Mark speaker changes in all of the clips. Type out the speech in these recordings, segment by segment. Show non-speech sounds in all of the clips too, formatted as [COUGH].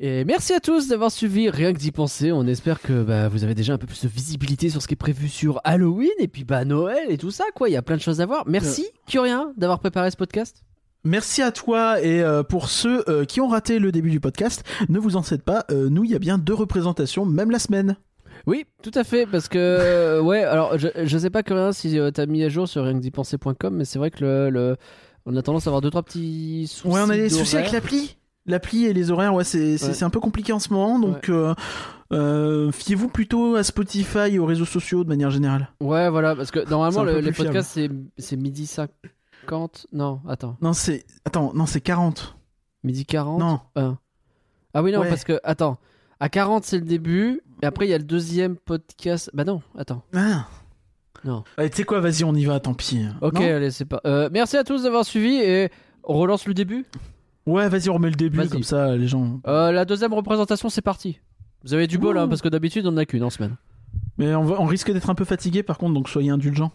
Speaker 1: Et merci à tous d'avoir suivi Rien que d'y penser. On espère que bah, vous avez déjà un peu plus de visibilité sur ce qui est prévu sur Halloween et puis bah, Noël et tout ça. quoi. Il y a plein de choses à voir. Merci, Curien, d'avoir préparé ce podcast.
Speaker 2: Merci à toi et euh, pour ceux euh, qui ont raté le début du podcast, ne vous en faites pas, euh, nous il y a bien deux représentations, même la semaine.
Speaker 1: Oui, tout à fait, parce [LAUGHS] que, ouais, alors je, je sais pas, Curien, si tu t'as mis à jour sur rienquedipenser.com, mais c'est vrai que le, le- on a tendance à avoir deux, trois petits soucis.
Speaker 2: Ouais, on a des soucis avec
Speaker 1: d'horaire.
Speaker 2: l'appli. L'appli et les horaires, ouais, c'est c'est-
Speaker 1: Ouais.
Speaker 2: c'est un peu compliqué en ce moment, donc euh, euh, fiez-vous plutôt à Spotify et aux réseaux sociaux de manière générale.
Speaker 1: Ouais, voilà, parce que
Speaker 2: C'est
Speaker 1: normalement,
Speaker 2: un peu
Speaker 1: le- les
Speaker 2: plus fiable.
Speaker 1: podcasts, c'est c'est midi 50. Non, attends,
Speaker 2: Non, c'est. Attends, non, c'est 40.
Speaker 1: midi 40.
Speaker 2: Non.
Speaker 1: Euh. Ah oui, non,
Speaker 2: Ouais.
Speaker 1: parce que, attends, à 40, c'est le début, et après, il y a le deuxième podcast. Bah non, attends.
Speaker 2: Ah.
Speaker 1: Non.
Speaker 2: Allez, tu sais quoi, vas-y, on y va, tant pis.
Speaker 1: Ok,
Speaker 2: Non
Speaker 1: allez, c'est pas. Euh, merci à tous d'avoir suivi, et on relance le début.
Speaker 2: ouais, vas-y, on remet le début,
Speaker 1: Vas-y.
Speaker 2: comme ça, les gens.
Speaker 1: Euh, la deuxième représentation, c'est parti. Vous avez du bol, hein,
Speaker 2: Ouh.
Speaker 1: parce que d'habitude, on en a qu'une en
Speaker 2: [LAUGHS]
Speaker 1: semaine.
Speaker 2: Mais on, va- on risque d'être un peu fatigué, par contre, donc soyez indulgents.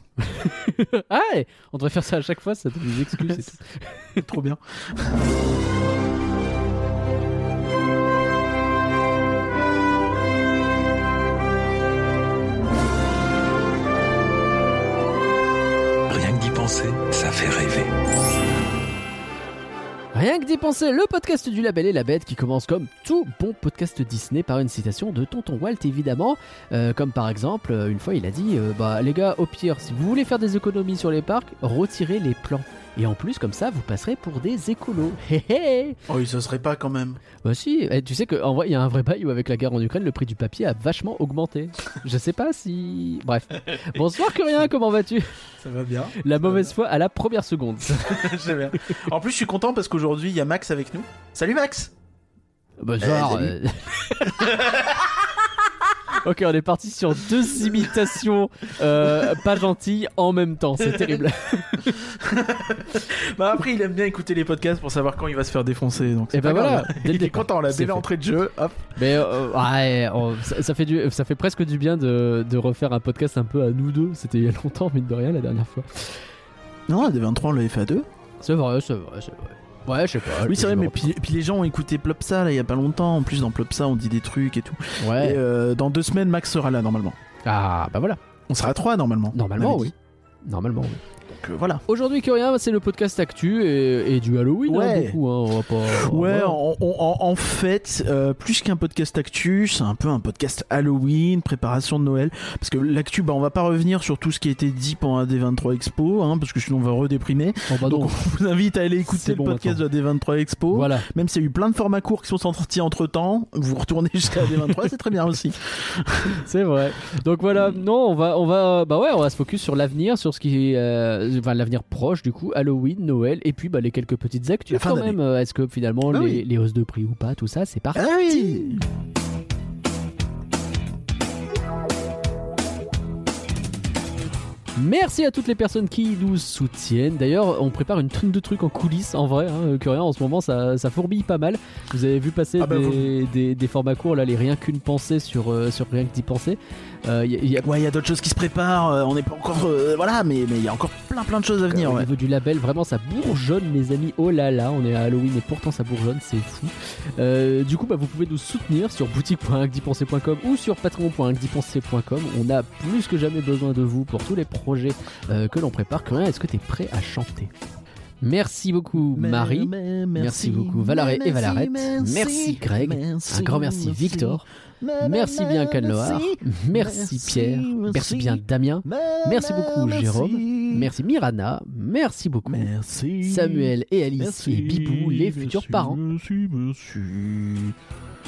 Speaker 2: Ah
Speaker 1: Allez, on devrait faire ça à chaque fois, ça donne des excuses. et tout.
Speaker 2: Trop bien.
Speaker 3: Rien que d'y penser, ça fait rêver.
Speaker 1: Rien que d'y penser, le podcast du Label et la Bête qui commence comme tout bon podcast Disney par une citation de Tonton Walt évidemment, Euh, comme par exemple euh, une fois il a dit euh, bah les gars au pire si vous voulez faire des économies sur les parcs retirez les plans et en plus comme ça vous passerez pour des écolos. [LAUGHS] Hé hé
Speaker 2: Oh, il se serait pas quand même.
Speaker 1: Bah si, eh, tu sais que en vrai il y a un vrai bail où avec la guerre en Ukraine le prix du papier a vachement
Speaker 2: [LAUGHS]
Speaker 1: augmenté. Je sais pas si bref. Bonsoir Curien, comment vas-tu
Speaker 2: Ça va [LAUGHS] bien.
Speaker 1: La mauvaise foi à la première seconde.
Speaker 2: J'aime bien. En plus, je suis content parce qu'aujourd'hui, il y a Max avec nous. Salut Max
Speaker 1: Bonsoir.
Speaker 2: Eh,
Speaker 1: euh. [LAUGHS] ok, on est parti sur deux imitations euh, pas gentilles en même temps. C'est terrible.
Speaker 2: Bah après, il aime bien écouter les podcasts pour savoir quand il va se faire défoncer. Donc c'est
Speaker 1: Et ben
Speaker 2: pas grave.
Speaker 1: voilà. Dès le
Speaker 2: Eh Il est
Speaker 1: départ,
Speaker 2: content là,
Speaker 1: c'est
Speaker 2: dès
Speaker 1: fait.
Speaker 2: l'entrée de jeu. Hop.
Speaker 1: Mais euh, ouais, on- ça, ça fait du, ça fait presque du bien de, de refaire un podcast un peu à nous deux. C'était il y a longtemps, mine de rien, la dernière fois.
Speaker 2: Non, des 23 on l'avait fait à deux.
Speaker 1: C'est vrai, c'est vrai, c'est vrai. Ouais, je sais pas.
Speaker 2: Ah Oui, c'est vrai,
Speaker 1: je me
Speaker 2: mais puis, puis les gens ont écouté Plopsa là il y a pas longtemps. En plus, dans Plopsa, on dit des trucs et tout.
Speaker 1: reprends. Ouais.
Speaker 2: Et euh, dans deux semaines, Max sera là normalement.
Speaker 1: Ah, bah voilà.
Speaker 2: On sera trois normalement.
Speaker 1: Normalement,
Speaker 2: On avait
Speaker 1: oui.
Speaker 2: dit.
Speaker 1: Normalement, oui.
Speaker 2: Donc euh, voilà.
Speaker 1: Aujourd'hui, Curien, c'est le podcast Actu et, et du Halloween, hein,
Speaker 2: Ouais.
Speaker 1: beaucoup. Hein, on va pas.
Speaker 2: Ouais,
Speaker 1: voilà.
Speaker 2: on- on- en, en fait, euh, plus qu'un podcast actu, c'est un peu un podcast Halloween, préparation de Noël. Parce que l'actu, bah, on va pas revenir sur tout ce qui a été dit pendant la D23 Expo, hein, parce que sinon on va redéprimer.
Speaker 1: Oh, bah
Speaker 2: Donc
Speaker 1: non.
Speaker 2: on vous invite à aller
Speaker 1: C'est
Speaker 2: écouter le
Speaker 1: bon,
Speaker 2: podcast
Speaker 1: attends.
Speaker 2: de la D23 Expo.
Speaker 1: Voilà.
Speaker 2: Même s'il y a eu plein de formats courts qui sont sortis entre temps, vous retournez [LAUGHS] jusqu'à la D23, c'est très bien aussi.
Speaker 1: C'est vrai. Donc voilà, non, on va, on va, bah ouais, on va se focus sur l'avenir, sur ce qui, est, euh, enfin l'avenir proche du coup, Halloween, Noël, et puis bah les quelques petites actus
Speaker 2: La fin
Speaker 1: quand
Speaker 2: d'année.
Speaker 1: même. Euh, Est-ce que finalement
Speaker 2: Ah
Speaker 1: les,
Speaker 2: oui.
Speaker 1: les hausses de prix ou pas, tout ça, c'est parti.
Speaker 2: Ah oui
Speaker 1: Merci à toutes les personnes qui nous soutiennent. D'ailleurs, on prépare une tonne de trucs en coulisses, en vrai. Hein, que rien, en ce moment, ça, ça fourbille pas mal. Vous avez vu passer
Speaker 2: Ah bah,
Speaker 1: des, des- des formats courts, là, les rien qu'une pensée sur, euh, sur rien que d'y penser. Euh, y a- y a-
Speaker 2: Ouais, il y a d'autres choses qui se préparent, euh, on n'est pas encore... euh, voilà, mais mais il y a encore plein plein de choses à venir,
Speaker 1: Au
Speaker 2: ouais.
Speaker 1: niveau du label, vraiment ça bourgeonne, les amis. Oh là là, on est à Halloween et pourtant ça bourgeonne, c'est fou. Euh, du coup, bah, vous pouvez nous soutenir sur boutique.acdipensé.com ou sur patreon.acdipensé.com. On a plus que jamais besoin de vous pour tous les projets euh, que l'on prépare. Corinne, est-ce que tu es prêt à chanter Merci beaucoup, Marie.
Speaker 2: Mais- mais-
Speaker 1: Merci beaucoup, Valaré
Speaker 2: Mais
Speaker 1: et Valarette. Merci, Greg.
Speaker 2: merci,
Speaker 1: Un grand merci,
Speaker 2: merci.
Speaker 1: Victor.
Speaker 2: Mais-
Speaker 1: Merci
Speaker 2: mais-
Speaker 1: bien, Canoir. Merci,
Speaker 2: Merci,
Speaker 1: Pierre. Merci
Speaker 2: merci.
Speaker 1: bien, Damien.
Speaker 2: mais-
Speaker 1: Merci beaucoup,
Speaker 2: merci.
Speaker 1: Jérôme. Merci, Mirana. Merci beaucoup.
Speaker 2: Merci.
Speaker 1: Samuel et Alice
Speaker 2: Merci,
Speaker 1: et Bibou, les
Speaker 2: merci,
Speaker 1: futurs parents.
Speaker 2: Merci, merci.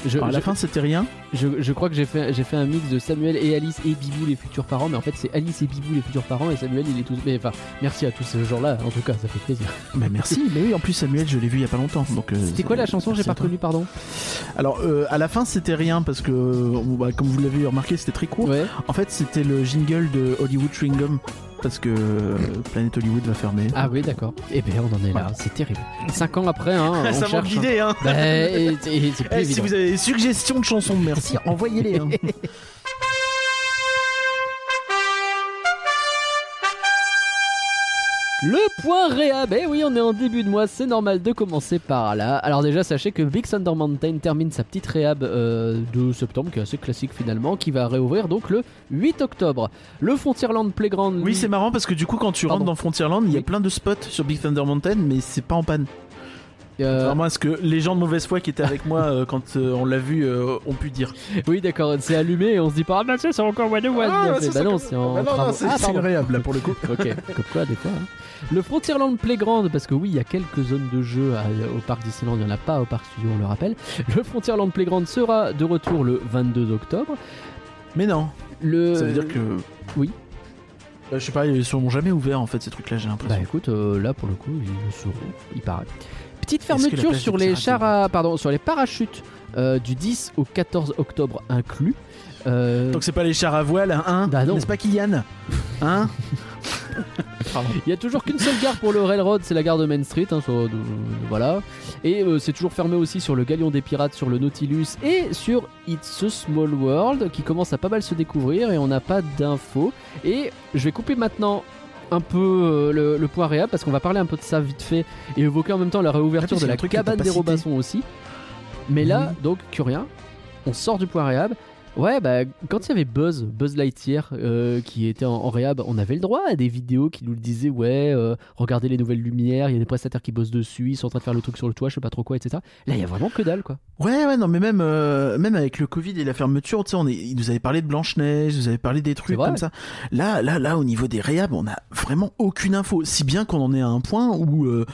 Speaker 1: Je-
Speaker 2: Alors, Ah, à la
Speaker 1: je-
Speaker 2: fin, c'était rien.
Speaker 1: Je, je crois que j'ai fait, j'ai fait un mix de Samuel et Alice et Bibou les futurs parents, mais en fait c'est Alice et Bibou les futurs parents et Samuel il est tout. Mais enfin, merci à tous ces gens-là, en tout cas, ça fait plaisir.
Speaker 2: Mais merci. Mais oui, en plus, Samuel, je l'ai vu il y a pas longtemps. Donc, euh,
Speaker 1: C'était quoi la chanson J'ai
Speaker 2: merci
Speaker 1: pas
Speaker 2: à toi.
Speaker 1: reconnu, pardon
Speaker 2: Alors, euh, à la fin, c'était rien parce que, euh, bah, comme vous l'avez remarqué, c'était très court.
Speaker 1: Ouais.
Speaker 2: En fait, c'était le jingle de Hollywood Chewing-Gum parce que euh, Planète Hollywood va fermer.
Speaker 1: Ah oui, d'accord. Eh bien, on en est là, c'est terrible. Cinq ans après,
Speaker 2: [LAUGHS]
Speaker 1: hein, on
Speaker 2: Ça manque
Speaker 1: cherche.
Speaker 2: d'idées, hein.
Speaker 1: hein. Bah, et, et- et c'est plus
Speaker 2: Eh, si
Speaker 1: évident.
Speaker 2: vous avez des suggestions de chansons de merci, envoyez-les. hein.
Speaker 1: Le point réhab, eh oui, on est en début de mois, c'est normal de commencer par là. Alors déjà, sachez que Big Thunder Mountain termine sa petite réhab euh, de septembre, qui est assez classique finalement, qui va réouvrir donc le 8 octobre. Le Frontierland Playground...
Speaker 2: [LAUGHS] Oui,
Speaker 1: lui-
Speaker 2: c'est marrant parce que du coup, quand tu
Speaker 1: Pardon.
Speaker 2: rentres dans Frontierland, il y a
Speaker 1: Oui.
Speaker 2: plein de spots sur Big Thunder Mountain, mais c'est pas en panne.
Speaker 1: euh,
Speaker 2: Contrairement à ce que les gens de mauvaise foi qui étaient avec moi euh, quand euh, on l'a vu euh, ont pu dire.
Speaker 1: Oui, d'accord, c'est allumé et on se dit pas, ah bah ça, c'est encore One One.
Speaker 2: Ah, bah,
Speaker 1: Mais
Speaker 2: ça,
Speaker 1: bah
Speaker 2: c'est
Speaker 1: non,
Speaker 2: comme-
Speaker 1: c'est en
Speaker 2: Bah non, non,
Speaker 1: travaux.
Speaker 2: c'est
Speaker 1: Ah,
Speaker 2: c'est
Speaker 1: pardon.
Speaker 2: une réhab, là pour le coup.
Speaker 1: ok, comme quoi, des fois. hein. Le Frontierland Playground, parce que oui, il y a quelques zones de jeu à- au parc Disneyland, il n'y en a pas au parc studio, on le rappelle. Le Frontierland Playground sera de retour le 22 octobre.
Speaker 2: Mais non,
Speaker 1: Le...
Speaker 2: ça veut dire que.
Speaker 1: Euh, oui.
Speaker 2: Euh, je sais pas, ils sont jamais ouverts en fait ces trucs-là, j'ai
Speaker 1: Bah
Speaker 2: l'impression.
Speaker 1: écoute, euh, là pour le coup, ils le seront, il paraît. Petite
Speaker 2: que la
Speaker 1: fermeture
Speaker 2: plage
Speaker 1: sur
Speaker 2: des
Speaker 1: les,
Speaker 2: Pirates est
Speaker 1: chars à- pardon, sur les parachutes euh, du 10 au 14 octobre inclus. Euh,
Speaker 2: Donc c'est pas les chars à voile, hein, hein
Speaker 1: Bah non.
Speaker 2: N'est-ce pas Kylian
Speaker 1: [LAUGHS]
Speaker 2: Hein
Speaker 1: Il y a toujours qu'une seule gare pour le railroad, c'est la gare de Main Street. hein, sur- voilà. Et euh, c'est toujours fermé aussi sur le Galion des Pirates, sur le Nautilus et sur It's a Small World qui commence à pas mal se découvrir et on n'a pas d'infos. Et je vais couper maintenant un peu euh, le, le point réhab parce qu'on va parler un peu de ça vite fait et évoquer en même temps la réouverture
Speaker 2: Ah oui,
Speaker 1: de
Speaker 2: c'est
Speaker 1: la
Speaker 2: un truc que t'as
Speaker 1: cabane
Speaker 2: pas
Speaker 1: des
Speaker 2: cité.
Speaker 1: Robinson aussi. Mais là, donc, Curien, on sort du point réhab. Ouais, bah, quand il y avait Buzz, Buzz Lightyear, euh, qui était en, en réhab, on avait le droit à des vidéos qui nous le disaient, ouais, euh, regardez les nouvelles lumières, il y a des prestataires qui bossent dessus, ils sont en train de faire le truc sur le toit, je sais pas trop quoi, etc. Là, il y a vraiment que dalle, quoi.
Speaker 2: Ouais, ouais, non, mais même, euh, même avec le Covid et la fermeture, tu sais, on est, ils nous avaient parlé de Blanche-Neige, ils nous avaient parlé des trucs
Speaker 1: vrai.
Speaker 2: comme ça. Là, là, là, au niveau des réhab, on a vraiment aucune info. Si bien qu'on en est à un point où, euh,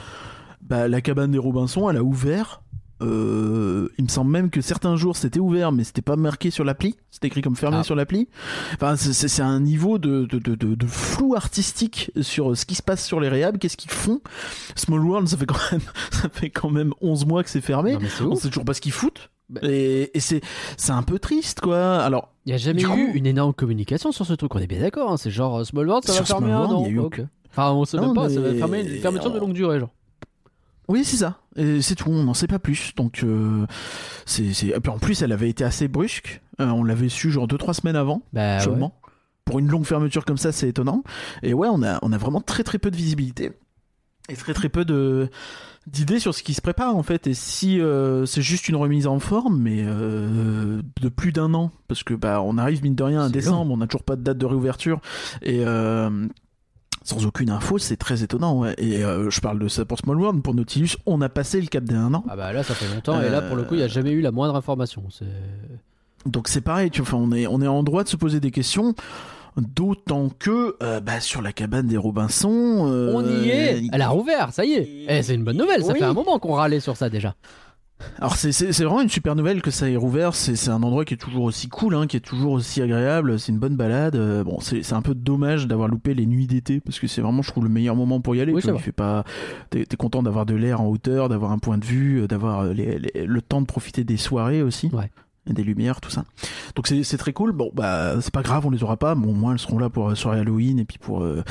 Speaker 2: bah, la cabane des Robinson, elle a ouvert. Euh, il me semble même que certains jours c'était ouvert, mais c'était pas marqué sur l'appli. C'était écrit comme fermé
Speaker 1: Ah.
Speaker 2: sur l'appli. Enfin, c'est- c'est c'est un niveau de, de, de, de- de flou artistique sur euh, ce qui se passe sur les réhab, qu'est-ce qu'ils font. Small World, ça fait quand même, [LAUGHS] ça fait quand même 11 mois que c'est fermé.
Speaker 1: Non, mais c'est
Speaker 2: On
Speaker 1: ouf.
Speaker 2: sait toujours pas ce qu'ils foutent.
Speaker 1: Bah.
Speaker 2: Et, et c'est c'est un peu triste quoi. Alors
Speaker 1: Il y a jamais
Speaker 2: Du
Speaker 1: eu
Speaker 2: coup-
Speaker 1: une énorme communication sur ce truc, on est bien d'accord, hein, c'est genre euh, Small World, ça va
Speaker 2: Sur
Speaker 1: fermer
Speaker 2: Small
Speaker 1: un
Speaker 2: World,
Speaker 1: an.
Speaker 2: il y a eu
Speaker 1: ok. Enfin, on sait
Speaker 2: Non,
Speaker 1: même pas, ça va
Speaker 2: mais-
Speaker 1: fermer une fermeture de longue durée, genre.
Speaker 2: oui c'est ça. Et c'est tout. On n'en sait pas plus. Donc euh, c'est c'est- et puis en plus elle avait été assez brusque. Euh, on l'avait su genre deux trois semaines avant
Speaker 1: Bah, ouais.
Speaker 2: seulement. Pour une longue fermeture comme ça c'est étonnant. Et ouais on a on a vraiment très très peu de visibilité et très très peu de d'idées sur ce qui se prépare en fait. Et si euh, c'est juste une remise en forme mais euh, de plus d'un an parce que bah on arrive mine de rien à
Speaker 1: C'est
Speaker 2: décembre, on n'a toujours pas de date de réouverture et euh, sans aucune info, c'est très étonnant. ouais. Et euh, je parle de ça pour Small World, pour Nautilus, on a passé le cap des un an.
Speaker 1: Ah bah là ça fait longtemps et là pour le coup il
Speaker 2: Euh,
Speaker 1: n'y a jamais eu la moindre information. C'est-
Speaker 2: Donc c'est pareil, tu, enfin, on, est, on est en droit de se poser des questions. D'autant que euh, bah, sur la cabane des Robinson, euh,
Speaker 1: On y est,
Speaker 2: il-
Speaker 1: elle a rouvert, ça y est. Eh, c'est une bonne nouvelle, ça
Speaker 2: Oui.
Speaker 1: fait un moment qu'on râlait sur ça déjà.
Speaker 2: Alors c'est, c'est, c'est vraiment une super nouvelle que ça ait rouvert. C'est, c'est un endroit qui est toujours aussi cool, hein, qui est toujours aussi agréable. C'est une bonne balade. Euh, bon, c'est, c'est un peu dommage d'avoir loupé les nuits d'été parce que c'est vraiment, je trouve, le meilleur moment pour y aller.
Speaker 1: Oui,
Speaker 2: Tu
Speaker 1: c'est
Speaker 2: vois, il
Speaker 1: vrai.
Speaker 2: fait pas. T'es, t'es content d'avoir de l'air en hauteur, d'avoir un point de vue, euh, d'avoir euh, les- les- le temps de profiter des soirées aussi.
Speaker 1: Ouais.
Speaker 2: Et des lumières, tout ça. Donc c'est, c'est très cool. Bon, bah c'est pas grave, on les aura pas. Bon, au moins elles seront là pour la soirée Halloween et puis pour euh,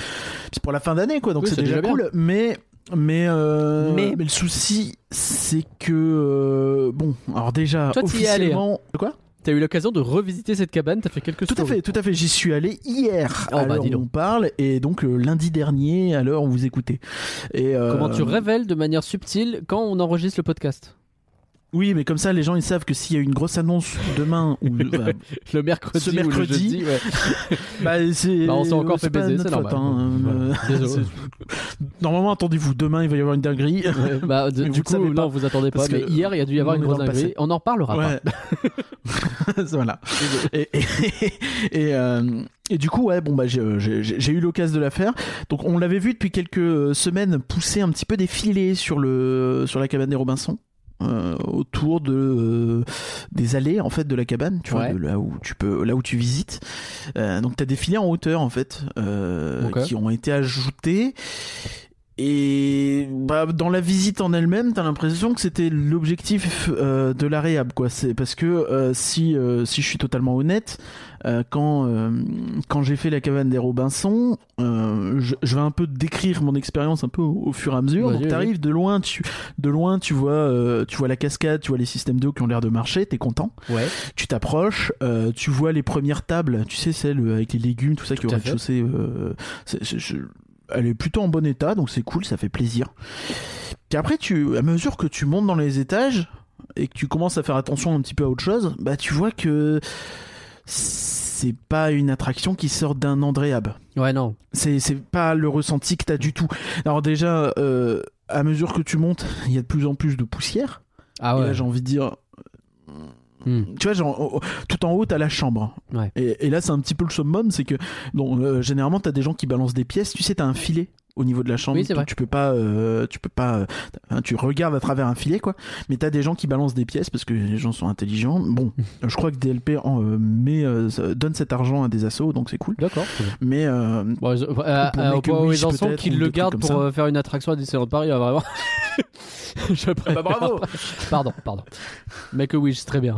Speaker 2: c'est pour la fin d'année quoi. Donc
Speaker 1: Oui,
Speaker 2: c'est,
Speaker 1: c'est
Speaker 2: déjà,
Speaker 1: déjà bien.
Speaker 2: cool. Mais mais, euh,
Speaker 1: Mais-
Speaker 2: mais le souci c'est que euh, bon alors déjà
Speaker 1: Toi, t'y es allé, hein.
Speaker 2: officiellement De quoi
Speaker 1: T'as eu l'occasion de revisiter cette cabane, t'as fait quelques
Speaker 2: tout à fait tout à fait j'y suis allé hier
Speaker 1: Oh,
Speaker 2: à
Speaker 1: bah,
Speaker 2: l'heure
Speaker 1: dis
Speaker 2: où
Speaker 1: donc.
Speaker 2: on parle et donc euh, lundi dernier à l'heure où vous écoutez et euh,
Speaker 1: Comment tu révèles de manière subtile quand on enregistre le podcast
Speaker 2: oui mais comme ça les gens ils savent que s'il y a une grosse annonce demain ou
Speaker 1: [LAUGHS]
Speaker 2: bah, enfin,
Speaker 1: [LAUGHS] Le mercredi,
Speaker 2: Ce
Speaker 1: ou le
Speaker 2: mercredi,
Speaker 1: jeudi, ouais.
Speaker 2: bah, c'est-
Speaker 1: Bah, on s'est encore
Speaker 2: c'est
Speaker 1: fait
Speaker 2: pas
Speaker 1: baiser,
Speaker 2: notre
Speaker 1: c'est
Speaker 2: faute,
Speaker 1: normal.
Speaker 2: hein, euh,
Speaker 1: Voilà.
Speaker 2: [LAUGHS]
Speaker 1: Désolé.
Speaker 2: normalement attendez-vous demain il va y avoir une
Speaker 1: [LAUGHS]
Speaker 2: dinguerie
Speaker 1: Ouais, bah, de-
Speaker 2: Mais vous
Speaker 1: du
Speaker 2: le
Speaker 1: coup,
Speaker 2: savez pas,
Speaker 1: non, vous attendez pas.
Speaker 2: parce
Speaker 1: Mais
Speaker 2: que
Speaker 1: hier, il y a dû y avoir
Speaker 2: on
Speaker 1: une
Speaker 2: est dans
Speaker 1: grosse
Speaker 2: le
Speaker 1: dinguerie.
Speaker 2: passé.
Speaker 1: On en reparlera pas.
Speaker 2: Ouais. [LAUGHS] voilà. Et, et, et, [LAUGHS] euh, et du coup, ouais, bon, bah, j'ai, euh, j'ai- j'ai- j'ai eu l'occasion de la faire. Donc, on l'avait vu depuis quelques semaines pousser un petit peu des filets sur, le, sur la cabane des Robinson. euh, autour de euh, des allées en fait de la cabane tu vois
Speaker 1: Ouais.
Speaker 2: de là où tu peux là où tu visites Euh, donc t'as des filets en hauteur en fait euh,
Speaker 1: Ok.
Speaker 2: qui ont été ajoutés et bah, dans la visite en elle-même, t'as l'impression que c'était l'objectif euh, de la réhab, quoi. C'est parce que euh, si euh, si je suis totalement honnête, euh, quand euh, quand j'ai fait la cabane des Robinson, euh, je, je vais un peu décrire mon expérience un peu au, au fur et à mesure.
Speaker 1: Vas-y,
Speaker 2: Donc
Speaker 1: vas-y.
Speaker 2: t'arrives de loin, tu de loin, tu vois euh, tu vois la cascade, tu vois les systèmes d'eau qui ont l'air de marcher, t'es content.
Speaker 1: Ouais.
Speaker 2: Tu t'approches, euh, tu vois les premières tables, tu sais celles avec les euh, légumes, tout ça qui
Speaker 1: Tout
Speaker 2: au
Speaker 1: à
Speaker 2: rez-de-chaussée. euh, c'est- c'est- je- elle est plutôt en bon état, donc c'est cool, ça fait plaisir. Puis après, tu, à mesure que tu montes dans les étages et que tu commences à faire attention un petit peu à autre chose, bah tu vois que c'est pas une attraction qui sort d'un Andréab.
Speaker 1: Ouais, non.
Speaker 2: C'est c'est pas le ressenti que t'as du tout. Alors déjà, euh, à mesure que tu montes, il y a de plus en plus de poussière.
Speaker 1: Ah
Speaker 2: Et là,
Speaker 1: ouais.
Speaker 2: j'ai envie de dire.
Speaker 1: Hmm.
Speaker 2: Tu vois, genre, oh, oh, tout en haut, t'as la chambre.
Speaker 1: Ouais.
Speaker 2: Et, et là, c'est un petit peu le summum, c'est que, bon, euh, généralement, t'as des gens qui balancent des pièces. Tu sais, t'as un filet au niveau de la chambre.
Speaker 1: Oui, c'est
Speaker 2: Donc,
Speaker 1: vrai.
Speaker 2: Tu peux pas, euh, tu peux pas, euh, hein, tu regardes à travers un filet, quoi. Mais t'as des gens qui balancent des pièces parce que les gens sont intelligents. Bon,
Speaker 1: Hmm.
Speaker 2: euh, je crois que DLP en, euh, met, euh, ça- donne cet argent à des assos, donc c'est cool.
Speaker 1: D'accord. très bien.
Speaker 2: Mais euh, [LAUGHS]
Speaker 1: Bon, ils- euh,
Speaker 2: Pour
Speaker 1: euh,
Speaker 2: Make
Speaker 1: au
Speaker 2: a
Speaker 1: point où
Speaker 2: Wish,
Speaker 1: ils en sont,
Speaker 2: peut-être,
Speaker 1: qu'ils
Speaker 2: ou
Speaker 1: le
Speaker 2: des trucs
Speaker 1: gardent
Speaker 2: comme
Speaker 1: pour
Speaker 2: ça.
Speaker 1: euh, faire une attraction à Disneyland Paris, ah, vraiment. [LAUGHS] Je préfère.
Speaker 2: bah, bravo.
Speaker 1: Pardon, pardon. Make a wish, c'est très bien.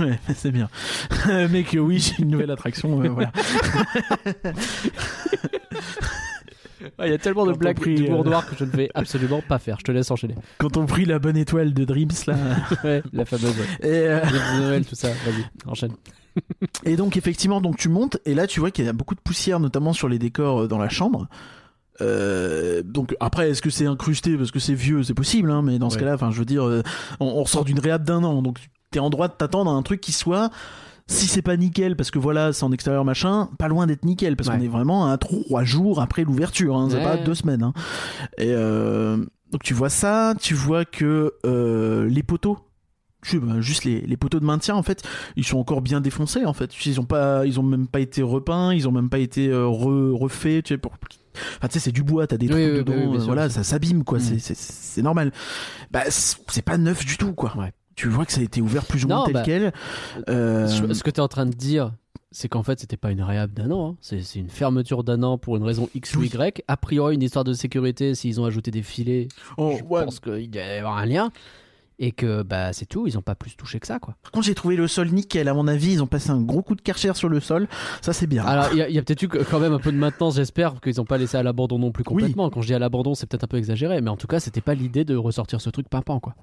Speaker 2: Ouais, c'est bien. [LAUGHS] Mais que oui, j'ai une nouvelle attraction.
Speaker 1: [LAUGHS]
Speaker 2: euh, voilà.
Speaker 1: Ah, Il y a tellement de
Speaker 2: Quand on
Speaker 1: blagues
Speaker 2: prie,
Speaker 1: du
Speaker 2: euh,
Speaker 1: [LAUGHS] noir que je ne vais absolument pas faire. Je te laisse enchaîner.
Speaker 2: Quand on prit la bonne étoile de Dreams là.
Speaker 1: [LAUGHS] Ouais, la fameuse. ouais.
Speaker 2: Et, euh,
Speaker 1: Les petits Noël, tout ça. Vas-y, enchaîne.
Speaker 2: et donc effectivement, donc tu montes et là tu vois qu'il y a beaucoup de poussière, notamment sur les décors euh, dans la chambre. Euh, donc après, est-ce que c'est incrusté parce que c'est vieux, c'est possible, hein, mais dans ce
Speaker 1: Ouais.
Speaker 2: cas-là, enfin, je veux dire, euh, on, on ressort d'une réhab d'un an, donc t'es en droit de t'attendre à un truc qui soit, si c'est pas nickel, parce que voilà, c'est en extérieur machin, pas loin d'être nickel, parce
Speaker 1: Ouais.
Speaker 2: qu'on est vraiment à trois jours après l'ouverture, hein, c'est
Speaker 1: Ouais.
Speaker 2: pas deux semaines. hein. Et euh, donc tu vois ça, tu vois que euh, les poteaux. tu sais, bah, juste les, les poteaux de maintien en fait ils sont encore bien défoncés en fait Tu sais, ils ont pas ils ont même pas été repeints ils ont même pas été euh, re- refaits tu sais pour Enfin, tu sais, c'est du bois, t'as des
Speaker 1: Oui,
Speaker 2: trous
Speaker 1: oui, oui,
Speaker 2: dedans,
Speaker 1: oui, bien
Speaker 2: euh,
Speaker 1: sûr,
Speaker 2: voilà,
Speaker 1: bien
Speaker 2: ça s'abîme, quoi,
Speaker 1: Mm.
Speaker 2: c'est- c'est- c'est normal. Bah, c'est c'est pas neuf du tout, quoi.
Speaker 1: Ouais.
Speaker 2: Tu vois que ça a été ouvert plus ou moins
Speaker 1: Non,
Speaker 2: tel
Speaker 1: bah,
Speaker 2: quel. Euh,
Speaker 1: Je- Ce que tu es en train de dire, c'est qu'en fait, c'était pas une réhab d'un an. hein. C'est c'est une fermeture d'un an pour une raison X ou
Speaker 2: Oui.
Speaker 1: Y. A priori, une histoire de sécurité. S'ils ont ajouté des filets,
Speaker 2: on-
Speaker 1: je
Speaker 2: Oh, ouais.
Speaker 1: pense qu'il doit y avoir un lien. Et que bah, c'est tout. Ils ont pas plus touché que ça, quoi.
Speaker 2: Par contre, j'ai trouvé le sol nickel. À mon avis, ils ont passé un gros coup de karcher sur le sol. Ça, c'est bien.
Speaker 1: Alors, il y a, il y a peut-être eu quand même un peu de maintenance, j'espère, qu'ils n'ont pas laissé à l'abandon non plus complètement. Quand je dis à l'abandon, c'est peut-être un peu exagéré, mais en tout cas, c'était pas l'idée de ressortir ce truc pimpant, quoi.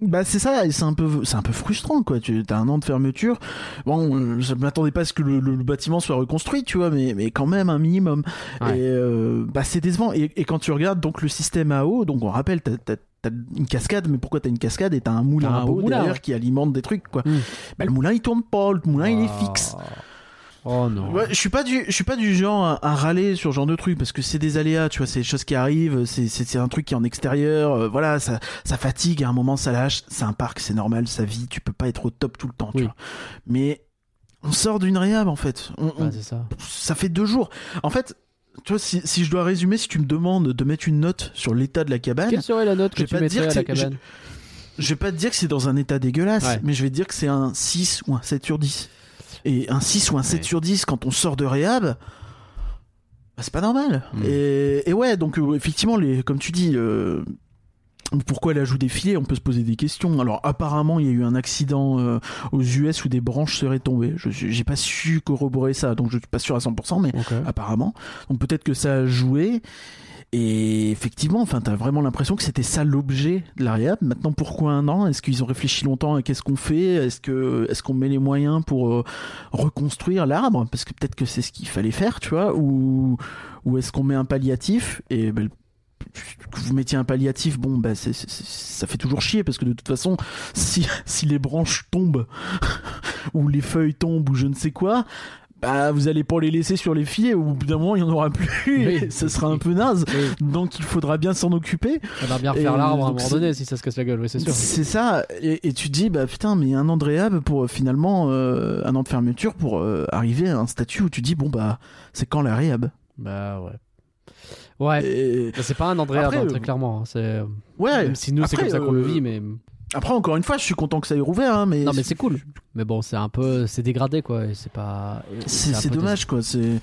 Speaker 2: Bah, c'est ça, et c'est un peu, c'est un peu frustrant, quoi. Tu as un an de fermeture. Bon, euh, je m'attendais pas à ce que le, le- le bâtiment soit reconstruit, tu vois, mais, mais quand même un minimum.
Speaker 1: Ouais.
Speaker 2: Et euh, bah, c'est décevant. Et, et quand tu regardes donc le système à eau, donc on rappelle, t'as, t'as- t'as une cascade, mais pourquoi t'as une cascade et t'as un moulin
Speaker 1: T'as un
Speaker 2: à
Speaker 1: beau
Speaker 2: eau
Speaker 1: moulin,
Speaker 2: derrière
Speaker 1: ouais.
Speaker 2: qui alimente des trucs, quoi.
Speaker 1: Mm.
Speaker 2: Bah, le moulin il tourne pas, le moulin il est
Speaker 1: Oh.
Speaker 2: fixe.
Speaker 1: Oh non.
Speaker 2: Ouais, je suis pas du, je suis pas du genre à, à râler sur ce genre de truc parce que c'est des aléas, tu vois, c'est des choses qui arrivent, c'est, c'est, c'est un truc qui est en extérieur, euh, voilà, ça, ça fatigue, à un moment ça lâche, c'est un parc, c'est normal, ça vit, tu peux pas être au top tout le temps,
Speaker 1: Oui.
Speaker 2: tu vois. Mais on sort d'une réhab en fait, on, on-
Speaker 1: Ouais, Ah, c'est ça.
Speaker 2: ça fait deux jours. En fait, tu vois, si, si je dois résumer, si tu me demandes de mettre une note sur l'état de la cabane,
Speaker 1: Quelle serait la note
Speaker 2: je
Speaker 1: que
Speaker 2: vais
Speaker 1: tu
Speaker 2: pas te
Speaker 1: mettrais
Speaker 2: dire
Speaker 1: à
Speaker 2: que
Speaker 1: la
Speaker 2: c'est- je-
Speaker 1: cabane
Speaker 2: je vais pas te dire que c'est dans un état dégueulasse,
Speaker 1: Ouais.
Speaker 2: mais je vais te dire que c'est un 6 ou un 7 sur 10. Et un 6 ou un 7
Speaker 1: Ouais.
Speaker 2: sur 10 quand on sort de réhab, bah, c'est pas normal.
Speaker 1: Mm.
Speaker 2: Et, et ouais, donc euh, effectivement, les, comme tu dis, euh, pourquoi l'ajout des filets On peut se poser des questions. Alors apparemment, il y a eu un accident euh, aux US où des branches seraient tombées. Je suis- j'ai pas su corroborer ça, donc je suis pas sûr à 100%, mais
Speaker 1: Ok.
Speaker 2: apparemment. Donc peut-être que ça a joué. Et effectivement, enfin, t'as vraiment l'impression que c'était ça l'objet de la réhab. Maintenant, pourquoi un an Est-ce qu'ils ont réfléchi longtemps à qu'est-ce qu'on fait Est-ce que est-ce qu'on met les moyens pour euh, reconstruire l'arbre Parce que peut-être que c'est ce qu'il fallait faire, tu vois Ou ou est-ce qu'on met un palliatif Et ben, que vous mettiez un palliatif, bon, bah, c'est- c'est- c'est- ça fait toujours chier parce que de toute façon, si, [LAUGHS] si les branches tombent [LAUGHS] ou les feuilles tombent ou je ne sais quoi, bah, vous allez pas les laisser sur les filets. Au bout d'un moment, il y en aura plus. [LAUGHS]
Speaker 1: Oui.
Speaker 2: et ce sera un peu naze.
Speaker 1: Oui,
Speaker 2: Donc, il faudra bien s'en occuper.
Speaker 1: on va bien
Speaker 2: Et
Speaker 1: refaire l'arbre à un
Speaker 2: donc
Speaker 1: moment
Speaker 2: c'est-
Speaker 1: donné si ça se casse la gueule, oui, c'est sûr.
Speaker 2: C'est ça. Et, et tu te dis, bah putain, mais un Andréab pour euh, finalement euh, un an de fermeture pour euh, arriver à un statut où tu dis, bon, bah, c'est quand la réhab
Speaker 1: Bah ouais. Ouais.
Speaker 2: Et-
Speaker 1: Bah, C'est pas un André
Speaker 2: Après,
Speaker 1: hein,
Speaker 2: euh,
Speaker 1: très clairement. hein. C'est...
Speaker 2: Ouais.
Speaker 1: Même si nous, c'est
Speaker 2: Après,
Speaker 1: comme ça qu'on le
Speaker 2: euh,
Speaker 1: vit, mais.
Speaker 2: Après, encore une fois, je suis content que ça ait rouvert, hein, mais,
Speaker 1: Non, mais c'est cool. Mais bon, c'est un peu. C'est dégradé, quoi. Et c'est pas. et- et
Speaker 2: c'est
Speaker 1: un
Speaker 2: c'est
Speaker 1: peu
Speaker 2: dommage, quoi. C'est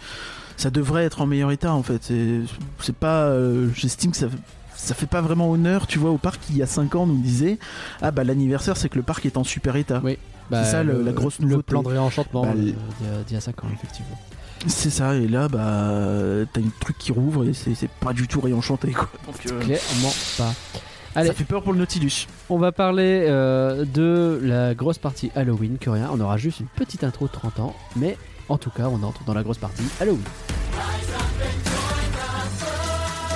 Speaker 2: ça devrait être en meilleur état, en fait. C'est- C'est pas, euh, j'estime que ça. Ça fait pas vraiment honneur, tu vois, au parc qui, il y a 5 ans, nous disait Ah, bah l'anniversaire, c'est que le parc est en super état.
Speaker 1: Oui. Bah,
Speaker 2: C'est ça, le- la grosse
Speaker 1: Le
Speaker 2: nouveauté.
Speaker 1: plan de réenchantement
Speaker 2: Bah,
Speaker 1: euh,
Speaker 2: les-
Speaker 1: d'il y a- d'il y a 5 ans, effectivement.
Speaker 2: C'est ça, et là, bah, t'as une truc qui rouvre et c'est c'est pas du tout réenchanté, quoi. Donc, euh,
Speaker 1: Clairement pas. Allez.
Speaker 2: ça fait peur pour le [LAUGHS] Nautilus.
Speaker 1: On va parler euh, de la grosse partie Halloween, que rien, on aura juste une petite intro de 30 ans, mais en tout cas, on entre dans la grosse partie Halloween.
Speaker 4: Rise up and join the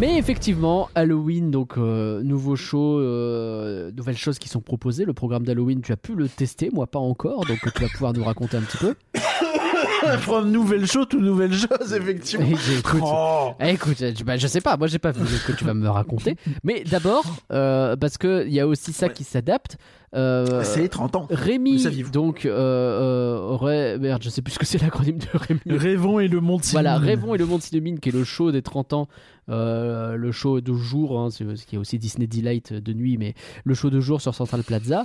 Speaker 1: Mais effectivement, Halloween, donc euh, nouveau show, euh, nouvelles choses qui sont proposées. Le programme d'Halloween, tu as pu le tester, moi pas encore, donc tu vas pouvoir nous raconter un petit peu.
Speaker 2: Prendre nouvelle chose, toute nouvelle chose, effectivement.
Speaker 1: Et j'écoute.
Speaker 2: Oh.
Speaker 1: Eh, Écoute, je, bah, je sais pas, moi j'ai pas vu ce que tu vas me raconter. Mais d'abord, euh, parce qu'il y a aussi ça
Speaker 2: Ouais.
Speaker 1: qui s'adapte. euh,
Speaker 2: Bah, C'est les 30 ans.
Speaker 1: Rémi,
Speaker 2: Vous saviez, vous.
Speaker 1: donc, euh, euh, Ré- merde, je sais plus ce que c'est l'acronyme de Rémi.
Speaker 2: Rêvons et le monde
Speaker 1: Voilà,
Speaker 2: s'illumine.
Speaker 1: Rêvons et le monde s'illumine, qui est le show des 30 ans, euh, le show de jour, hein, c'est- ce qui est aussi Disney Delight de nuit, mais le show de jour sur Central Plaza.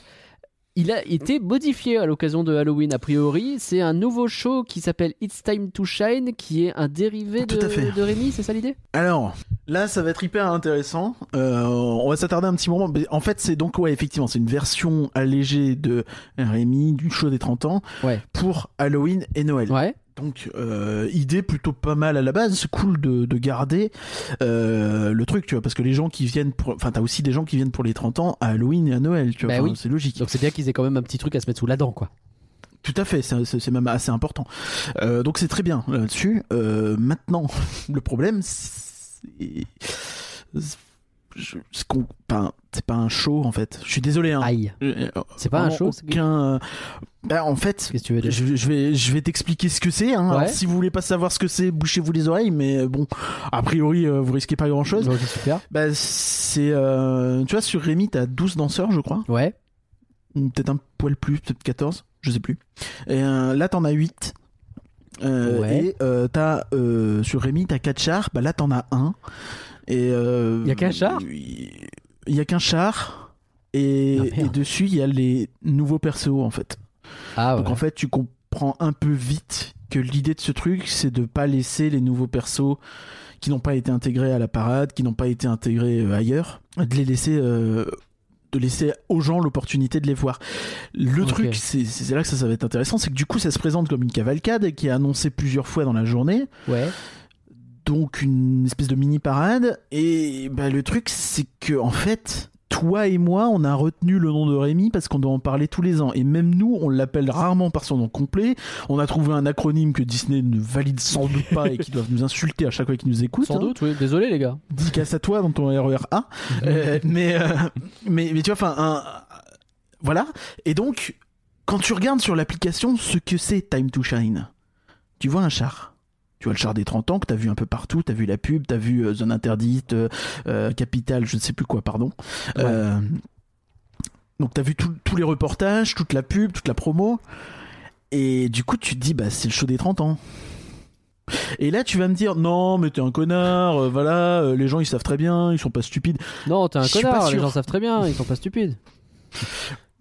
Speaker 1: Il a été modifié à l'occasion de Halloween, a priori. C'est un nouveau show qui s'appelle It's Time to Shine, qui est un dérivé de,
Speaker 2: Ah, Tout à fait.
Speaker 1: de Rémi, c'est ça l'idée
Speaker 2: Alors, là, ça va être hyper intéressant. Euh, on va s'attarder un petit moment. Mais en fait, c'est donc, ouais, effectivement, c'est une version allégée de Rémi, du show des 30 ans,
Speaker 1: Ouais.
Speaker 2: pour Halloween et Noël.
Speaker 1: Ouais.
Speaker 2: Donc, euh, idée plutôt pas mal à la base. C'est cool de, de garder euh, le truc, tu vois, parce que les gens qui viennent pour. Enfin, t'as aussi des gens qui viennent pour les 30 ans à Halloween et à Noël, tu vois.
Speaker 1: Bah
Speaker 2: Enfin,
Speaker 1: oui.
Speaker 2: C'est logique.
Speaker 1: Donc c'est bien qu'ils aient quand même un petit truc à se mettre sous la dent, quoi.
Speaker 2: Tout à fait, c'est c'est- c'est même assez important. Euh, donc c'est très bien là-dessus. Euh, maintenant, [LAUGHS] le problème, c'est je- ce qu'on- enfin, c'est pas un show en fait. Je suis désolé. Hein.
Speaker 1: Aïe.
Speaker 2: Euh,
Speaker 1: C'est pas un
Speaker 2: vraiment
Speaker 1: show, c'est-
Speaker 2: Aucun... Bah, en fait,
Speaker 1: Qu'est-ce que tu veux dire
Speaker 2: je, je vais, je vais t'expliquer ce que c'est. hein.
Speaker 1: Ouais.
Speaker 2: Alors, Si vous voulez pas savoir ce que c'est, bouchez-vous les oreilles. Mais euh, bon, a priori, euh, vous risquez pas grand-chose.
Speaker 1: Ok, super.
Speaker 2: Bah, c'est, euh, tu vois, sur Rémi, t'as 12 danseurs, je crois
Speaker 1: Ouais.
Speaker 2: ou peut-être un poil plus, peut-être 14, je sais plus. Et euh, là, t'en as 8. Euh,
Speaker 1: Ouais.
Speaker 2: Et euh, t'as euh, sur Rémi, t'as 4 chars, bah là t'en as un. Et euh,
Speaker 1: Y a qu'un char
Speaker 2: Il y a qu'un char. Et,
Speaker 1: Ah, merde.
Speaker 2: et dessus, il y a les nouveaux persos en fait.
Speaker 1: Ah ouais.
Speaker 2: Donc en fait, tu comprends un peu vite que l'idée de ce truc, c'est de pas laisser les nouveaux persos qui n'ont pas été intégrés à la parade, qui n'ont pas été intégrés euh, ailleurs, de les laisser, euh, de laisser aux gens l'opportunité de les voir. Le
Speaker 1: Ok.
Speaker 2: truc, c'est c'est là que ça, ça va être intéressant, c'est que du coup, ça se présente comme une cavalcade qui est annoncée plusieurs fois dans la journée,
Speaker 1: Ouais.
Speaker 2: donc une espèce de mini parade. Et bah, le truc, c'est que en fait. Toi et moi, on a retenu le nom de Rémi parce qu'on doit en parler tous les ans. Et même nous, on l'appelle rarement par son nom complet. On a trouvé un acronyme que Disney ne valide sans doute pas et qui doivent nous insulter à chaque fois qu'ils nous écoutent.
Speaker 1: Sans
Speaker 2: hein.
Speaker 1: doute, oui. Désolé, les gars.
Speaker 2: Dis casse à toi dans ton RER A. Euh, mais, euh, mais, mais tu vois, enfin, un- voilà. Et donc, quand tu regardes sur l'application ce que c'est Time to Shine, tu vois un char. Tu vois le char des 30 ans que t'as vu un peu partout, t'as vu la pub, t'as vu euh, Zone Interdite, euh, euh, Capitale, je ne sais plus quoi, pardon.
Speaker 1: Ouais.
Speaker 2: Euh, donc t'as vu tout- tous les reportages, toute la pub, toute la promo. Et du coup, tu te dis, bah, c'est le show des 30 ans. Et là, tu vas me dire, non, mais t'es un connard, euh, voilà, euh, les gens ils savent très bien, ils sont pas stupides.
Speaker 1: Non, t'es un
Speaker 2: Je suis pas
Speaker 1: connard. Les
Speaker 2: sûr.
Speaker 1: gens savent très bien. Ils sont pas stupides.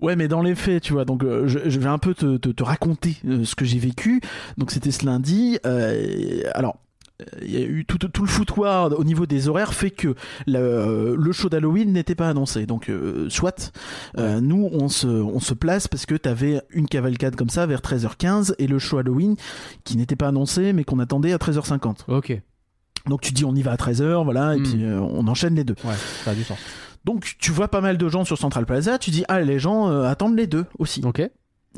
Speaker 2: Ouais, mais dans les faits, tu vois. Donc, euh, je, je vais un peu te, te- te raconter euh, ce que j'ai vécu. Donc, c'était ce lundi. euh, alors. euh, Il y a eu tout, tout- tout le foutoir au niveau des horaires fait que le, euh, le show d'Halloween n'était pas annoncé. Donc, euh, soit, euh, nous, on se, on se place parce que t'avais une cavalcade comme ça vers 13h15 et le show Halloween qui n'était pas annoncé mais qu'on attendait à 13h50.
Speaker 1: Ok.
Speaker 2: Donc, tu dis on y va à 13h, voilà, et
Speaker 1: Mm.
Speaker 2: puis euh, on enchaîne les deux.
Speaker 1: Ouais. Ça a du sens.
Speaker 2: Donc, tu vois pas mal de gens sur Central Plaza, tu dis ah, les gens euh, attendent les deux aussi.
Speaker 1: Ok.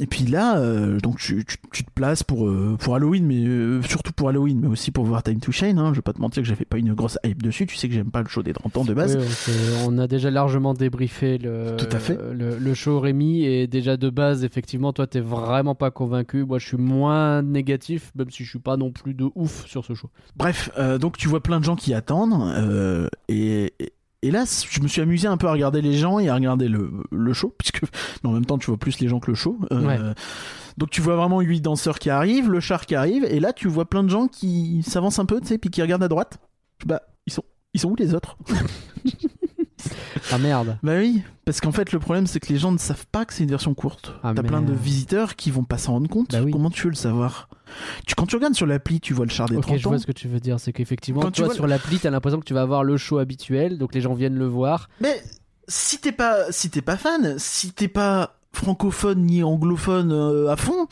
Speaker 2: Et puis là, euh, donc tu, tu- tu te places pour, euh, pour Halloween, mais euh, surtout pour Halloween, mais aussi pour voir Time to Shine. Hein. Je vais pas te mentir que j'avais pas une grosse hype dessus. Tu sais que j'aime pas le show des 30 ans de base.
Speaker 1: Oui, on s'est- on a déjà largement débriefé le,
Speaker 2: Tout à fait.
Speaker 1: le, le show Rémi et déjà de base effectivement toi t'es vraiment pas convaincu moi je suis moins négatif même si je suis pas non plus de ouf sur ce show
Speaker 2: Bref, euh, donc tu vois plein de gens qui attendent. euh, et, et- et là, je me suis amusé un peu à regarder les gens et à regarder le, le show, [LAUGHS] puisque mais en même temps, tu vois plus les gens que le show. euh,
Speaker 1: Ouais.
Speaker 2: Donc tu vois vraiment huit danseurs qui arrivent, le char qui arrive, et là tu vois plein de gens qui s'avancent un peu, tu sais, puis qui regardent à droite. Bah, ils sont, ils sont où les autres
Speaker 1: ah merde
Speaker 2: Bah oui, parce qu'en fait le problème c'est que les gens ne savent pas que c'est une version courte.
Speaker 1: Ah,
Speaker 2: T'as plein de
Speaker 1: merde.
Speaker 2: visiteurs qui vont pas s'en rendre compte.
Speaker 1: Bah oui.
Speaker 2: Comment tu veux le savoir tu, Quand tu regardes sur l'appli, tu vois le char des
Speaker 1: ok
Speaker 2: 30
Speaker 1: je
Speaker 2: ans.
Speaker 1: vois ce que tu veux dire c'est qu'effectivement
Speaker 2: Quand
Speaker 1: toi
Speaker 2: tu vois le-
Speaker 1: sur l'appli t'as l'impression que tu vas avoir le show habituel donc les gens viennent le voir
Speaker 2: Mais si t'es pas, si t'es pas fan, si t'es pas francophone ni anglophone euh, à fond,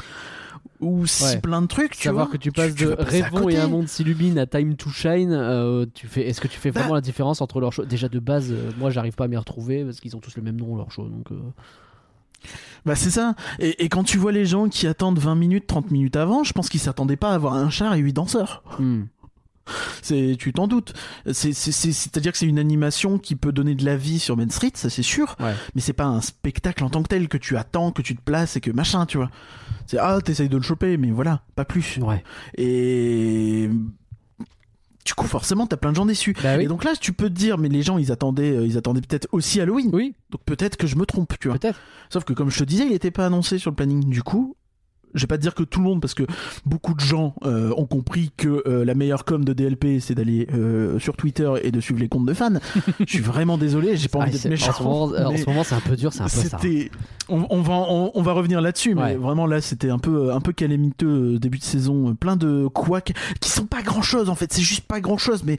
Speaker 2: ou si
Speaker 1: Ouais.
Speaker 2: plein de trucs, tu
Speaker 1: savoir
Speaker 2: vois,
Speaker 1: que tu passes de
Speaker 2: vas passer à
Speaker 1: Rêvons
Speaker 2: côté.
Speaker 1: et un monde s'illumine à Time to Shine euh, tu fais est-ce que tu fais
Speaker 2: Bah.
Speaker 1: vraiment la différence entre leurs shows déjà de base euh, moi j'arrive pas à m'y retrouver parce qu'ils ont tous le même nom leur show donc euh,
Speaker 2: Bah c'est ça. Et, et quand tu vois les gens qui attendent 20 minutes, 30 minutes avant, je pense qu'ils s'attendaient pas à avoir un char et 8 danseurs.
Speaker 1: hmm.
Speaker 2: C'est, tu t'en doutes. C'est, c'est, c'est, c'est-à-dire que c'est une animation qui peut donner de la vie sur Main Street, ça c'est sûr.
Speaker 1: Ouais.
Speaker 2: Mais c'est pas un spectacle en tant que tel que tu attends, que tu te places et que machin, tu vois. C'est ah, t'essayes de le choper, mais voilà, pas plus.
Speaker 1: Ouais.
Speaker 2: Et du coup, forcément, t'as plein de gens déçus.
Speaker 1: Bah oui.
Speaker 2: Et donc là, tu peux te dire, mais les gens, ils attendaient, euh, ils attendaient peut-être aussi Halloween.
Speaker 1: Oui,
Speaker 2: Donc peut-être que je me trompe, tu vois.
Speaker 1: peut-être.
Speaker 2: Sauf que comme je te disais, il n'était pas annoncé sur le planning. Du coup, je vais pas te dire que tout le monde, parce que beaucoup de gens euh, ont compris que euh, la meilleure com de DLP, c'est d'aller euh, sur Twitter et de suivre les comptes de
Speaker 1: [LAUGHS]
Speaker 2: fans. je suis vraiment désolé, j'ai pas
Speaker 1: Ah,
Speaker 2: envie
Speaker 1: c'est-
Speaker 2: d'être
Speaker 1: en
Speaker 2: méchant.
Speaker 1: ce moment, en
Speaker 2: mais
Speaker 1: ce moment, c'est un peu dur, c'est un peu ça. hein.
Speaker 2: C'était, on, on va, on, on va revenir là-dessus, mais
Speaker 1: Ouais.
Speaker 2: vraiment là, c'était un peu, un peu calamiteux euh, début de saison, euh, plein de couacs qui sont pas grand chose en fait. C'est juste pas grand chose, mais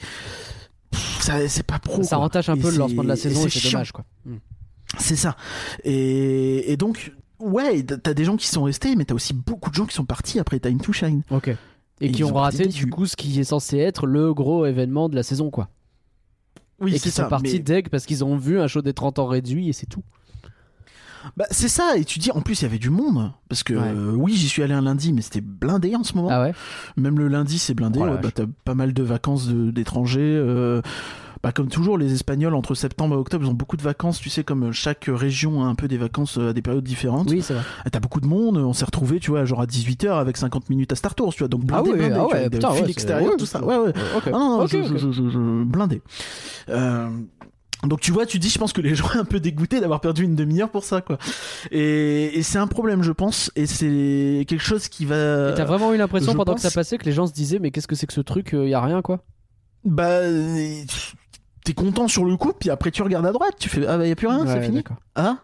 Speaker 2: pff, ça, c'est pas pro.
Speaker 1: Ça
Speaker 2: quoi.
Speaker 1: entache un
Speaker 2: Et
Speaker 1: peu le
Speaker 2: c'est-
Speaker 1: lancement de la
Speaker 2: et
Speaker 1: saison et
Speaker 2: c'est
Speaker 1: c'est dommage quoi. Mm.
Speaker 2: C'est ça. Et, et donc, ouais, t'as- t'as des gens qui sont restés, mais t'as aussi beaucoup de gens qui sont partis après Time to Shine.
Speaker 1: Ok. Et,
Speaker 2: Et
Speaker 1: qui
Speaker 2: ils
Speaker 1: ont
Speaker 2: ont pas
Speaker 1: raté
Speaker 2: été
Speaker 1: du
Speaker 2: déçus.
Speaker 1: coup ce qui est censé être le gros événement de la saison quoi.
Speaker 2: Oui,
Speaker 1: et qui sont partis deg parce qu'ils ont vu un show des 30 ans réduit et c'est tout.
Speaker 2: Bah, c'est ça, et tu dis, en plus, il y avait du monde. Parce que,
Speaker 1: Ouais.
Speaker 2: euh, oui, j'y suis allé un lundi, mais c'était blindé en ce moment.
Speaker 1: Ah ouais
Speaker 2: Même le lundi, c'est blindé.
Speaker 1: Oh la
Speaker 2: ouais,
Speaker 1: vache.
Speaker 2: bah, t'as pas mal de vacances de- d'étrangers. euh, bah, comme toujours, les Espagnols, entre septembre et octobre, ils ont beaucoup de vacances. Tu sais, comme chaque région a un peu des vacances euh, à des périodes différentes.
Speaker 1: Oui, c'est vrai.
Speaker 2: Ah, T'as beaucoup de monde, on s'est retrouvé, tu vois, genre à 18h avec 50 minutes à Star Tours, tu vois, donc blindé, blindé, tu vois, avec des
Speaker 1: putain, Ah ouais,
Speaker 2: fils
Speaker 1: c'est-
Speaker 2: extérieurs,
Speaker 1: ouais,
Speaker 2: tout ça.
Speaker 1: c'est-
Speaker 2: Ouais, ouais.
Speaker 1: Ok.
Speaker 2: Ah non, non,
Speaker 1: Ok,
Speaker 2: je,
Speaker 1: ok.
Speaker 2: je- je- je- blindé. Euh, donc tu vois, tu dis, je pense que les [LAUGHS] gens sont un peu dégoûtés d'avoir perdu une demi-heure pour ça, quoi. Et, et c'est un problème, je pense, et c'est quelque chose qui
Speaker 1: Et t'as
Speaker 2: va...
Speaker 1: vraiment eu l'impression
Speaker 2: je
Speaker 1: pendant que ça
Speaker 2: pense-
Speaker 1: passait que les gens se disaient mais qu'est-ce que c'est que ce truc euh, y a rien quoi
Speaker 2: Bah... euh, T'es content sur le coup, puis après tu regardes à droite, tu fais, ah bah y a plus rien, c'est
Speaker 1: Ouais,
Speaker 2: fini.
Speaker 1: d'accord.
Speaker 2: Ah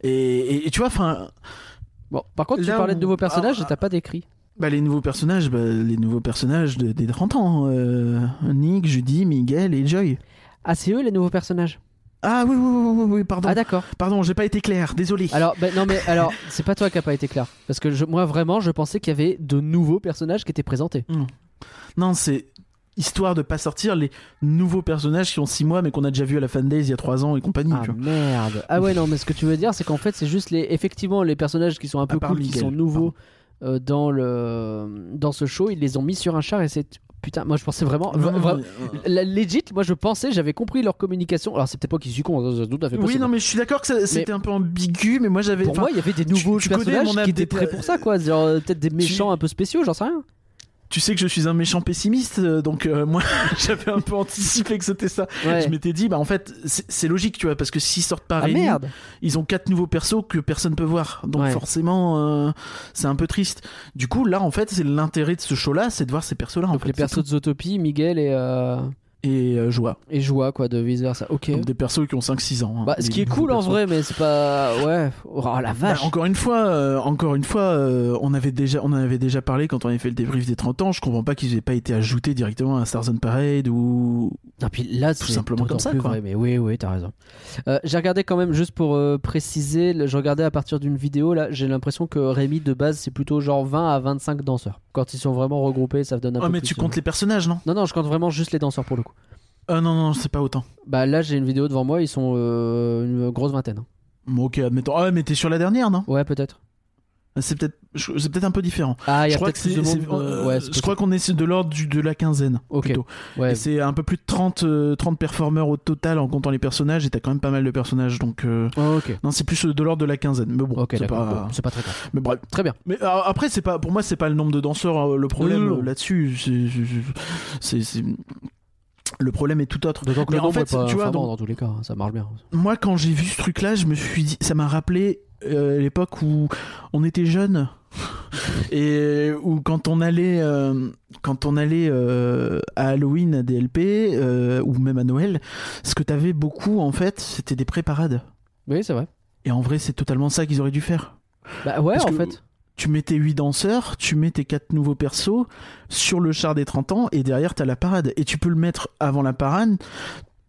Speaker 2: et, et- et tu vois, enfin,
Speaker 1: Bon, par contre, tu
Speaker 2: Là
Speaker 1: parlais de
Speaker 2: où-
Speaker 1: nouveaux personnages
Speaker 2: Ah,
Speaker 1: et t'as pas décrit.
Speaker 2: Bah, les nouveaux personnages, bah, les nouveaux personnages de- des 30 ans. euh, Nick, Judy, Miguel et Joy.
Speaker 1: Ah, c'est eux les nouveaux personnages.
Speaker 2: Ah oui, oui, oui, oui, oui, pardon.
Speaker 1: Ah d'accord.
Speaker 2: pardon, j'ai pas été clair, désolé.
Speaker 1: Alors, ben, non mais alors, c'est pas toi qui a pas été clair parce que je- moi vraiment, je pensais qu'il y avait de nouveaux personnages qui étaient présentés.
Speaker 2: Non, c'est histoire de pas sortir les nouveaux personnages qui ont 6 mois mais qu'on a déjà vu à la fan days il y a 3 ans et compagnie.
Speaker 1: Ah
Speaker 2: tu vois.
Speaker 1: merde. Ah ouais non mais ce que tu veux dire c'est qu'en fait c'est juste les effectivement les personnages qui sont un peu
Speaker 2: part
Speaker 1: cool qui
Speaker 2: Miguel.
Speaker 1: sont nouveaux euh, dans le dans ce show ils les ont mis sur un char et c'est putain moi je pensais vraiment
Speaker 2: Non,
Speaker 1: vra-
Speaker 2: non,
Speaker 1: vra-
Speaker 2: euh,
Speaker 1: la- legit moi je pensais j'avais compris leur communication alors c'est peut-être pas qu'ils suis con hein, c'est tout à fait
Speaker 2: Oui,
Speaker 1: possible.
Speaker 2: non, mais je suis d'accord que ça- c'était un peu ambigu, mais moi j'avais.
Speaker 1: pour
Speaker 2: enfin,
Speaker 1: moi il y avait des nouveaux
Speaker 2: tu connais
Speaker 1: personnages
Speaker 2: mon âme
Speaker 1: qui étaient
Speaker 2: d'été-
Speaker 1: prêts pour ça quoi genre euh, peut-être des méchants un peu spéciaux j'en sais rien.
Speaker 2: tu sais que je suis un méchant pessimiste, euh, donc euh, moi [LAUGHS] j'avais un peu anticipé que c'était ça.
Speaker 1: Ouais.
Speaker 2: Je m'étais dit, bah en fait, c'est c'est logique, tu vois, parce que s'ils sortent par
Speaker 1: Ah merde.
Speaker 2: ils ont quatre nouveaux persos que personne peut voir. Donc
Speaker 1: Ouais.
Speaker 2: forcément, euh, c'est un peu triste. Du coup, là, en fait, c'est l'intérêt de ce show-là, c'est de voir ces persos-là. en
Speaker 1: Donc
Speaker 2: fait,
Speaker 1: les
Speaker 2: c'est
Speaker 1: persos de Zootopie, Miguel et euh,
Speaker 2: tout. Et euh, Joa.
Speaker 1: et Joa quoi de vice versa. OK.
Speaker 2: Donc des persos qui ont 5-6 ans. hein.
Speaker 1: Bah, ce
Speaker 2: Les
Speaker 1: qui est
Speaker 2: nouveaux
Speaker 1: cool en
Speaker 2: persos.
Speaker 1: vrai mais c'est pas ouais oh la
Speaker 2: Bah,
Speaker 1: vache.
Speaker 2: encore une fois, euh, encore une fois, euh, on avait déjà, on en avait déjà parlé quand on avait fait le débrief des 30 ans. Je comprends pas qu'ils aient pas été ajoutés directement à Stars on Parade ou.
Speaker 1: Non, puis là, c'est
Speaker 2: simplement
Speaker 1: d'autant
Speaker 2: comme ça,
Speaker 1: plus
Speaker 2: quoi.
Speaker 1: vrai, mais oui, oui, t'as raison. Euh, j'ai regardé quand même, juste pour euh, préciser, le- je regardais à partir d'une vidéo, là, j'ai l'impression que Rémi, de base, c'est plutôt genre 20 à 25 danseurs. Quand ils sont vraiment regroupés, ça donne un
Speaker 2: Oh,
Speaker 1: peu
Speaker 2: mais
Speaker 1: plus,
Speaker 2: tu
Speaker 1: euh,
Speaker 2: comptes les personnages, non
Speaker 1: Non, non, je compte vraiment juste les danseurs pour le coup.
Speaker 2: Ah non, non, c'est pas autant.
Speaker 1: Bah là, j'ai une vidéo devant moi, ils sont euh, une grosse vingtaine. hein.
Speaker 2: Bon, ok, admettons. Ah, mais t'es sur la dernière, non
Speaker 1: Ouais, peut-être.
Speaker 2: C'est peut-être, je- c'est peut-être un peu différent.
Speaker 1: Ah, il y
Speaker 2: je
Speaker 1: a
Speaker 2: crois que
Speaker 1: peut-être plus
Speaker 2: c'est,
Speaker 1: de monde.
Speaker 2: c'est-
Speaker 1: euh,
Speaker 2: euh,
Speaker 1: ouais,
Speaker 2: je crois qu'on est de l'ordre du- de la quinzaine.
Speaker 1: Ok.
Speaker 2: plutôt.
Speaker 1: qu'on. Ouais.
Speaker 2: Et c'est un peu plus de 30, euh, 30 performeurs au total en comptant les personnages, et t'as quand même pas mal de personnages, donc... euh,
Speaker 1: Oh, ok.
Speaker 2: Non, c'est plus euh, de l'ordre de la quinzaine, mais bon,
Speaker 1: Ok,
Speaker 2: c'est
Speaker 1: d'accord.
Speaker 2: pas...
Speaker 1: Bon, c'est pas très grave.
Speaker 2: Mais bref.
Speaker 1: Très bien.
Speaker 2: Mais euh, après, c'est pas... pour moi, c'est pas le nombre de danseurs euh, le problème
Speaker 1: Non, non, non.
Speaker 2: euh, là-dessus. c'est- c'est- C'est... c'est- Le problème est tout autre.
Speaker 1: D'autant que
Speaker 2: Mais
Speaker 1: le
Speaker 2: en
Speaker 1: nombre
Speaker 2: fait,
Speaker 1: est pas
Speaker 2: tu vois,
Speaker 1: infamant
Speaker 2: donc-
Speaker 1: dans tous les cas, hein, ça marche bien.
Speaker 2: Moi, quand j'ai vu ce truc-là, je me suis dit... Ça m'a rappelé euh, l'époque où on était jeunes. [LAUGHS] Et où quand on allait, euh, quand on allait euh, à Halloween, à DLP, euh, ou même à Noël, ce que t'avais beaucoup en fait, c'était des préparades.
Speaker 1: Oui, c'est vrai.
Speaker 2: Et en vrai, c'est totalement ça qu'ils auraient dû faire.
Speaker 1: Bah ouais,
Speaker 2: Parce
Speaker 1: en
Speaker 2: que-
Speaker 1: fait.
Speaker 2: Tu mets tes 8 danseurs, tu mets tes 4 nouveaux persos sur le char des 30 ans et derrière t'as la parade. Et tu peux le mettre avant la parade.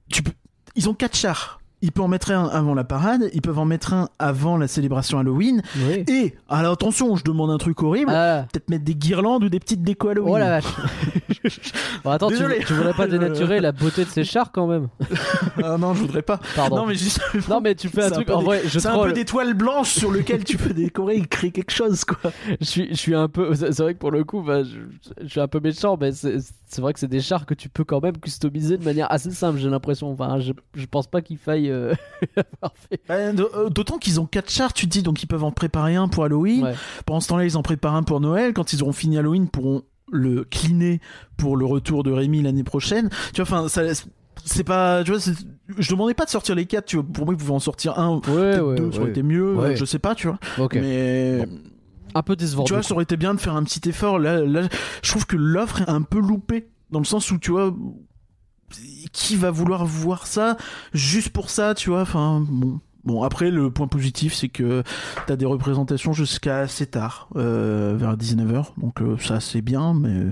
Speaker 2: Tu peux... Ils ont 4 chars. Ils peuvent en mettre un avant la parade, ils peuvent en mettre un avant la célébration Halloween.
Speaker 1: Oui.
Speaker 2: Et, alors attention, je demande un truc horrible,
Speaker 1: Ah,
Speaker 2: peut-être mettre des guirlandes ou des petites décos Halloween.
Speaker 1: oh la vache.
Speaker 2: [LAUGHS]
Speaker 1: bon, attends, tu,
Speaker 2: Désolé.
Speaker 1: tu voudrais pas
Speaker 2: Je-
Speaker 1: dénaturer la beauté de ces chars quand même.
Speaker 2: Ah non, je voudrais pas.
Speaker 1: Pardon.
Speaker 2: Non, mais juste.
Speaker 1: Non, mais tu fais un
Speaker 2: C'est un
Speaker 1: truc.
Speaker 2: peu
Speaker 1: En
Speaker 2: des-
Speaker 1: vrai, je
Speaker 2: C'est un peu
Speaker 1: troll.
Speaker 2: des toiles blanches sur lesquelles tu peux décorer et créer quelque chose, quoi.
Speaker 1: Je suis, je suis un peu. C'est c'est vrai que pour le coup, bah, je, je suis un peu méchant, mais c'est c'est vrai que c'est des chars que tu peux quand même customiser de manière assez simple. J'ai l'impression. Enfin, je, je pense pas qu'il faille euh, [LAUGHS] avoir fait.
Speaker 2: Euh, d- euh, D'autant qu'ils ont quatre chars, tu te dis, donc ils peuvent en préparer un pour Halloween.
Speaker 1: Ouais.
Speaker 2: Pendant ce temps-là, ils en préparent un pour Noël. Quand ils auront fini Halloween, ils pourront le cliner pour le retour de Rémi l'année prochaine. Tu vois, enfin, ça. C'est pas. Tu vois, c'est- je demandais pas de sortir les quatre, tu vois. Pour moi, ils pouvaient en sortir un.
Speaker 1: Ouais,
Speaker 2: Peut-être
Speaker 1: ouais,
Speaker 2: deux, ça aurait
Speaker 1: ouais.
Speaker 2: été mieux,
Speaker 1: Ouais.
Speaker 2: je sais pas, tu vois.
Speaker 1: Ok.
Speaker 2: Mais
Speaker 1: Un peu décevant.
Speaker 2: tu vois,
Speaker 1: du
Speaker 2: ça aurait été bien de faire un petit effort. Là, là, je trouve que l'offre est un peu loupée, dans le sens où, tu vois, qui va vouloir voir ça juste pour ça, tu vois Enfin, bon. Bon, après, le point positif, c'est que t'as des représentations jusqu'à assez tard, euh, vers 19h. Donc, euh, ça, c'est bien, mais.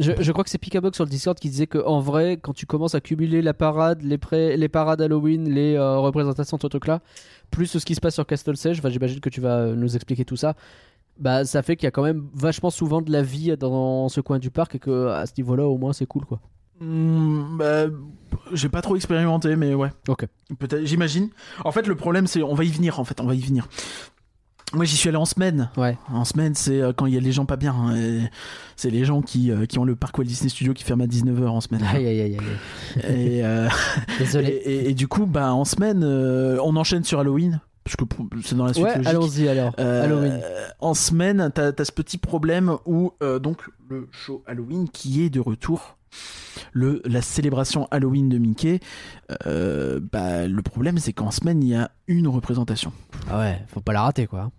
Speaker 1: Je, je crois que c'est Picabog sur le Discord qui disait que en vrai, quand tu commences à cumuler la parade, les, pré- les parades Halloween, les euh, représentations de ce truc-là, plus ce qui se passe sur Castle Sage, enfin, j'imagine que tu vas euh, nous expliquer tout ça. Bah, ça fait qu'il y a quand même vachement souvent de la vie dans ce coin du parc et que à ce niveau-là, au moins, c'est cool quoi.
Speaker 2: Hmm, bah, j'ai pas trop expérimenté, mais ouais.
Speaker 1: Ok.
Speaker 2: Peut-être, j'imagine. En fait, le problème, c'est. On va y venir, en fait, on va y venir. Moi, j'y suis allé en semaine.
Speaker 1: Ouais.
Speaker 2: En semaine, c'est euh, quand il y a les gens pas bien. hein, et c'est les gens qui, euh, qui ont le parc Walt Disney Studio qui ferme à 19h en semaine.
Speaker 1: [LAUGHS] Aïe aïe aïe aïe. aïe. [LAUGHS]
Speaker 2: Et, euh, et,
Speaker 1: Désolé.
Speaker 2: et- et du coup, bah, en semaine, euh, on enchaîne sur Halloween. Parce que pour- c'est dans la suite
Speaker 1: ouais,
Speaker 2: logique.
Speaker 1: allons-y alors.
Speaker 2: Euh,
Speaker 1: Halloween.
Speaker 2: En semaine, t'as as ce petit problème où euh, donc le show Halloween qui est de retour. Le, la célébration Halloween de Mickey, euh, bah, le problème c'est qu'en semaine il y a une représentation.
Speaker 1: Ah ouais, faut pas la rater quoi.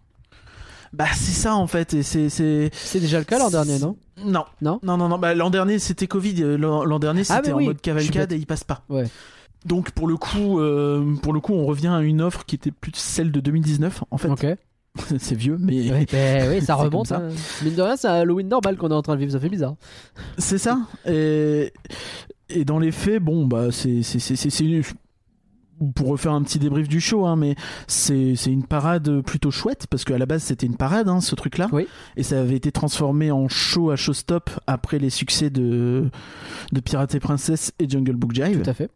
Speaker 2: Bah c'est ça en fait et c'est c'est
Speaker 1: C'est déjà le cas l'an dernier, non
Speaker 2: non
Speaker 1: Non
Speaker 2: non non, non. Bah, l'an dernier c'était Covid euh, l'an l'an dernier
Speaker 1: Ah,
Speaker 2: c'était
Speaker 1: mais
Speaker 2: en
Speaker 1: oui,
Speaker 2: mode
Speaker 1: je suis
Speaker 2: cavalcade
Speaker 1: bête.
Speaker 2: et il passe pas.
Speaker 1: Ouais.
Speaker 2: Donc pour le coup euh, pour le coup on revient à une offre qui était plus celle de 2019 en fait
Speaker 1: Ok.
Speaker 2: [LAUGHS] c'est vieux mais
Speaker 1: Ouais, bah, oui, ça
Speaker 2: comme
Speaker 1: remonte.
Speaker 2: ça.
Speaker 1: hein. Mine de rien, c'est un Halloween normal qu'on est en train de vivre, ça fait bizarre.
Speaker 2: C'est ça. Et, et dans les faits, bon, bah, c'est. c'est- c'est- c'est- c'est- Pour refaire un petit débrief du show, hein, mais c'est c'est une parade plutôt chouette parce qu'à la base c'était une parade, hein, ce truc-là,
Speaker 1: Oui.
Speaker 2: et ça avait été transformé en show à showstop après les succès de, de Pirates et Princesse et Jungle Book Jive.
Speaker 1: Tout à fait.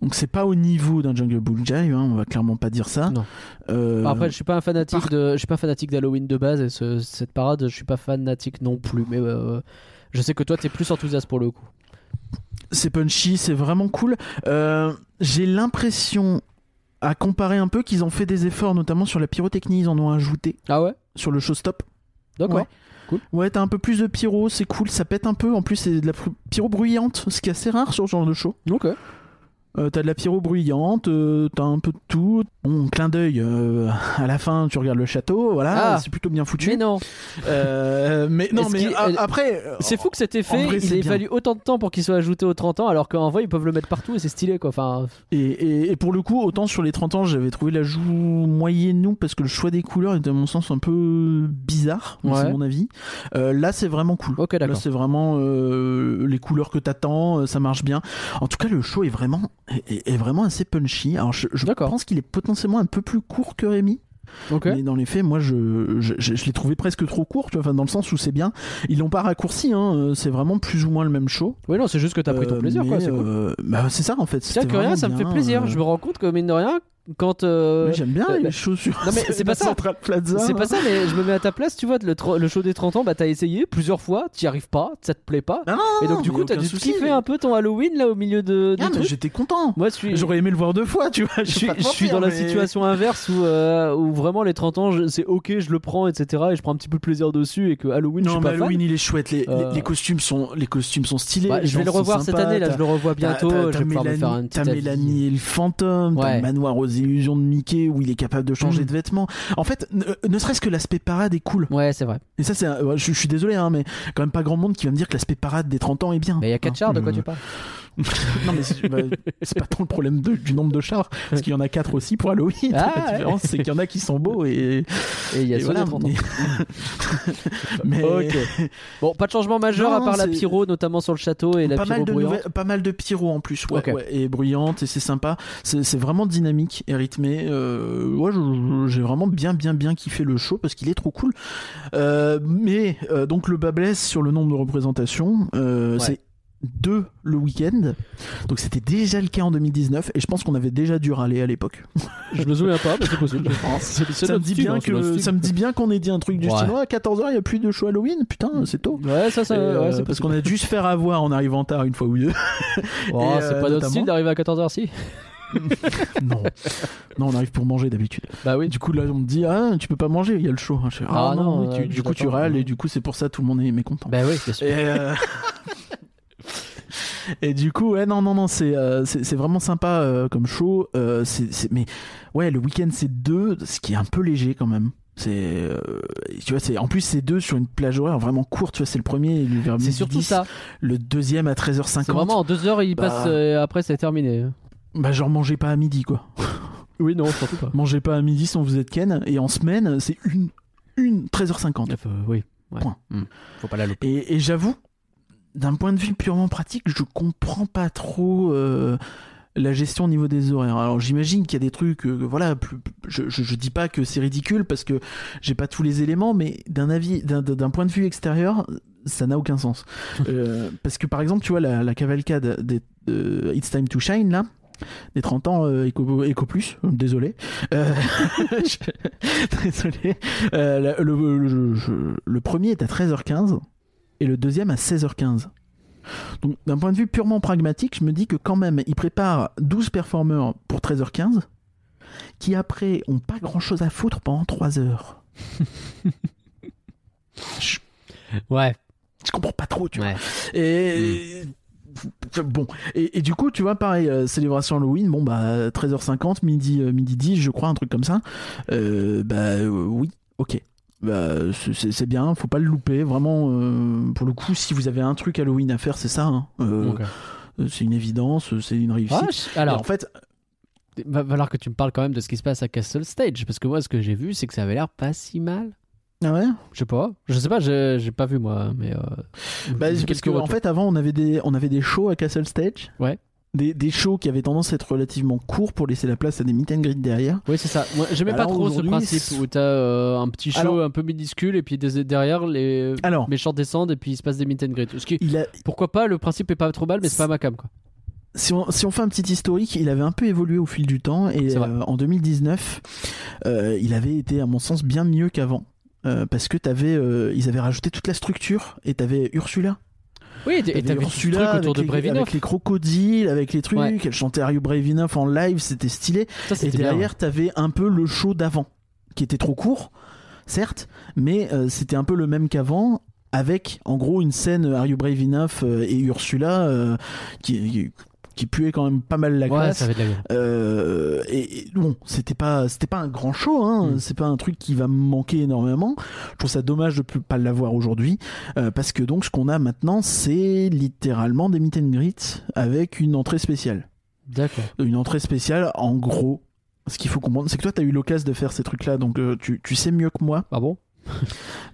Speaker 2: Donc c'est pas au niveau d'un Jungle Book Jive, hein, on va clairement pas dire ça.
Speaker 1: Non.
Speaker 2: Euh,
Speaker 1: Bah, Après, je suis pas un fanatique
Speaker 2: par-
Speaker 1: de, je suis pas un fanatique d'Halloween de base et ce- cette parade, je suis pas fanatique non plus. Mais euh, je sais que toi, t'es plus enthousiaste pour le coup.
Speaker 2: c'est punchy, c'est vraiment cool. Euh, J'ai l'impression, à comparer un peu, qu'ils ont fait des efforts, notamment sur la pyrotechnie, ils en ont ajouté
Speaker 1: Ah ouais,
Speaker 2: sur le showstop.
Speaker 1: d'accord.
Speaker 2: Ouais. Ouais, t'as un peu plus de pyro, c'est cool, ça pète un peu. En plus, c'est de la pr- pyro bruyante, ce qui est assez rare sur ce genre de show.
Speaker 1: Ok.
Speaker 2: Euh, t'as de la pyro bruyante, euh, t'as un peu de tout. Bon, clin d'œil, euh, à la fin, tu regardes le château, voilà,
Speaker 1: Ah.
Speaker 2: c'est plutôt bien foutu.
Speaker 1: Mais non,
Speaker 2: Euh, mais
Speaker 1: [LAUGHS]
Speaker 2: non,
Speaker 1: Est-ce
Speaker 2: mais
Speaker 1: qu'il-
Speaker 2: a-
Speaker 1: elle-
Speaker 2: après. euh,
Speaker 1: c'est fou que cet effet,
Speaker 2: en vrai,
Speaker 1: il
Speaker 2: c'est
Speaker 1: ait
Speaker 2: bien.
Speaker 1: fallu autant de temps pour qu'il soit ajouté aux 30 ans, alors qu'en vrai, ils peuvent le mettre partout et c'est stylé quoi. Enfin,
Speaker 2: Et, et- et pour le coup, autant sur les 30 ans, j'avais trouvé la joue moyenne nous parce que le choix des couleurs était à mon sens un peu bizarre, mais
Speaker 1: Ouais.
Speaker 2: c'est mon avis. Euh, là, c'est vraiment cool.
Speaker 1: ok,
Speaker 2: Là,
Speaker 1: d'accord.
Speaker 2: c'est vraiment euh, les couleurs que t'attends, euh, ça marche bien. En tout cas, le show est vraiment, est, est vraiment assez punchy. Alors, je, je
Speaker 1: D'accord.
Speaker 2: pense qu'il est potentiellement un peu plus court que Rémi,
Speaker 1: Ok.
Speaker 2: mais dans les faits, moi, je, je, je- je l'ai trouvé presque trop court. Tu vois, enfin, dans le sens où c'est bien, ils l'ont pas raccourci. Hein, euh, c'est vraiment plus ou moins le même show.
Speaker 1: Oui, non, c'est juste que t'as pris ton
Speaker 2: Euh,
Speaker 1: plaisir quoi.
Speaker 2: mais,
Speaker 1: C'est cool.
Speaker 2: euh, bah, c'est ça en fait.
Speaker 1: Tiens,
Speaker 2: C'était
Speaker 1: que rien,
Speaker 2: vraiment
Speaker 1: ça me fait
Speaker 2: bien,
Speaker 1: plaisir.
Speaker 2: euh,
Speaker 1: Je me rends compte que mine de rien, quand euh,
Speaker 2: oui, j'aime bien
Speaker 1: euh, bah-
Speaker 2: les choses sur
Speaker 1: Non, mais c'est pas ça.
Speaker 2: Central Plaza.
Speaker 1: C'est pas ça, mais je me mets à ta place, tu vois, le, tro- le show des 30 ans, bah t'as essayé plusieurs fois, t'y arrives pas, ça te plaît pas.
Speaker 2: Ah non,
Speaker 1: et donc
Speaker 2: non,
Speaker 1: du
Speaker 2: mais
Speaker 1: coup, t'as
Speaker 2: aucun
Speaker 1: dû
Speaker 2: souci,
Speaker 1: kiffer
Speaker 2: mais-
Speaker 1: un peu ton Halloween là au milieu de, du
Speaker 2: Ah, mais
Speaker 1: truc.
Speaker 2: j'étais content.
Speaker 1: Moi, je suis, je,
Speaker 2: J'aurais aimé le voir deux fois, tu vois.
Speaker 1: suis,
Speaker 2: vais pas te
Speaker 1: je suis
Speaker 2: mentir,
Speaker 1: dans la
Speaker 2: mais-
Speaker 1: situation inverse où, euh, où vraiment les 30 ans, je- c'est ok, je le prends, etc. Et je prends un petit peu de plaisir dessus et que Halloween, je
Speaker 2: Non,
Speaker 1: suis
Speaker 2: mais
Speaker 1: pas
Speaker 2: Halloween, il est chouette. Les, les-
Speaker 1: Euh,
Speaker 2: les costumes sont, les costumes sont stylés.
Speaker 1: fan. Bah,
Speaker 2: les
Speaker 1: je vais
Speaker 2: gens
Speaker 1: le
Speaker 2: sont
Speaker 1: revoir cette
Speaker 2: sympas,
Speaker 1: année, là,
Speaker 2: t'as-
Speaker 1: je le revois bientôt.
Speaker 2: t'as- t'as
Speaker 1: je vais pouvoir me
Speaker 2: Mélanie,
Speaker 1: faire un petit
Speaker 2: t'as
Speaker 1: avis.
Speaker 2: Mélanie et le fantôme, t'as
Speaker 1: Ouais.
Speaker 2: le manoir aux illusions de Mickey où il est capable de changer
Speaker 1: Mm.
Speaker 2: de vêtements. En fait, ne, euh, ne serait-ce que l'aspect parade est cool.
Speaker 1: Ouais, c'est vrai.
Speaker 2: Et ça, c'est, un- ouais, je, je suis désolé, hein, mais quand même pas grand monde qui va me dire que l'aspect parade des 30 ans est bien.
Speaker 1: Mais il y a 4 chars, de quoi
Speaker 2: Euh,
Speaker 1: tu parles
Speaker 2: non, mais c'est bah, c'est pas tant le problème de- du nombre de chars, parce qu'il y en a 4 aussi pour Halloween.
Speaker 1: Ah,
Speaker 2: la
Speaker 1: ouais.
Speaker 2: différence, c'est qu'il y en a qui sont beaux et.
Speaker 1: Et il y a
Speaker 2: et
Speaker 1: ceux
Speaker 2: voilà,
Speaker 1: de 30 ans.
Speaker 2: mais-
Speaker 1: [LAUGHS]
Speaker 2: mais-
Speaker 1: Ok. Bon, pas de changement majeur
Speaker 2: Non,
Speaker 1: à part la
Speaker 2: c'est-
Speaker 1: pyro, notamment sur le château et la
Speaker 2: pas mal,
Speaker 1: pyro
Speaker 2: de
Speaker 1: bruyante.
Speaker 2: nouvelles- pas mal de pyro en plus, ouais,
Speaker 1: Ok.
Speaker 2: ouais, et bruyante, et c'est sympa. C'est c'est vraiment dynamique et rythmé. Euh, ouais, je- je- j'ai vraiment bien, bien, bien kiffé le show parce qu'il est trop cool. Euh, mais euh, donc le bas blesse sur le nombre de représentations. euh,
Speaker 1: Ouais.
Speaker 2: C'est deux le week-end. Donc c'était déjà le cas en 2019 et je pense qu'on avait déjà dû râler à l'époque.
Speaker 1: Je me souviens pas, mais c'est possible.
Speaker 2: [LAUGHS]
Speaker 1: C'est- c'est
Speaker 2: Ça me,
Speaker 1: notre
Speaker 2: dit
Speaker 1: style,
Speaker 2: bien
Speaker 1: hein, c'est notre
Speaker 2: que,
Speaker 1: style.
Speaker 2: ça me dit bien qu'on ait dit un truc du
Speaker 1: Ouais.
Speaker 2: style Ouais, à 14h il n'y a plus de show Halloween, putain c'est tôt.
Speaker 1: Ouais, ça,
Speaker 2: Et,
Speaker 1: ça,
Speaker 2: euh,
Speaker 1: ouais, c'est
Speaker 2: parce
Speaker 1: possible.
Speaker 2: qu'on a dû se faire avoir en arrivant tard une fois ou deux.
Speaker 1: Oh,
Speaker 2: et,
Speaker 1: c'est
Speaker 2: euh,
Speaker 1: pas notre
Speaker 2: notamment-
Speaker 1: style d'arriver à 14h si.
Speaker 2: [LAUGHS] Non. non, on arrive pour manger d'habitude.
Speaker 1: Bah oui.
Speaker 2: Du coup, là, on me dit, ah, tu peux pas manger, il y a le show. Je fais, ah,
Speaker 1: Ah
Speaker 2: non,
Speaker 1: non,
Speaker 2: oui, tu-
Speaker 1: euh,
Speaker 2: du coup, tu
Speaker 1: d'accord.
Speaker 2: râles et du coup, c'est pour ça tout le monde est mécontent.
Speaker 1: Bah oui, bien sûr.
Speaker 2: Et, euh, [LAUGHS] et du coup, ouais, non, non, non, c'est euh, c'est c'est vraiment sympa euh, comme show. euh, c'est c'est- mais ouais, le week-end, c'est deux, ce qui est un peu léger quand même. C'est, euh, tu vois, c'est en plus c'est deux sur une plage horaire vraiment courte. Tu vois, c'est le premier, il est vers
Speaker 1: C'est
Speaker 2: midi
Speaker 1: surtout
Speaker 2: 10,
Speaker 1: ça.
Speaker 2: Le deuxième à
Speaker 1: C'est
Speaker 2: 13h50.
Speaker 1: vraiment en deux heures, il
Speaker 2: Bah.
Speaker 1: passe euh, après, c'est terminé.
Speaker 2: Bah, genre mangez pas à midi, quoi.
Speaker 1: Oui, non, surtout pas.
Speaker 2: Mangez pas à midi sans vous êtes ken. Et en semaine, c'est une, une 13h50.
Speaker 1: euh, oui. ouais.
Speaker 2: Point.
Speaker 1: Hmm. Faut pas la louper.
Speaker 2: Et, et j'avoue, d'un point de vue purement pratique, je comprends pas trop euh, la gestion au niveau des horaires. Alors j'imagine qu'il y a des trucs, euh, voilà, plus- je, je, je dis pas que c'est ridicule parce que j'ai pas tous les éléments, mais d'un avis, d'un- d'un d'un point de vue extérieur, ça n'a aucun sens. Euh, parce que par exemple, tu vois, la, la cavalcade des de It's Time to Shine là. Des 30 ans, euh, Eco, Eco Plus, euh, désolé. Euh, [LAUGHS] je- [LAUGHS] désolé. Euh, la- le, le- le- le premier est à 13h15 et le deuxième à 16h15. Donc d'un point de vue purement pragmatique, je me dis que quand même, ils préparent 12 performeurs pour 13h15, qui après ont pas grand-chose à foutre pendant 3 heures.
Speaker 1: Ouais,
Speaker 2: Je comprends pas trop, tu vois.
Speaker 1: ouais.
Speaker 2: Et... Bon, et, et du coup, tu vois, pareil, euh, célébration Halloween, bon, bah, 13h50, midi, euh, midi 10, je crois, un truc comme ça. Euh, bah, euh, oui, ok. Bah, c'est- c'est c'est bien, faut pas le louper, vraiment. euh, pour le coup, si vous avez un truc Halloween à faire, c'est ça. hein. Euh,
Speaker 1: Ok.
Speaker 2: euh, C'est une évidence, c'est une réussite.
Speaker 1: Ah, je-
Speaker 2: Et
Speaker 1: alors,
Speaker 2: en fait,
Speaker 1: va falloir que tu me parles quand même de ce qui se passe à Castle Stage, parce que moi, ce que j'ai vu, c'est que ça avait l'air pas si mal.
Speaker 2: ah ouais
Speaker 1: Je sais pas, je sais pas, j'ai j'ai pas vu moi, mais. Euh,
Speaker 2: Bah,
Speaker 1: j'ai
Speaker 2: parce
Speaker 1: quelques
Speaker 2: que, en
Speaker 1: retours.
Speaker 2: fait, avant, on avait des, on avait des shows à Castle Stage.
Speaker 1: Ouais.
Speaker 2: Des, des shows qui avaient tendance à être relativement courts pour laisser la place à des meet and greet derrière.
Speaker 1: Oui, c'est ça. Moi, j'aimais pas
Speaker 2: Alors,
Speaker 1: trop ce
Speaker 2: aujourd'hui,
Speaker 1: principe
Speaker 2: c'est-
Speaker 1: où t'as euh, un petit show
Speaker 2: Alors-
Speaker 1: un peu minuscule et puis des- derrière les
Speaker 2: Alors,
Speaker 1: méchants descendent et puis il se passe des meet and greet. Ce qui,
Speaker 2: il a,
Speaker 1: pourquoi pas, le principe est pas trop mal, mais c'est pas ma cam quoi.
Speaker 2: si on, si on fait un petit historique, il avait un peu évolué au fil du temps et
Speaker 1: C'est vrai.
Speaker 2: euh, en 2019, euh, il avait été à mon sens bien mieux qu'avant. Euh, parce que t'avais, euh, ils avaient rajouté toute la structure et t'avais Ursula.
Speaker 1: Oui, et t'avais tout ce truc autour
Speaker 2: avec
Speaker 1: de
Speaker 2: les-
Speaker 1: Brevinov.
Speaker 2: avec les crocodiles, avec les trucs.
Speaker 1: Ouais.
Speaker 2: Elle chantait Are You Brevinov en live, c'était stylé.
Speaker 1: Ça,
Speaker 2: Et
Speaker 1: c'était bien. hein.
Speaker 2: derrière, t'avais un peu le show d'avant, qui était trop court, certes, mais euh, c'était un peu le même qu'avant, avec en gros une scène euh, Are You Brave Enough euh, et Ursula euh, qui, qui puait quand même pas mal la
Speaker 1: Ouais,
Speaker 2: classe.
Speaker 1: ça avait de la gueule.
Speaker 2: Euh, et, et bon, c'était pas, c'était pas un grand show, hein.
Speaker 1: Mm.
Speaker 2: c'est pas un truc qui va me manquer énormément. Je trouve ça dommage de plus pas l'avoir aujourd'hui, euh, parce que donc ce qu'on a maintenant, c'est littéralement des meet and greet avec une entrée spéciale
Speaker 1: D'accord.
Speaker 2: une entrée spéciale, en gros, ce qu'il faut comprendre, c'est que toi, t'as eu l'occasion de faire ces trucs-là, donc euh, tu, tu sais mieux que moi.
Speaker 1: Ah bon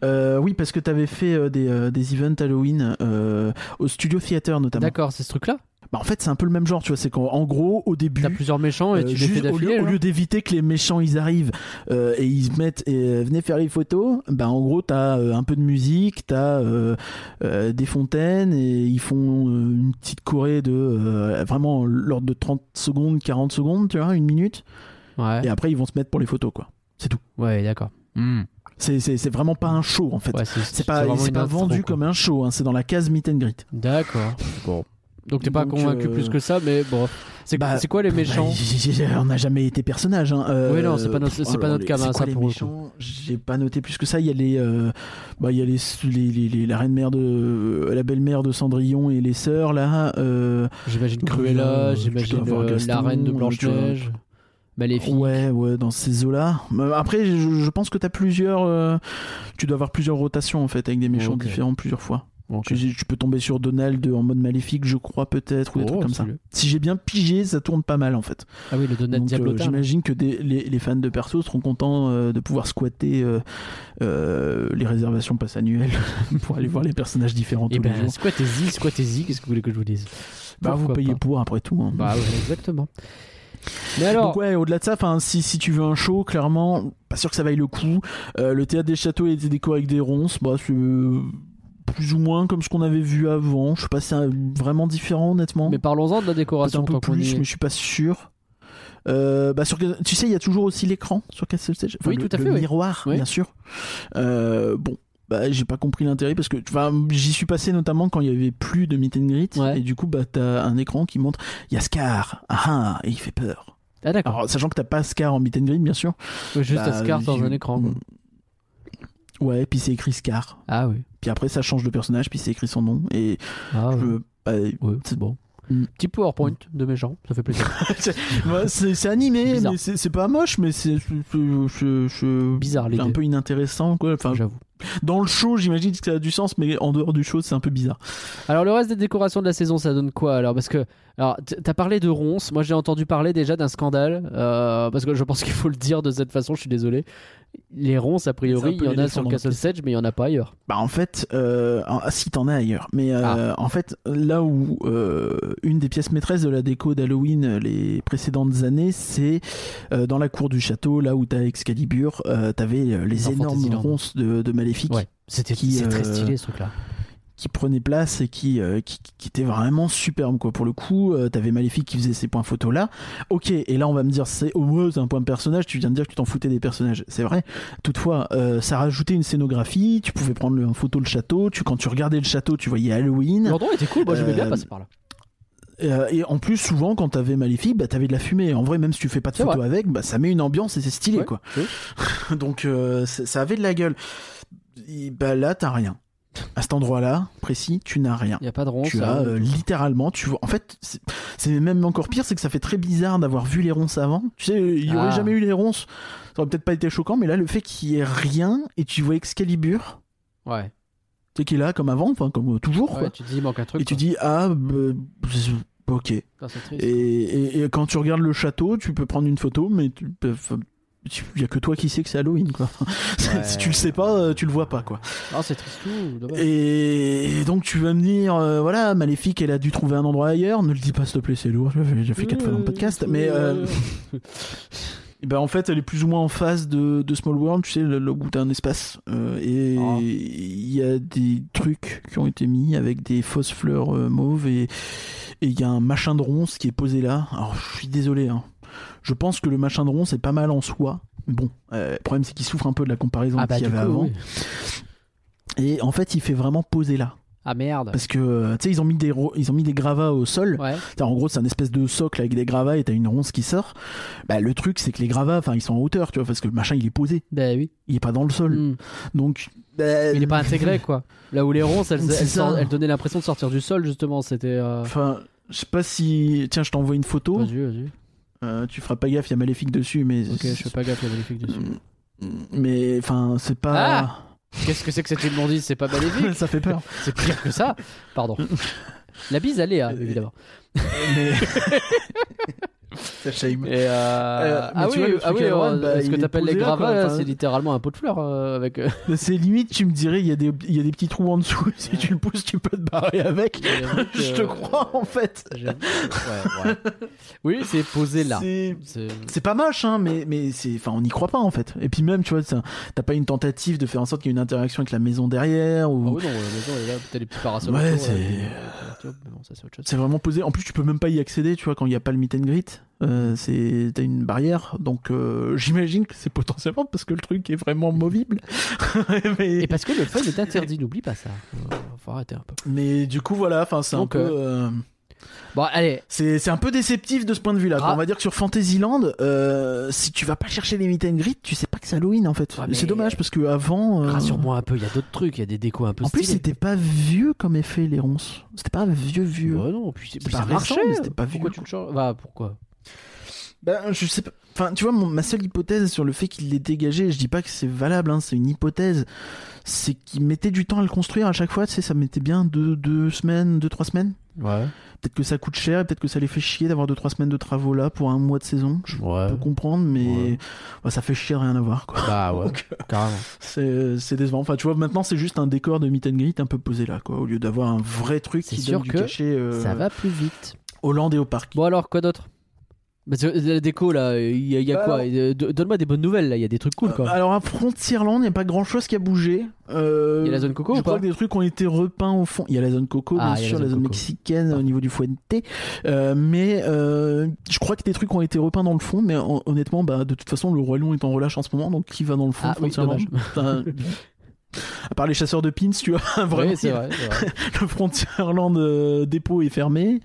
Speaker 2: Euh, oui, parce que t'avais fait euh, des, euh, des events Halloween euh, au Studio Theater notamment.
Speaker 1: D'accord, c'est ce truc-là
Speaker 2: Bah, en fait, c'est un peu le même genre, tu vois, c'est qu'en en gros, au début.
Speaker 1: T'as plusieurs méchants et
Speaker 2: euh,
Speaker 1: tu les fais
Speaker 2: juste au
Speaker 1: d'affilée.
Speaker 2: lieu, au
Speaker 1: là
Speaker 2: lieu d'éviter que les méchants ils arrivent euh, et ils se mettent et euh, venez faire les photos, bah en gros t'as euh, un peu de musique, t'as euh, euh, des fontaines et ils font euh, une petite choré de euh, vraiment l'ordre de 30 secondes, 40 secondes, tu vois, une minute.
Speaker 1: Ouais,
Speaker 2: Et après, ils vont se mettre pour les photos, quoi.
Speaker 1: ouais d'accord. Hmm.
Speaker 2: C'est, c'est, c'est vraiment pas un show, en fait.
Speaker 1: Ouais, c'est
Speaker 2: c'est pas,
Speaker 1: vraiment
Speaker 2: c'est
Speaker 1: une
Speaker 2: pas
Speaker 1: intro,
Speaker 2: vendu
Speaker 1: quoi.
Speaker 2: comme un show, hein. c'est dans la case meet and greet.
Speaker 1: D'accord. Bon. Donc t'es pas
Speaker 2: Donc,
Speaker 1: convaincu
Speaker 2: euh,
Speaker 1: plus que ça, mais bon. C'est
Speaker 2: bah,
Speaker 1: c'est quoi les méchants
Speaker 2: Bah, j- j- j- on n'a jamais été personnage. Hein. Euh,
Speaker 1: Oui, non, c'est pas notre- c'est
Speaker 2: oh
Speaker 1: pas
Speaker 2: là,
Speaker 1: notre
Speaker 2: les-
Speaker 1: cas,
Speaker 2: c'est
Speaker 1: hein,
Speaker 2: quoi
Speaker 1: ça,
Speaker 2: les
Speaker 1: pour le
Speaker 2: méchants J'ai pas noté plus que ça. Il y a les, euh, bah, il y a les, les, les- les- la reine mère de, euh, la belle-mère de Cendrillon et les sœurs là. euh,
Speaker 1: J'imagine
Speaker 2: Donc,
Speaker 1: Cruella,
Speaker 2: euh, tu
Speaker 1: j'imagine
Speaker 2: dois avoir
Speaker 1: euh,
Speaker 2: Gaston,
Speaker 1: la reine de
Speaker 2: tu dois-
Speaker 1: Blanche-Neige, Maléfique.
Speaker 2: ouais, ouais, dans ces eaux-là. Mais Après, je, je pense que t'as plusieurs, euh, tu dois avoir plusieurs rotations en fait avec des méchants
Speaker 1: Ok.
Speaker 2: différents plusieurs fois.
Speaker 1: Ok.
Speaker 2: Tu, tu peux tomber sur Donald en mode maléfique, je crois peut-être, ou des
Speaker 1: Oh,
Speaker 2: trucs comme ça.
Speaker 1: stylé.
Speaker 2: Si j'ai bien pigé, ça tourne pas mal en fait.
Speaker 1: Ah oui, le Donald
Speaker 2: Donc, euh,
Speaker 1: Diablotin.
Speaker 2: J'imagine que des- les, les fans de perso seront contents euh, de pouvoir squatter euh, euh, les réservations passe annuelles [LAUGHS] pour aller voir les personnages différents
Speaker 1: Et
Speaker 2: tous les
Speaker 1: Eh ben,
Speaker 2: jours.
Speaker 1: squattez-y, squattez-y, qu'est-ce que vous voulez que je vous dise
Speaker 2: Bah, vous
Speaker 1: pourquoi
Speaker 2: payez
Speaker 1: pas.
Speaker 2: pour après tout. hein.
Speaker 1: Bah ouais, exactement. Mais alors,
Speaker 2: Donc ouais, au-delà de ça, enfin, si, si tu veux un show, clairement, pas sûr que ça vaille le coup. Euh, le théâtre des châteaux était décoré avec des ronces, bah c'est euh, plus ou moins comme ce qu'on avait vu avant. Je sais pas si c'est euh, vraiment différent, honnêtement.
Speaker 1: mais parlons-en de la
Speaker 2: hein. Peut-être
Speaker 1: décoration.
Speaker 2: un peu
Speaker 1: tant qu'on y
Speaker 2: plus,
Speaker 1: est.
Speaker 2: mais je suis pas sûr. Euh, bah sur, tu sais, il y a toujours aussi l'écran sur Castle Stage.
Speaker 1: Oui,
Speaker 2: le,
Speaker 1: tout à
Speaker 2: le
Speaker 1: fait, oui.
Speaker 2: miroir,
Speaker 1: Oui.
Speaker 2: bien sûr. Euh, bon, bah, j'ai pas compris l'intérêt parce que enfin, j'y suis passé notamment quand il y avait plus de meet and greet.
Speaker 1: Ouais.
Speaker 2: Et du coup, bah, t'as un écran qui montre il y a Scar. Ah, ah, et il fait peur.
Speaker 1: Ah d'accord,
Speaker 2: Alors, sachant que t'as pas Scar en meet and greet, bien sûr.
Speaker 1: juste
Speaker 2: bah,
Speaker 1: à Scar dans
Speaker 2: il-
Speaker 1: un écran. quoi.
Speaker 2: Ouais, puis c'est écrit Scar.
Speaker 1: Ah oui.
Speaker 2: Puis après, ça change de personnage, puis c'est écrit son nom. Et
Speaker 1: Ah,
Speaker 2: je
Speaker 1: ouais.
Speaker 2: veux- bah,
Speaker 1: Ouais, c'est bon.
Speaker 2: Mm.
Speaker 1: Petit PowerPoint de mes gens, ça fait
Speaker 2: [LAUGHS]
Speaker 1: plaisir.
Speaker 2: Ouais, Bah, c'est c'est animé,
Speaker 1: Bizarre.
Speaker 2: mais c'est c'est pas moche, mais c'est c'est- c'est- c'est-
Speaker 1: Bizarre, les
Speaker 2: c'est un
Speaker 1: deux.
Speaker 2: peu inintéressant. Quoi. Enfin,
Speaker 1: J'avoue.
Speaker 2: dans le show, j'imagine que ça a du sens, mais en dehors du show, c'est un peu bizarre.
Speaker 1: Alors le reste des décorations de la saison, ça donne quoi alors Parce que alors t- t'as parlé de ronces. Moi j'ai entendu parler déjà d'un scandale euh, parce que je pense [LAUGHS] qu'il faut le dire de cette façon. Je suis désolé. Les ronces a
Speaker 2: C'est un
Speaker 1: priori,
Speaker 2: peu
Speaker 1: il y en a
Speaker 2: l'éléphant
Speaker 1: sur
Speaker 2: dans la
Speaker 1: Castle
Speaker 2: pièce.
Speaker 1: Sedge, mais il y en a pas ailleurs.
Speaker 2: Bah, en fait, euh, ah, si t'en as ailleurs, mais euh,
Speaker 1: Ah.
Speaker 2: en fait, là où euh, une des pièces maîtresses de la déco d'Halloween euh, les précédentes années, c'est euh, dans la cour du château, là où t'as Excalibur, euh, t'avais euh, les
Speaker 1: Dans
Speaker 2: énormes
Speaker 1: Fantasyland.
Speaker 2: ronces de, de Maléfique
Speaker 1: Ouais, c'était
Speaker 2: Qui,
Speaker 1: c'est très
Speaker 2: euh,
Speaker 1: stylé ce truc-là.
Speaker 2: qui prenait place et qui, euh, qui, qui était vraiment superbe quoi. Pour le coup, euh, t'avais Maléfique qui faisait ces points photos là. Ok, et là on va me dire c'est oh, ouais, c'est un point de personnage. Tu viens de dire que tu t'en foutais des personnages, c'est vrai. Toutefois, euh, ça rajoutait une scénographie. Tu pouvais prendre le- en photo le château. Tu quand tu regardais le château, tu voyais Halloween.
Speaker 1: L'endroit était cool. Moi j'aimais bien
Speaker 2: Euh,
Speaker 1: passer par là.
Speaker 2: Euh, et en plus, souvent quand t'avais Maléfique, bah t'avais de la fumée. En vrai, même si tu fais pas de
Speaker 1: C'est
Speaker 2: photo avec, bah ça met une ambiance et c'est stylé
Speaker 1: Ouais,
Speaker 2: quoi.
Speaker 1: oui.
Speaker 2: [LAUGHS] Donc euh, c'est- ça avait de la gueule. Et bah là, t'as rien. À cet endroit-là précis, tu n'as rien.
Speaker 1: Il y a pas de ronces.
Speaker 2: Tu as
Speaker 1: hein.
Speaker 2: euh, littéralement, tu vois. En fait, c'est- c'est même encore pire, c'est que ça fait très bizarre d'avoir vu les ronces avant. Tu sais, il y
Speaker 1: Ah.
Speaker 2: aurait jamais eu les ronces. Ça aurait peut-être pas été choquant, mais là, le fait qu'il y ait rien et tu vois Excalibur,
Speaker 1: Ouais.
Speaker 2: tu sais, qui est là comme avant, enfin, comme euh, toujours,
Speaker 1: Ouais,
Speaker 2: quoi.
Speaker 1: tu te dis il manque un truc.
Speaker 2: Et tu
Speaker 1: quoi.
Speaker 2: dis, ah, bah, je- ok. Et,
Speaker 1: Putain, c'est triste.
Speaker 2: et- et quand tu regardes le château, tu peux prendre une photo, mais tu peux- enfin, tu- Il y a que toi qui sais que c'est Halloween, [LAUGHS] quoi. si tu le sais pas, euh, tu le vois pas, quoi.
Speaker 1: Ah, c'est triste tout. dommage.
Speaker 2: Et donc tu vas me dire, euh, voilà, Maléfique, elle a dû trouver un endroit ailleurs. Ne le dis pas, s'il te plaît, c'est lourd. J'ai j'ai fait quatre fois dans le podcast. Mais euh, eh ben, en fait, elle est plus ou moins en face de, de Small World, tu sais, le, le où t'as un espace. euh, et
Speaker 1: Ah.
Speaker 2: il y a des trucs qui ont été mis avec des fausses fleurs euh, mauves. Et et il y a un machin de ronce qui est posé là. Alors je suis désolé. hein. Je pense que le machin de ronce est pas mal en soi. Mais bon, euh, le problème c'est qu'il souffre un peu de la comparaison
Speaker 1: ah bah
Speaker 2: qu'il y
Speaker 1: du
Speaker 2: avait
Speaker 1: coup,
Speaker 2: avant.
Speaker 1: oui.
Speaker 2: Et en fait, il fait vraiment poser là.
Speaker 1: Ah merde.
Speaker 2: Parce que euh, tu sais, ils ont mis des ro- ils ont mis des gravats au sol.
Speaker 1: Ouais.
Speaker 2: T'as, En gros, c'est un espèce de socle avec des gravats et t'as une ronce qui sort. Bah, le truc, c'est que les gravats, enfin, ils sont en hauteur, tu vois, parce que le machin, il est posé,
Speaker 1: Bah oui.
Speaker 2: il est pas dans le sol.
Speaker 1: Hmm.
Speaker 2: Donc, bah,
Speaker 1: Il est
Speaker 2: [LAUGHS]
Speaker 1: pas intégré quoi. Là où les ronces, elles,
Speaker 2: C'est
Speaker 1: elles
Speaker 2: ça.
Speaker 1: sortent- elles donnaient l'impression de sortir du sol justement. C'était. euh,
Speaker 2: Enfin, je sais pas si. Tiens, je t'envoie une photo.
Speaker 1: Vas-y, vas-y.
Speaker 2: Euh, tu feras pas gaffe, il y a Maléfique dessus, mais. Mm.
Speaker 1: Ok, je fais pas gaffe, il y a magnifique dessus.
Speaker 2: Hmm. Mais enfin, c'est pas.
Speaker 1: Qu'est-ce que c'est que cette immondice C'est pas maléfique,
Speaker 2: [LAUGHS] ça fait peur.
Speaker 1: c'est pire que ça. Pardon. La bise à
Speaker 2: Euh,
Speaker 1: Léa, évidemment. Ah [LAUGHS]
Speaker 2: mais. c'est shame.
Speaker 1: Et euh,
Speaker 2: Euh, mais
Speaker 1: ah
Speaker 2: tu
Speaker 1: oui,
Speaker 2: vois, le
Speaker 1: ah
Speaker 2: truc
Speaker 1: oui
Speaker 2: à droite,
Speaker 1: euh,
Speaker 2: bah,
Speaker 1: ce
Speaker 2: il
Speaker 1: que
Speaker 2: est
Speaker 1: t'appelles les
Speaker 2: posé là,
Speaker 1: gravats,
Speaker 2: quoi,
Speaker 1: là,
Speaker 2: enfin-
Speaker 1: c'est littéralement un pot de fleurs euh, avec.
Speaker 2: [LAUGHS]
Speaker 1: euh,
Speaker 2: C'est limite, tu me dirais, il y, a des- il y a des petits trous en dessous, [LAUGHS] si tu le pousses, tu peux te barrer avec.
Speaker 1: j'avoue que-
Speaker 2: Je te crois, en fait.
Speaker 1: J'avoue que- [LAUGHS] ouais, ouais. Oui, c'est posé là.
Speaker 2: C'est-
Speaker 1: C'est-
Speaker 2: C'est pas moche, hein, mais, mais c'est, enfin, on n'y croit pas en fait. Et puis même, tu vois, ça- t'as pas une tentative de faire en sorte qu'il y ait une interaction avec la maison derrière
Speaker 1: Ah
Speaker 2: ou.
Speaker 1: oui, non, la maison elle est là, peut-être les petits parasols.
Speaker 2: Ouais,
Speaker 1: autour,
Speaker 2: c'est-
Speaker 1: euh, autour, mais bon, ça, c'est autre chose.
Speaker 2: C'est vraiment posé. En plus, tu peux même pas y accéder, tu vois, quand il n'y a pas le meet and greet. Euh,
Speaker 1: Mm.
Speaker 2: c'est... T'as une barrière, donc euh, j'imagine que c'est potentiellement parce que le truc est vraiment movible. [LAUGHS] mais...
Speaker 1: Et parce que le fun est
Speaker 2: [LAUGHS]
Speaker 1: interdit, n'oublie pas ça. Euh, Faut arrêter un peu.
Speaker 2: mais du coup, voilà, enfin, c'est
Speaker 1: Donc,
Speaker 2: un peu. euh,
Speaker 1: Bon, allez,
Speaker 2: C'est, c'est un peu déceptif de ce point de vue-là.
Speaker 1: Ah.
Speaker 2: On va dire que sur Fantasyland, euh, si tu vas pas chercher les meet and greet, tu sais pas que c'est Halloween en fait.
Speaker 1: Ouais, mais-
Speaker 2: C'est dommage parce que avant. euh,
Speaker 1: rassure-moi un peu, il y a d'autres trucs, il y a des décos un peu
Speaker 2: En plus,
Speaker 1: stylés.
Speaker 2: c'était pas vieux comme effet, les ronces. C'était pas vieux, vieux.
Speaker 1: Ouais, non, puis, c'est-
Speaker 2: C'est
Speaker 1: puis
Speaker 2: pas
Speaker 1: ça
Speaker 2: récent,
Speaker 1: marchait.
Speaker 2: mais c'était pas
Speaker 1: pourquoi
Speaker 2: vieux,
Speaker 1: tu le changes Bah, pourquoi
Speaker 2: Bah, je sais pas. Enfin, tu vois, mon- ma seule hypothèse sur le fait qu'il l'ait dégagé, je dis pas que c'est valable, hein, c'est une hypothèse. C'est qu'il mettait du temps à le construire à chaque fois, tu sais, ça mettait bien deux, deux semaines, deux, trois semaines.
Speaker 1: Ouais.
Speaker 2: Peut-être que ça coûte cher et peut-être que ça les fait chier d'avoir deux, trois semaines de travaux là pour un mois de saison. Je
Speaker 1: Ouais.
Speaker 2: peux comprendre, mais
Speaker 1: Ouais.
Speaker 2: bah, ça fait chier à rien avoir, quoi. [LAUGHS]
Speaker 1: Bah ouais,
Speaker 2: Donc,
Speaker 1: carrément.
Speaker 2: C'est c'est décevant. Enfin, tu vois, maintenant c'est juste un décor de meet and greet un peu posé là, quoi, au lieu d'avoir un vrai truc
Speaker 1: C'est
Speaker 2: qui
Speaker 1: sûr
Speaker 2: donne du
Speaker 1: que
Speaker 2: cachet euh,
Speaker 1: Ça va plus vite.
Speaker 2: Hollande et au parc.
Speaker 1: Bon alors, quoi d'autre Parce que la déco là, il y a, il y a
Speaker 2: Bah,
Speaker 1: quoi
Speaker 2: alors-
Speaker 1: Euh, do- Donne-moi des bonnes nouvelles là, il y a des trucs cool
Speaker 2: Euh,
Speaker 1: quoi.
Speaker 2: alors à Frontierland, il n'y a pas grand chose qui a bougé. Euh,
Speaker 1: Il y a la zone coco
Speaker 2: je
Speaker 1: ou
Speaker 2: crois
Speaker 1: pas
Speaker 2: que des trucs ont été repeints au fond. Il y a la zone coco,
Speaker 1: Ah, il y a
Speaker 2: bien
Speaker 1: la
Speaker 2: sûr, la
Speaker 1: zone
Speaker 2: zone,
Speaker 1: coco.
Speaker 2: mexicaine au niveau du Fuente. Euh, mais euh, je crois que des trucs ont été repeints dans le fond. Mais hon- honnêtement, bah, de toute façon, le Roi Lion est en relâche en ce moment. Donc qui va dans le fond
Speaker 1: Ah
Speaker 2: de
Speaker 1: oui,
Speaker 2: Frontierland
Speaker 1: dommage. [LAUGHS]
Speaker 2: Enfin, À part les chasseurs de pins, tu vois. [LAUGHS] Vraiment,
Speaker 1: Oui, c'est vrai, c'est
Speaker 2: [LAUGHS]
Speaker 1: vrai.
Speaker 2: le Frontierland euh, dépôt est fermé.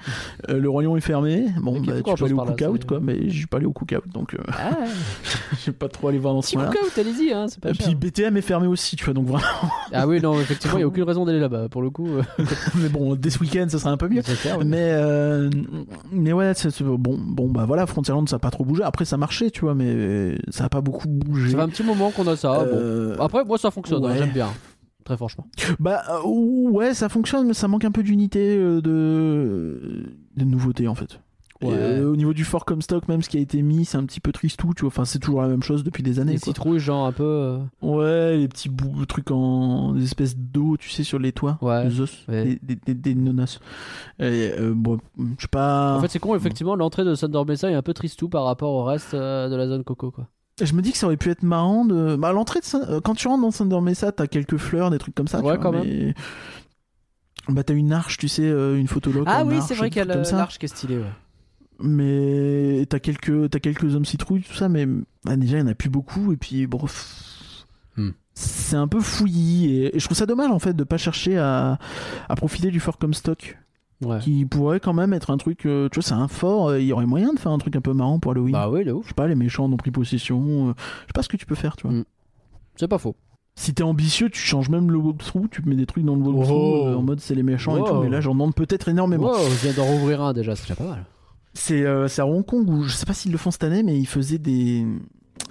Speaker 2: Euh, le Royaume est fermé. Bon,
Speaker 1: Ok,
Speaker 2: bah, tu
Speaker 1: pourquoi on
Speaker 2: peux
Speaker 1: passe
Speaker 2: aller au
Speaker 1: par là,
Speaker 2: cookout,
Speaker 1: c'est-
Speaker 2: quoi. Mais je suis pas allé au cookout, donc euh, [LAUGHS]
Speaker 1: Ah,
Speaker 2: j'ai pas trop allé voir dans ce
Speaker 1: petit
Speaker 2: coin-là.
Speaker 1: cookout, allez-y, hein, c'est pas
Speaker 2: Et
Speaker 1: cher.
Speaker 2: puis BTM est fermé aussi, tu vois, donc vraiment. [LAUGHS]
Speaker 1: Ah oui, non, effectivement, il n'y a aucune raison d'aller là-bas. Pour le coup, euh,
Speaker 2: Mais bon, dès ce week-end, ça sera un peu mieux.
Speaker 1: c'est clair, ouais.
Speaker 2: Mais, euh, mais ouais, c'est, c'est- bon, bon, bah voilà, Frontierland, ça a pas trop bougé. Après, ça marchait, tu vois, mais ça a pas beaucoup bougé.
Speaker 1: ça fait un petit moment qu'on a ça. bon.
Speaker 2: Euh,
Speaker 1: Après, moi, ça fonctionne, hein,
Speaker 2: ouais.
Speaker 1: j'aime bien. Très franchement.
Speaker 2: Bah euh, ouais, ça fonctionne, mais ça manque un peu d'unité euh, de... de nouveauté en fait. Et,
Speaker 1: Ouais.
Speaker 2: euh, au niveau du Fort Comstock, même ce qui a été mis, c'est un petit peu tristou, tu vois. Enfin, c'est toujours la même chose depuis des années.
Speaker 1: Les
Speaker 2: quoi.
Speaker 1: citrouilles, genre un peu. euh,
Speaker 2: Ouais, les petits bouts, trucs en des espèces d'eau, tu sais, sur les toits.
Speaker 1: Ouais.
Speaker 2: Des os,
Speaker 1: Ouais.
Speaker 2: des, des, des- des nonos. Et, euh, bon, je sais pas.
Speaker 1: En fait, c'est
Speaker 2: Ah.
Speaker 1: con, effectivement, l'entrée de Thunder Mesa est un peu tristou par rapport au reste euh, de la zone Coco, quoi.
Speaker 2: Je me dis que ça aurait pu être marrant de. Bah, à l'entrée de Saint- euh, quand tu rentres dans Thunder Mesa, t'as quelques fleurs, des trucs comme ça. tu
Speaker 1: Ouais,
Speaker 2: vois,
Speaker 1: quand
Speaker 2: mais- Bah, t'as une arche, tu sais, euh, une photologue.
Speaker 1: Ah
Speaker 2: en
Speaker 1: oui,
Speaker 2: arche,
Speaker 1: c'est vrai
Speaker 2: des
Speaker 1: qu'il y a
Speaker 2: trucs comme ça.
Speaker 1: l'arche qui est stylée, ouais.
Speaker 2: Mais t'as quelques, t'as quelques hommes citrouilles, tout ça, mais bah, déjà, il n'y en a plus beaucoup, et puis, bon. pff,
Speaker 1: Hmm.
Speaker 2: C'est un peu fouillis, et, et je trouve ça dommage, en fait, de pas chercher à, à profiter du fort comme stock,
Speaker 1: Ouais.
Speaker 2: qui pourrait quand même être un truc. euh, tu vois, c'est un fort, euh, il y aurait moyen de faire un truc un peu marrant pour Halloween.
Speaker 1: Bah oui, de ouf.
Speaker 2: Je sais pas, les méchants n'ont pris possession, euh, je sais pas ce que tu peux faire, tu vois.
Speaker 1: C'est pas faux.
Speaker 2: Si t'es ambitieux, tu changes même le Wob Trou, tu mets des trucs dans le Wob Trou
Speaker 1: Wow.
Speaker 2: euh, en mode c'est les méchants et
Speaker 1: Oh. Wow.
Speaker 2: tout, mais là j'en demande peut-être
Speaker 1: Mais
Speaker 2: énormément.
Speaker 1: bon. Wow, Oh, je viens d'en rouvrir un déjà, c'est déjà pas mal.
Speaker 2: C'est euh, c'est à Hong Kong où je sais pas s'ils le font cette année, mais ils faisaient des.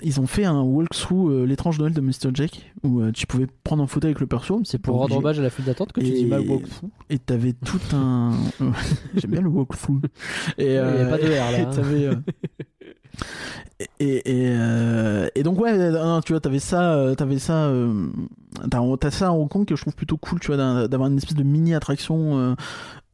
Speaker 2: Ils ont fait un walkthrough euh, L'étrange Noël de Mr. Jack où euh, tu pouvais prendre en photo avec le perso.
Speaker 1: C'est pour rendre
Speaker 2: Obligé.
Speaker 1: hommage à la file d'attente que tu
Speaker 2: Et-
Speaker 1: dis mal walkthrough.
Speaker 2: Et t'avais tout un. [LAUGHS] J'aime bien le walkthrough. Et,
Speaker 1: Il n'y
Speaker 2: euh,
Speaker 1: a pas de R
Speaker 2: [LAUGHS] Et
Speaker 1: là. hein.
Speaker 2: t'avais, euh, et, et, euh, et donc ouais euh, non, tu vois t'avais ça euh, t'avais ça euh, t'as, t'as ça à Hong Kong que je trouve plutôt cool tu vois d'un- d'avoir une espèce de mini attraction euh,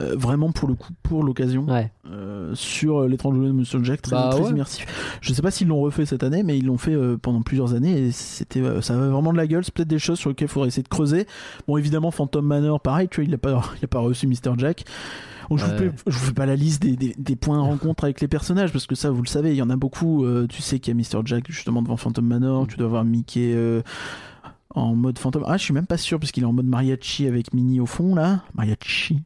Speaker 2: euh, vraiment pour le coup pour l'occasion
Speaker 1: Ouais.
Speaker 2: euh, sur euh, l'étrange Noël de Monsieur Jack très,
Speaker 1: Bah
Speaker 2: très
Speaker 1: ouais.
Speaker 2: immersif je sais pas s'ils l'ont refait cette année mais ils l'ont fait euh, pendant plusieurs années et c'était euh, ça avait vraiment de la gueule c'est peut-être des choses sur lesquelles il faudrait essayer de creuser bon évidemment Phantom Manor pareil tu vois il a pas, il a pas reçu Mr Jack donc, je, vous
Speaker 1: Ouais.
Speaker 2: fais, je vous fais pas la liste des, des,
Speaker 1: [LAUGHS]
Speaker 2: des points rencontres avec les personnages parce que ça vous le savez il y en a beaucoup euh, tu sais qu'il y a Mr Jack justement devant Phantom Manor
Speaker 1: Mm.
Speaker 2: tu dois avoir Mickey euh, en mode fantôme. Ah, je suis même pas sûr parce qu'il est en mode mariachi avec Minnie au fond là. Mariachi.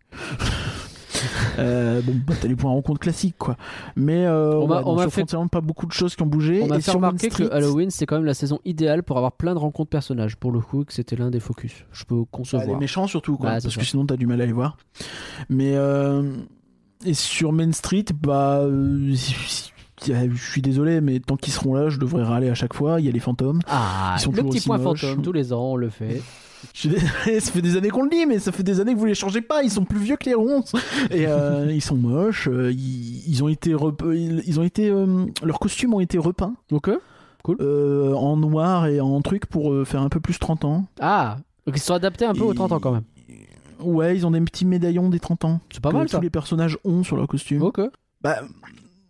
Speaker 2: Euh, bon, bah, t'as les points rencontres classiques quoi. Mais euh,
Speaker 1: On m'a-
Speaker 2: ouais,
Speaker 1: on
Speaker 2: donc,
Speaker 1: m'a
Speaker 2: sur
Speaker 1: fait-
Speaker 2: Frontierland, pas beaucoup de choses qui ont bougé.
Speaker 1: On m'a
Speaker 2: Et
Speaker 1: fait
Speaker 2: sur Main
Speaker 1: remarquer que
Speaker 2: Street,
Speaker 1: Halloween, c'est quand même la saison idéale pour avoir plein de rencontres personnages. Pour le coup, que c'était l'un des focus. Je peux
Speaker 2: bah, les
Speaker 1: concevoir.
Speaker 2: méchants surtout quoi,
Speaker 1: Ouais, c'est
Speaker 2: parce
Speaker 1: ça.
Speaker 2: que sinon t'as du mal à les voir. Mais euh, et sur Main Street, bah, euh, je suis désolé, mais tant qu'ils seront là, je devrais râler à chaque fois. Il y a les fantômes.
Speaker 1: Ah,
Speaker 2: Ils sont
Speaker 1: le
Speaker 2: toujours
Speaker 1: petit
Speaker 2: aussi
Speaker 1: point
Speaker 2: moches.
Speaker 1: fantôme, tous les ans, on le fait.
Speaker 2: Je suis désolé, [LAUGHS] ça fait des années qu'on le dit, mais ça fait des années que vous les changez pas. Ils sont plus vieux que les ronces
Speaker 1: [LAUGHS]
Speaker 2: et euh, ils sont moches. euh, ils, ils ont été, rep- ils, ils ont été, euh, leurs costumes ont été repeints
Speaker 1: Ok.
Speaker 2: euh, en noir et en truc pour euh, faire un peu plus 30 ans.
Speaker 1: Ah, donc ils se sont adaptés un peu aux
Speaker 2: Et-
Speaker 1: 30 ans quand même.
Speaker 2: Ouais, ils ont des petits médaillons des 30 ans
Speaker 1: C'est pas
Speaker 2: que
Speaker 1: mal
Speaker 2: tous
Speaker 1: ça. Oh.
Speaker 2: les personnages ont sur leurs costumes.
Speaker 1: Ok.
Speaker 2: Bah,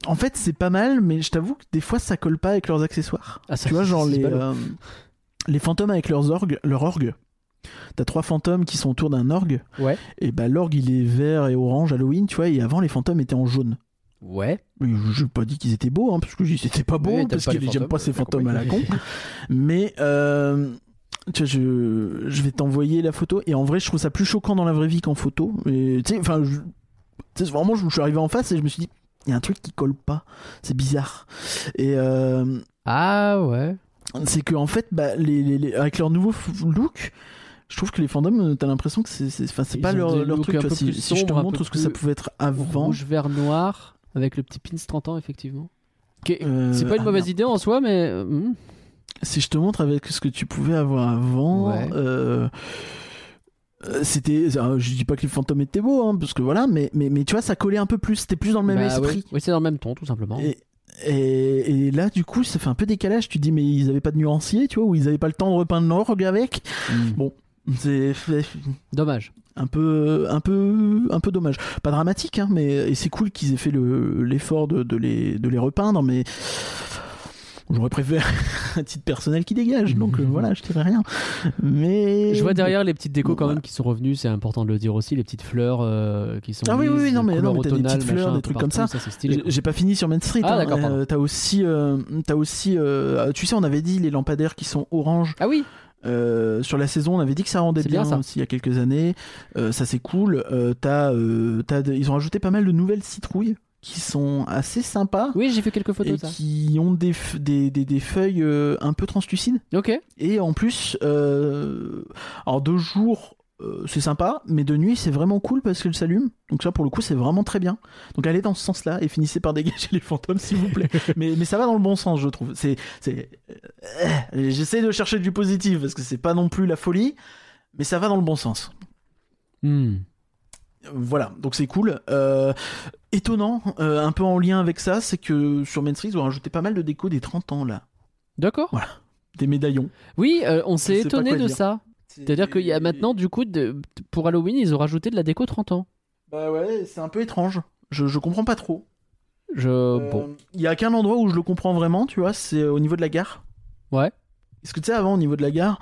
Speaker 2: en fait, c'est pas mal, mais je t'avoue que des fois, ça colle pas avec leurs accessoires.
Speaker 1: Ah, ça, [LAUGHS]
Speaker 2: Tu vois,
Speaker 1: c'est-
Speaker 2: genre
Speaker 1: c'est
Speaker 2: les,
Speaker 1: pas mal.
Speaker 2: euh, les fantômes avec leurs orgues, leur orgue. T'as trois fantômes qui sont autour d'un orgue.
Speaker 1: Ouais.
Speaker 2: Et bah l'orgue il est vert et orange Halloween, tu vois, et avant les fantômes étaient en jaune.
Speaker 1: Ouais.
Speaker 2: Mais je- J'ai pas dit qu'ils étaient beaux, hein, parce que je dis c'était pas beau,
Speaker 1: Oui, t'aimes
Speaker 2: parce
Speaker 1: pas
Speaker 2: que
Speaker 1: les
Speaker 2: j'aime
Speaker 1: fantômes,
Speaker 2: pas ces
Speaker 1: t'as
Speaker 2: fantômes à la
Speaker 1: [LAUGHS]
Speaker 2: con.
Speaker 1: compris.
Speaker 2: Mais euh, tu vois, je, je vais t'envoyer la photo, et en vrai je trouve ça plus choquant dans la vraie vie qu'en photo. Et, tu sais, enfin, je- tu sais, vraiment je, je suis arrivé en face et je me suis dit, il y a un truc qui colle pas, c'est bizarre. Et euh,
Speaker 1: Ah ouais.
Speaker 2: c'est que en fait bah, les, les- les- avec leur nouveau f- look je trouve que les fandoms euh, t'as l'impression que c'est c'est enfin, c'est
Speaker 1: Ils
Speaker 2: pas
Speaker 1: ont
Speaker 2: leur,
Speaker 1: des
Speaker 2: leur
Speaker 1: looks
Speaker 2: truc
Speaker 1: un
Speaker 2: tu vois,
Speaker 1: peu
Speaker 2: si,
Speaker 1: plus
Speaker 2: si je te
Speaker 1: sombres, un
Speaker 2: montre
Speaker 1: peu
Speaker 2: ce que ça
Speaker 1: plus
Speaker 2: pouvait être avant
Speaker 1: Rouge, vert, noir, avec le petit pins 30 ans, effectivement. Que-
Speaker 2: Euh,
Speaker 1: C'est pas une
Speaker 2: ah,
Speaker 1: mauvaise
Speaker 2: merde.
Speaker 1: idée en soi, mais. euh, hmm.
Speaker 2: Si je te montre avec ce que tu pouvais avoir avant,
Speaker 1: Ouais.
Speaker 2: euh, euh, c'était, euh, je dis pas que les fantômes étaient beaux, hein, parce que voilà, mais, mais, mais tu vois, ça collait un peu plus, c'était plus dans le même
Speaker 1: Bah,
Speaker 2: esprit.
Speaker 1: ouais. Oui, c'est dans le même ton, tout simplement.
Speaker 2: Et, et, et là, du coup, ça fait un peu décalage. Tu te dis, mais ils avaient pas de nuancier, tu vois, ou ils avaient pas le temps de repeindre l'orgue avec.
Speaker 1: Hmm.
Speaker 2: C'est fait
Speaker 1: Dommage.
Speaker 2: un peu, un peu, un peu dommage. Pas dramatique, hein, mais et c'est cool qu'ils aient fait le- l'effort de, de les, de les repeindre, mais j'aurais préféré [LAUGHS] un titre personnel qui dégage. Donc euh, voilà, je dirais rien. Mais
Speaker 1: Je vois derrière les petites décos
Speaker 2: Bon,
Speaker 1: quand
Speaker 2: voilà.
Speaker 1: même qui sont revenues, c'est important de le dire aussi, les petites fleurs euh, qui sont.
Speaker 2: Ah oui,
Speaker 1: mises,
Speaker 2: oui, oui, non,
Speaker 1: de
Speaker 2: mais
Speaker 1: couleur
Speaker 2: non, mais t'as des
Speaker 1: automnale,
Speaker 2: petites fleurs,
Speaker 1: machin,
Speaker 2: des
Speaker 1: peu
Speaker 2: trucs comme
Speaker 1: partout, c'est stylé.
Speaker 2: J'ai- J'ai pas fini sur Main Street.
Speaker 1: Ah,
Speaker 2: hein.
Speaker 1: d'accord, pardon.
Speaker 2: Euh, T'as aussi, euh, t'as aussi, euh, tu sais, on avait dit les lampadaires qui sont orange
Speaker 1: Ah oui,
Speaker 2: Euh, sur la saison, on avait dit que ça rendait
Speaker 1: C'est
Speaker 2: bien,
Speaker 1: bien, ça.
Speaker 2: aussi il y a quelques années. Euh, ça c'est cool. Euh, t'as, euh, t'as de- Ils ont ajouté pas mal de nouvelles citrouilles qui sont assez sympas
Speaker 1: oui, j'ai fait quelques photos
Speaker 2: et
Speaker 1: de ça.
Speaker 2: qui ont des, f- des, des- des feuilles euh, un peu translucides.
Speaker 1: Ok.
Speaker 2: Et en plus, euh, alors de jour euh, c'est sympa, mais de nuit c'est vraiment cool parce qu'elles s'allument. Donc ça pour le coup c'est vraiment très bien. Donc allez dans ce sens-là et finissez par [LAUGHS] dégager les fantômes s'il vous plaît. mais, mais ça va dans le bon sens je trouve. C'est c'est euh, j'essaie de chercher du positif parce que c'est pas non plus la folie, mais ça va dans le bon sens.
Speaker 1: Hmm.
Speaker 2: Voilà, donc c'est cool. Euh, étonnant, euh, un peu en lien avec ça, c'est que sur Main Street, ils ont rajouté pas mal de déco des 30 ans là,
Speaker 1: D'accord.
Speaker 2: des médaillons.
Speaker 1: Oui, euh, on s'est
Speaker 2: sais pas
Speaker 1: étonné
Speaker 2: quoi
Speaker 1: de
Speaker 2: dire.
Speaker 1: ça. C'est-à-dire qu'il y a maintenant, du coup, de- pour Halloween, ils ont rajouté de la déco 30 ans.
Speaker 2: Bah ouais, c'est un peu étrange. Je, je comprends pas trop.
Speaker 1: Je.
Speaker 2: Euh,
Speaker 1: Bon.
Speaker 2: Il y a qu'un endroit où je le comprends vraiment, tu vois, c'est euh, au niveau de la gare.
Speaker 1: Ouais.
Speaker 2: Parce que tu sais, avant, au niveau de la gare,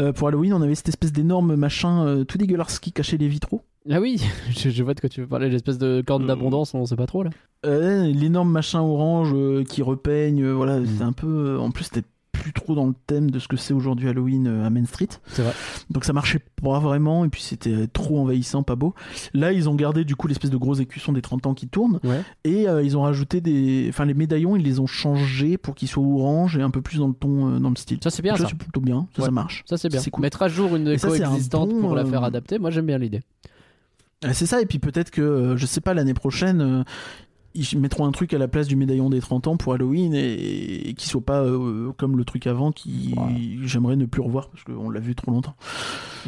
Speaker 2: euh, pour Halloween, on avait cette espèce d'énorme machin euh, tout dégueulasse qui cachait les vitraux.
Speaker 1: Ah oui, [LAUGHS] je, je vois de quoi tu veux parler, l'espèce de corne
Speaker 2: Euh.
Speaker 1: d'abondance, on sait pas trop là.
Speaker 2: Euh, L'énorme machin orange euh, qui repeigne, euh, voilà,
Speaker 1: Mm.
Speaker 2: c'était un peu. euh, en plus, c'était plus trop dans le thème de ce que c'est aujourd'hui Halloween euh, à Main Street.
Speaker 1: C'est vrai.
Speaker 2: Donc ça marchait pas vraiment, et puis c'était trop envahissant, pas beau. Là, ils ont gardé du coup l'espèce de gros écusson des 30 ans qui tourne.
Speaker 1: Ouais.
Speaker 2: Et euh, ils ont rajouté des. Enfin, les médaillons, ils les ont changés pour qu'ils soient orange et un peu plus dans le ton, euh, dans le style.
Speaker 1: Ça, c'est bien
Speaker 2: ça,
Speaker 1: ça.
Speaker 2: c'est plutôt bien, ça,
Speaker 1: Ouais.
Speaker 2: ça marche.
Speaker 1: Ça, c'est bien.
Speaker 2: c'est cool.
Speaker 1: Mettre à jour une
Speaker 2: Et ça,
Speaker 1: déco
Speaker 2: c'est un
Speaker 1: existante
Speaker 2: bon,
Speaker 1: pour la faire
Speaker 2: euh,
Speaker 1: adapter, moi j'aime bien l'idée.
Speaker 2: Euh, C'est ça, et puis peut-être que, euh, je sais pas, l'année prochaine, euh, ils mettront un truc à la place du médaillon des 30 ans pour Halloween et, et qu'il soit pas euh, comme le truc avant qui j'aimerais ne plus revoir parce qu'on l'a vu trop longtemps.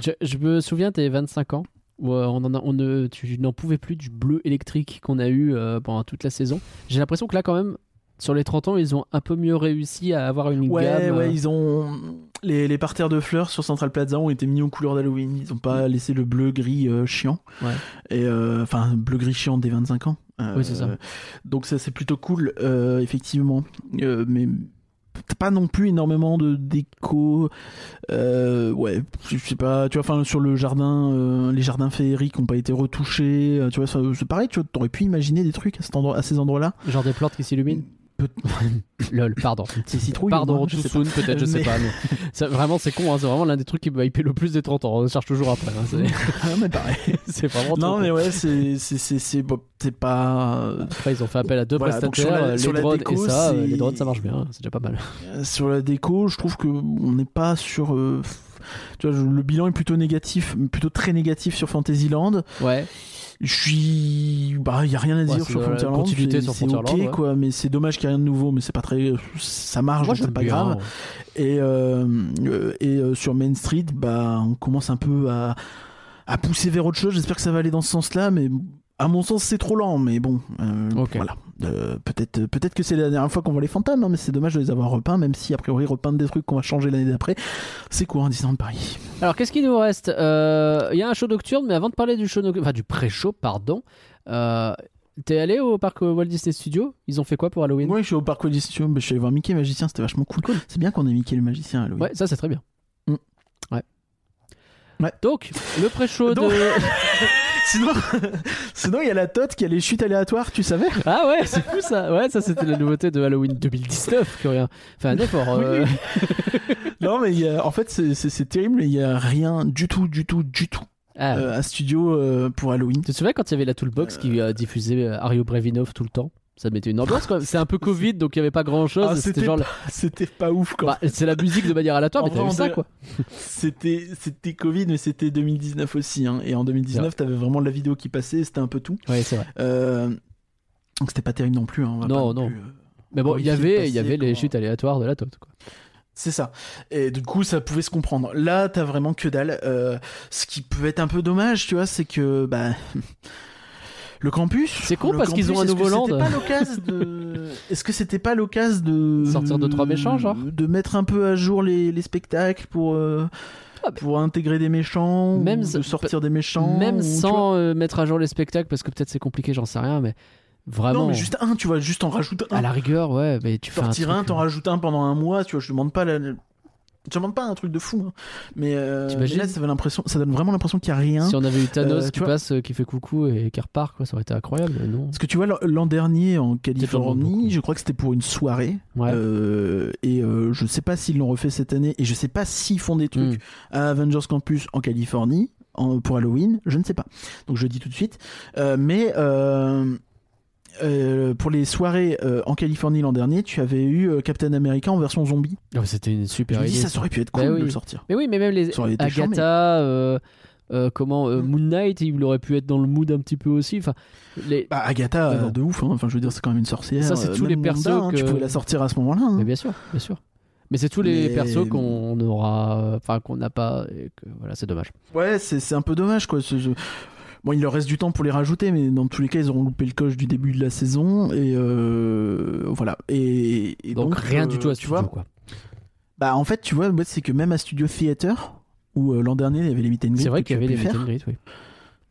Speaker 1: Je, je me souviens, t'es 25 ans. où, euh, on en a- on ne, tu n'en pouvais plus du bleu électrique qu'on a eu euh, pendant toute la saison. J'ai l'impression que là, quand même, sur les 30 ans, ils ont un peu mieux réussi à avoir une
Speaker 2: Ouais,
Speaker 1: gamme.
Speaker 2: ouais,
Speaker 1: euh,
Speaker 2: ils ont. Les, les parterres de fleurs sur Central Plaza ont été mis aux couleurs d'Halloween. Ils ont pas laissé le bleu-gris euh, chiant.
Speaker 1: Ouais.
Speaker 2: Et, euh, enfin, bleu-gris chiant des 25 ans. Euh,
Speaker 1: Oui, c'est ça.
Speaker 2: Donc, ça, c'est plutôt cool, euh, effectivement. Euh, mais t'as pas non plus énormément de déco. Euh, ouais, je sais pas. Tu vois, enfin, sur le jardin, euh, les jardins féeriques ont pas été retouchés. Euh, tu vois, ça- c'est pareil, tu vois, t'aurais pu imaginer des trucs à, cet endroit, à ces endroits-là.
Speaker 1: Genre des plantes qui s'illuminent
Speaker 2: Peut-
Speaker 1: [LAUGHS] Lol,
Speaker 2: [LAUGHS]
Speaker 1: pardon.
Speaker 2: Ces citrouilles. au
Speaker 1: Pardon,
Speaker 2: moins, je sais pas.
Speaker 1: Toussoun, peut-être, je sais
Speaker 2: Mais-
Speaker 1: pas.
Speaker 2: [LAUGHS]
Speaker 1: mais ça, vraiment, c'est con, hein, c'est vraiment l'un des trucs qui m'a hypé le plus des 30 ans. On cherche toujours après. hein, c'est-
Speaker 2: [LAUGHS] Ah, mais pareil.
Speaker 1: [LAUGHS] c'est vraiment trop
Speaker 2: Non, mais
Speaker 1: con.
Speaker 2: [LAUGHS] ouais, c'est c'est- c'est- c'est bon, c'est pas.
Speaker 1: Après, ils ont fait appel à deux
Speaker 2: Voilà, donc sur la-
Speaker 1: prestataires, euh,
Speaker 2: sur
Speaker 1: les
Speaker 2: la
Speaker 1: drones
Speaker 2: déco,
Speaker 1: et ça. euh,
Speaker 2: c'est-
Speaker 1: Les drones, ça marche bien, hein, c'est déjà pas mal.
Speaker 2: euh, Sur la déco, je trouve que on n'est pas sur. euh, Tu vois, je- le bilan est plutôt négatif, plutôt très négatif sur Fantasyland.
Speaker 1: Ouais,
Speaker 2: Je suis. Bah, il y a rien à dire
Speaker 1: Ouais, c'est
Speaker 2: sur
Speaker 1: la
Speaker 2: Frontierland.
Speaker 1: continuité
Speaker 2: c'est-
Speaker 1: sur
Speaker 2: c'est
Speaker 1: Frontierland,
Speaker 2: ok,
Speaker 1: ouais.
Speaker 2: quoi, mais c'est dommage qu'il n'y ait rien de nouveau, mais c'est pas très. Ça marche,
Speaker 1: moi
Speaker 2: donc c'est
Speaker 1: j'aime
Speaker 2: pas
Speaker 1: bien.
Speaker 2: grave. Et, euh, euh, et euh, sur Main Street, bah, on commence un peu à, à pousser vers autre chose. J'espère que ça va aller dans ce sens-là, mais à mon sens, c'est trop lent. Mais bon, euh,
Speaker 1: Ok.
Speaker 2: voilà. Euh, peut-être, peut-être que c'est la dernière fois qu'on voit les fantômes, hein, mais c'est dommage de les avoir repeints, même si a priori repeindre des trucs qu'on va changer l'année d'après, c'est courant Disneyland Paris.
Speaker 1: Alors, qu'est-ce qu'il nous reste Euh, Il y a un show nocturne, mais avant de parler du show nocturne, enfin du pré-show, pardon, euh, t'es allé au parc Walt Disney Studio Ils ont fait quoi pour Halloween
Speaker 2: Moi, je suis au parc Walt Disney Studio, mais je suis allé voir Mickey le Magicien, c'était vachement cool. C'est bien qu'on ait Mickey le Magicien à Halloween.
Speaker 1: Ouais, ça c'est très bien.
Speaker 2: Mm.
Speaker 1: Ouais.
Speaker 2: Ouais.
Speaker 1: Donc, le pré-show
Speaker 2: Donc-
Speaker 1: de.
Speaker 2: [LAUGHS] Sinon, [LAUGHS] sinon, il y a la tote qui a les chutes aléatoires, tu savais
Speaker 1: [LAUGHS] Ah ouais, c'est fou ça Ouais, ça c'était la nouveauté de Halloween 2019, que rien. Fait un effort.
Speaker 2: Oui,
Speaker 1: euh,
Speaker 2: [LAUGHS] Non, mais il y a- en fait, c'est- c'est c'est terrible, mais il y a rien du tout, du tout, du tout
Speaker 1: ah.
Speaker 2: euh, à studio euh, pour Halloween.
Speaker 1: Tu te souviens quand il y avait la Toolbox qui euh, diffusait euh, Ario Brevinov tout le temps Ça mettait une ambiance quand même. C'est un
Speaker 2: [LAUGHS]
Speaker 1: peu Covid, donc il n'y avait pas grand chose.
Speaker 2: Ah,
Speaker 1: c'était
Speaker 2: c'était
Speaker 1: genre. la-
Speaker 2: [LAUGHS] C'était pas ouf quand
Speaker 1: Bah, c'est la musique de manière aléatoire,
Speaker 2: En
Speaker 1: mais t'as
Speaker 2: vrai,
Speaker 1: vu
Speaker 2: en
Speaker 1: ça
Speaker 2: vrai-
Speaker 1: quoi
Speaker 2: C'était c'était Covid, mais c'était 2019 aussi. hein. Et en 2019, t'avais vraiment la vidéo qui passait, c'était un peu tout.
Speaker 1: Ouais, c'est vrai.
Speaker 2: Euh, Donc c'était pas terrible non plus. hein, on va
Speaker 1: Non,
Speaker 2: pas
Speaker 1: non.
Speaker 2: plus, euh,
Speaker 1: Mais bon,
Speaker 2: Quand
Speaker 1: il
Speaker 2: il
Speaker 1: y
Speaker 2: s'est
Speaker 1: avait,
Speaker 2: passé,
Speaker 1: il y avait les
Speaker 2: quand-
Speaker 1: chutes aléatoires de la tote. Quoi.
Speaker 2: C'est ça. Et du coup, ça pouvait se comprendre. Là, t'as vraiment que dalle. Euh, ce qui peut être un peu dommage, tu vois, c'est que bah [LAUGHS] le campus.
Speaker 1: C'est con
Speaker 2: le
Speaker 1: parce qu'ils
Speaker 2: campus,
Speaker 1: ont un
Speaker 2: est-ce que
Speaker 1: nouveau
Speaker 2: c'était
Speaker 1: land. [LAUGHS]
Speaker 2: pas l'occasion de- Est-ce que c'était pas l'occasion de
Speaker 1: Sortir deux, trois méchants, genre
Speaker 2: de mettre un peu à jour les, les spectacles pour euh,
Speaker 1: Ah, mais-
Speaker 2: pour intégrer des méchants,
Speaker 1: Même
Speaker 2: ou
Speaker 1: sans-
Speaker 2: de sortir des méchants, ou,
Speaker 1: Même
Speaker 2: tu vois.
Speaker 1: sans euh, mettre à jour les spectacles, parce que peut-être c'est compliqué, j'en sais rien, mais vraiment.
Speaker 2: Non, mais juste un, tu vois, juste en rajoute un.
Speaker 1: À la rigueur, ouais, mais tu fais un
Speaker 2: Sortir un,
Speaker 1: truc, euh,
Speaker 2: t'en rajoutes un pendant un mois, tu vois, je te demande pas la... Je te demande pas un truc de fou, hein. mais, euh,
Speaker 1: T'imagines
Speaker 2: mais là ça, donne l'impression- ça donne vraiment l'impression qu'il n'y a rien.
Speaker 1: Si on avait eu Thanos
Speaker 2: Euh, tu
Speaker 1: qui
Speaker 2: vois-
Speaker 1: passe, euh, qui fait coucou et qui repart, quoi, ça aurait été incroyable. mais Non.
Speaker 2: Parce que tu vois, l'an- l'an dernier en
Speaker 1: beaucoup.
Speaker 2: Californie, je crois que c'était pour une soirée,
Speaker 1: Ouais.
Speaker 2: Euh, et euh, je sais pas s'ils l'ont refait cette année, et je sais pas s'ils font des trucs
Speaker 1: Mm.
Speaker 2: à Avengers Campus en Californie en- pour Halloween, je ne sais pas. Donc je le dis tout de suite. Euh, mais euh, euh, pour les soirées euh, en Californie l'an dernier, tu avais eu euh, Captain America en version zombie.
Speaker 1: Ah, mais C'était une
Speaker 2: Je
Speaker 1: super
Speaker 2: me dis,
Speaker 1: idée.
Speaker 2: ça aurait pu être cool
Speaker 1: Bah
Speaker 2: de
Speaker 1: oui.
Speaker 2: le sortir.
Speaker 1: Mais oui, mais même les
Speaker 2: Ça aurait été
Speaker 1: Agatha,
Speaker 2: charmé.
Speaker 1: euh, euh, comment euh,
Speaker 2: Mm.
Speaker 1: Moon Knight, il aurait pu être dans le mood un petit peu aussi. Enfin, les...
Speaker 2: Bah, Agatha,
Speaker 1: Mais bon.
Speaker 2: euh, de ouf, hein. enfin je veux dire, c'est quand même une sorcière.
Speaker 1: Ça, c'est
Speaker 2: Euh,
Speaker 1: tous les
Speaker 2: même
Speaker 1: persos
Speaker 2: Wanda, hein,
Speaker 1: que-
Speaker 2: Tu pouvais la sortir à ce moment-là. hein.
Speaker 1: Mais bien sûr, bien sûr. Mais c'est tous les
Speaker 2: Mais-
Speaker 1: persos qu'on aura, euh, enfin qu'on n'a pas, et que voilà, c'est dommage.
Speaker 2: Ouais, c'est c'est un peu dommage quoi. ce- ce- Bon, il leur reste du temps pour les rajouter, mais dans tous les cas, ils auront loupé le coche du début de la saison. Et euh, voilà. Et, et
Speaker 1: donc, rien du
Speaker 2: euh,
Speaker 1: tout à ce
Speaker 2: tu vois.
Speaker 1: studio, quoi.
Speaker 2: Bah, en fait, tu vois, ouais, c'est que même à Studio Theater, où euh, l'an dernier, il y avait les meet and greet
Speaker 1: C'est vrai
Speaker 2: que tu
Speaker 1: qu'il y avait
Speaker 2: as
Speaker 1: les
Speaker 2: pu
Speaker 1: meet
Speaker 2: faire,
Speaker 1: and greet, oui.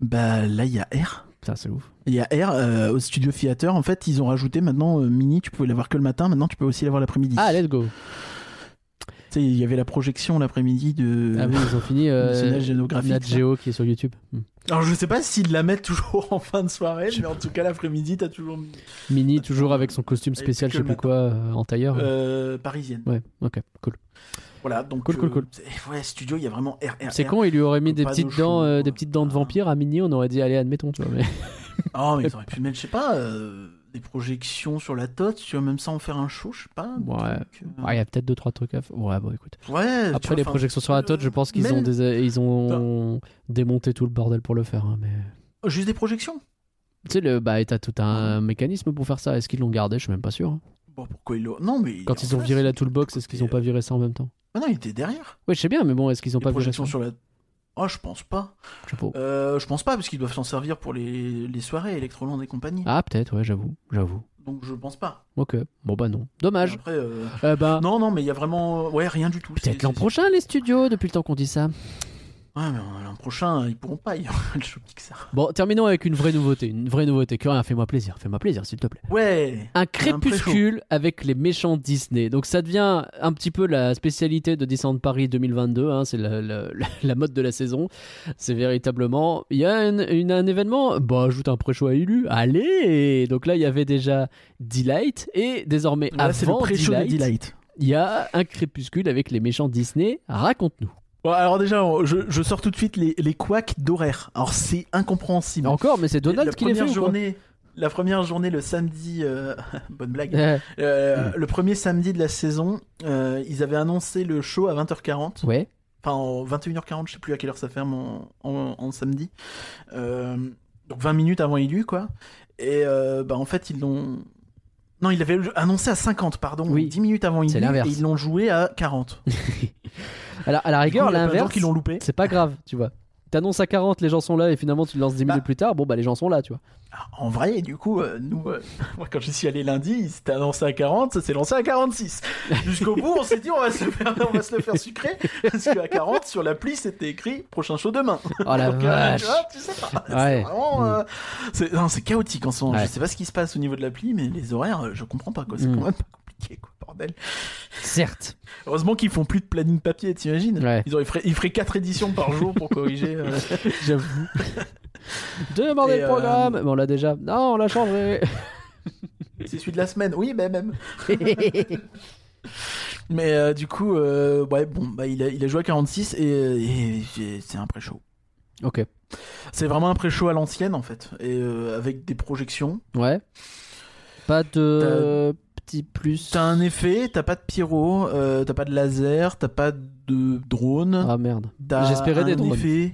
Speaker 2: Bah, là, il y a R.
Speaker 1: Ça, c'est ouf.
Speaker 2: Il y a R euh, au Studio Theater. En fait, ils ont rajouté maintenant euh, Mini, tu pouvais l'avoir que le matin. Maintenant, tu peux aussi l'avoir l'après-midi.
Speaker 1: Ah, let's go.
Speaker 2: Euh, Tu sais, il y avait la projection l'après-midi de.
Speaker 1: Ah oui, ils ont fini. Euh,
Speaker 2: National Geographic,
Speaker 1: Nat
Speaker 2: ça.
Speaker 1: Geo qui est sur YouTube. Hmm.
Speaker 2: Alors, je sais pas s'ils la mettent toujours [LAUGHS] en fin de soirée,
Speaker 1: Je sais
Speaker 2: mais en tout cas, l'après-midi, t'as toujours.
Speaker 1: Mini, toujours avec son costume
Speaker 2: Et puis
Speaker 1: spécial,
Speaker 2: que
Speaker 1: je sais
Speaker 2: le
Speaker 1: plus quoi, euh, en tailleur.
Speaker 2: Euh, parisienne.
Speaker 1: Ouais, ok, cool.
Speaker 2: Voilà, donc euh,
Speaker 1: Cool, cool, cool.
Speaker 2: c'est- Ouais, studio, il y a vraiment RR.
Speaker 1: C'est con, il lui aurait mis
Speaker 2: Pas
Speaker 1: des
Speaker 2: de
Speaker 1: petites,
Speaker 2: cheveux,
Speaker 1: dents, euh,
Speaker 2: quoi. Ah.
Speaker 1: des petites dents de vampire à Mini, on aurait dit, allez, admettons, tu vois.
Speaker 2: [LAUGHS]
Speaker 1: Mais...
Speaker 2: Oh, mais ils auraient pu mettre, je sais pas, euh, des projections sur la tote, tu vois, même sans faire un show, je sais pas. des
Speaker 1: Ouais.
Speaker 2: trucs, euh,
Speaker 1: Ah, Il y a peut-être deux trois trucs à faire. Ouais, bon, écoute.
Speaker 2: Ouais, tu
Speaker 1: Après
Speaker 2: vois,
Speaker 1: les
Speaker 2: enfin,
Speaker 1: projections sur la tote, je pense qu'ils
Speaker 2: même-
Speaker 1: ont, des- euh, ils ont démonté tout le bordel pour le faire. hein, mais...
Speaker 2: Juste des projections
Speaker 1: Tu sais, le, bah, et t'as tout un
Speaker 2: Ah.
Speaker 1: mécanisme pour faire ça. Est-ce qu'ils l'ont gardé Je suis même pas sûr. hein.
Speaker 2: Bon, pourquoi ils l'ont. Non, mais.
Speaker 1: Quand
Speaker 2: en
Speaker 1: ils ont
Speaker 2: face,
Speaker 1: viré la toolbox, est-ce qu'ils ont
Speaker 2: euh,
Speaker 1: pas viré ça en même temps
Speaker 2: Ah non, il était derrière.
Speaker 1: Ouais, je sais bien, mais bon, est-ce qu'ils ont
Speaker 2: les
Speaker 1: pas viré ça
Speaker 2: projections sur la. Oh, je pense pas.
Speaker 1: Je sais pas.
Speaker 2: Euh, je pense pas, parce qu'ils doivent s'en servir pour les, les soirées Electroland et compagnie.
Speaker 1: Ah, peut-être, ouais, j'avoue, j'avoue.
Speaker 2: Donc je pense pas.
Speaker 1: Ok, bon bah non. Dommage.
Speaker 2: Après, euh,
Speaker 1: Eh bah,
Speaker 2: non, non, mais il y a vraiment. Ouais, rien du tout.
Speaker 1: peut-être
Speaker 2: C'est-
Speaker 1: l'an
Speaker 2: c'est-
Speaker 1: prochain, les studios, depuis le temps qu'on dit ça.
Speaker 2: Ouais, mais euh, l'an prochain, ils pourront pas, [LAUGHS] il y aura le show Pixar.
Speaker 1: Bon, terminons avec une vraie nouveauté. Une vraie nouveauté. Corinne, fais-moi plaisir, fais-moi plaisir, s'il te plaît.
Speaker 2: Ouais
Speaker 1: Un crépuscule avec les méchants Disney. Donc ça devient un petit peu la spécialité de Disneyland Paris 2022. hein, c'est la, la- la- la mode de la saison. C'est véritablement. Il y a une- une- un événement. Bah, ajoute un pré-show à Ulu. Allez Donc là, il y avait déjà Delight. Et désormais,
Speaker 2: Là, c'est le
Speaker 1: avant
Speaker 2: pré-show de
Speaker 1: Delight,
Speaker 2: Delight.
Speaker 1: il y a un crépuscule avec les méchants Disney. Raconte-nous.
Speaker 2: Bon, alors déjà, on- je, je sors tout de suite les, les couacs d'horaire. Alors, c'est incompréhensible.
Speaker 1: Encore, mais c'est Donald
Speaker 2: la
Speaker 1: qui les fait.
Speaker 2: première
Speaker 1: ou quoi
Speaker 2: journée, La première journée, le samedi... euh, [LAUGHS] Bonne blague.
Speaker 1: Euh,
Speaker 2: Euh, Le premier samedi de la saison, euh, ils avaient annoncé le show à
Speaker 1: [LAUGHS]
Speaker 2: 20h40.
Speaker 1: ouais.
Speaker 2: Enfin, en 21h40, je sais plus à quelle heure ça ferme en, en- en samedi. Euh, donc 20 minutes avant Ilu, quoi. Et euh, bah, en fait, ils l'ont. Non, ils l'avaient annoncé à 50, pardon.
Speaker 1: Oui.
Speaker 2: 10 minutes avant Ilu.
Speaker 1: C'est l'inverse.
Speaker 2: Et ils l'ont joué à 40.
Speaker 1: Alors, à la
Speaker 2: Du coup,
Speaker 1: rigueur,
Speaker 2: il y a plein de gens
Speaker 1: l'inverse,
Speaker 2: qui l'ont loupé.
Speaker 1: c'est pas grave, tu vois. T'annonces à 40, les gens sont là, et finalement tu le lances 10
Speaker 2: Bah.
Speaker 1: minutes plus tard, bon bah les gens sont là,
Speaker 2: [LAUGHS]
Speaker 1: tu vois.
Speaker 2: Ah, En vrai, du coup, euh, nous, euh, [LAUGHS] moi, quand je suis allé lundi, c'était annoncé à 40, ça s'est lancé à 46. Jusqu'au bout, on s'est dit, on va se le faire, on va se le faire sucrer. Parce qu'à 40, sur l'appli, c'était écrit prochain show demain.
Speaker 1: Oh la
Speaker 2: Donc, euh,
Speaker 1: vache
Speaker 2: tu vois, tu sais pas.
Speaker 1: Ouais.
Speaker 2: C'est vraiment. euh, c'est- non, c'est chaotique en ce moment.
Speaker 1: Ouais.
Speaker 2: Je sais pas ce qui se passe au niveau de l'appli, mais les horaires, euh, je comprends pas quoi. C'est
Speaker 1: Mm.
Speaker 2: quand même pas compliqué quoi, bordel.
Speaker 1: Certes.
Speaker 2: Heureusement qu'ils font plus de planning papier, t'imagines
Speaker 1: Ouais.
Speaker 2: Ils, auraient- ils feraient, ils feraient 4 éditions par jour pour
Speaker 1: [LAUGHS]
Speaker 2: corriger. euh,
Speaker 1: J'avoue. Demandez
Speaker 2: Et,
Speaker 1: le
Speaker 2: euh,
Speaker 1: programme Mais on l'a déjà. Non, on l'a
Speaker 2: [LAUGHS]
Speaker 1: changé
Speaker 2: c'est celui de la semaine. Oui, mais même. Mais euh, du coup, euh, ouais, bon, bah, il, a, il a joué à 46 et, et- et c'est un pré-show.
Speaker 1: Ok.
Speaker 2: C'est vraiment un pré-show à l'ancienne en fait, et euh, avec des projections.
Speaker 1: Ouais. Pas de petit plus.
Speaker 2: T'as un effet, t'as pas de pyro, euh, t'as pas de laser, t'as pas de drone.
Speaker 1: Ah merde.
Speaker 2: T'as
Speaker 1: J'espérais des
Speaker 2: un
Speaker 1: drones.
Speaker 2: effet-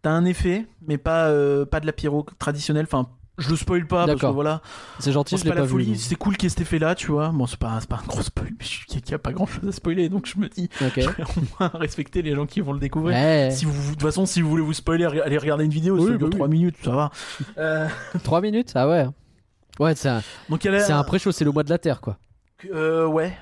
Speaker 2: T'as un effet, mais pas, euh, pas de la pyro traditionnelle, enfin Je le spoil pas parce que
Speaker 1: D'accord.
Speaker 2: voilà,
Speaker 1: C'est gentil, je
Speaker 2: c'est
Speaker 1: l'ai
Speaker 2: pas
Speaker 1: pas,
Speaker 2: la
Speaker 1: vu,
Speaker 2: folie,
Speaker 1: donc.
Speaker 2: c'est cool qu'il y ait cet effet là, tu vois. Bon, c'est pas, c'est pas un gros spoil, mais je- il y a pas grand chose à spoiler, donc je me dis, [LAUGHS]
Speaker 1: Ok.
Speaker 2: respecter les gens qui vont le découvrir.
Speaker 1: Ouais.
Speaker 2: Si vous, de toute façon, si vous voulez vous spoiler, allez regarder une vidéo,
Speaker 1: Oui,
Speaker 2: ça
Speaker 1: bah
Speaker 2: dure
Speaker 1: oui.
Speaker 2: 3 minutes,
Speaker 1: [LAUGHS]
Speaker 2: ça va. Euh,
Speaker 1: 3 minutes Ah ouais. Ouais, c'est un,
Speaker 2: donc elle a-
Speaker 1: c'est un pré-show, c'est le mois de la Terre, quoi.
Speaker 2: Euh, ouais.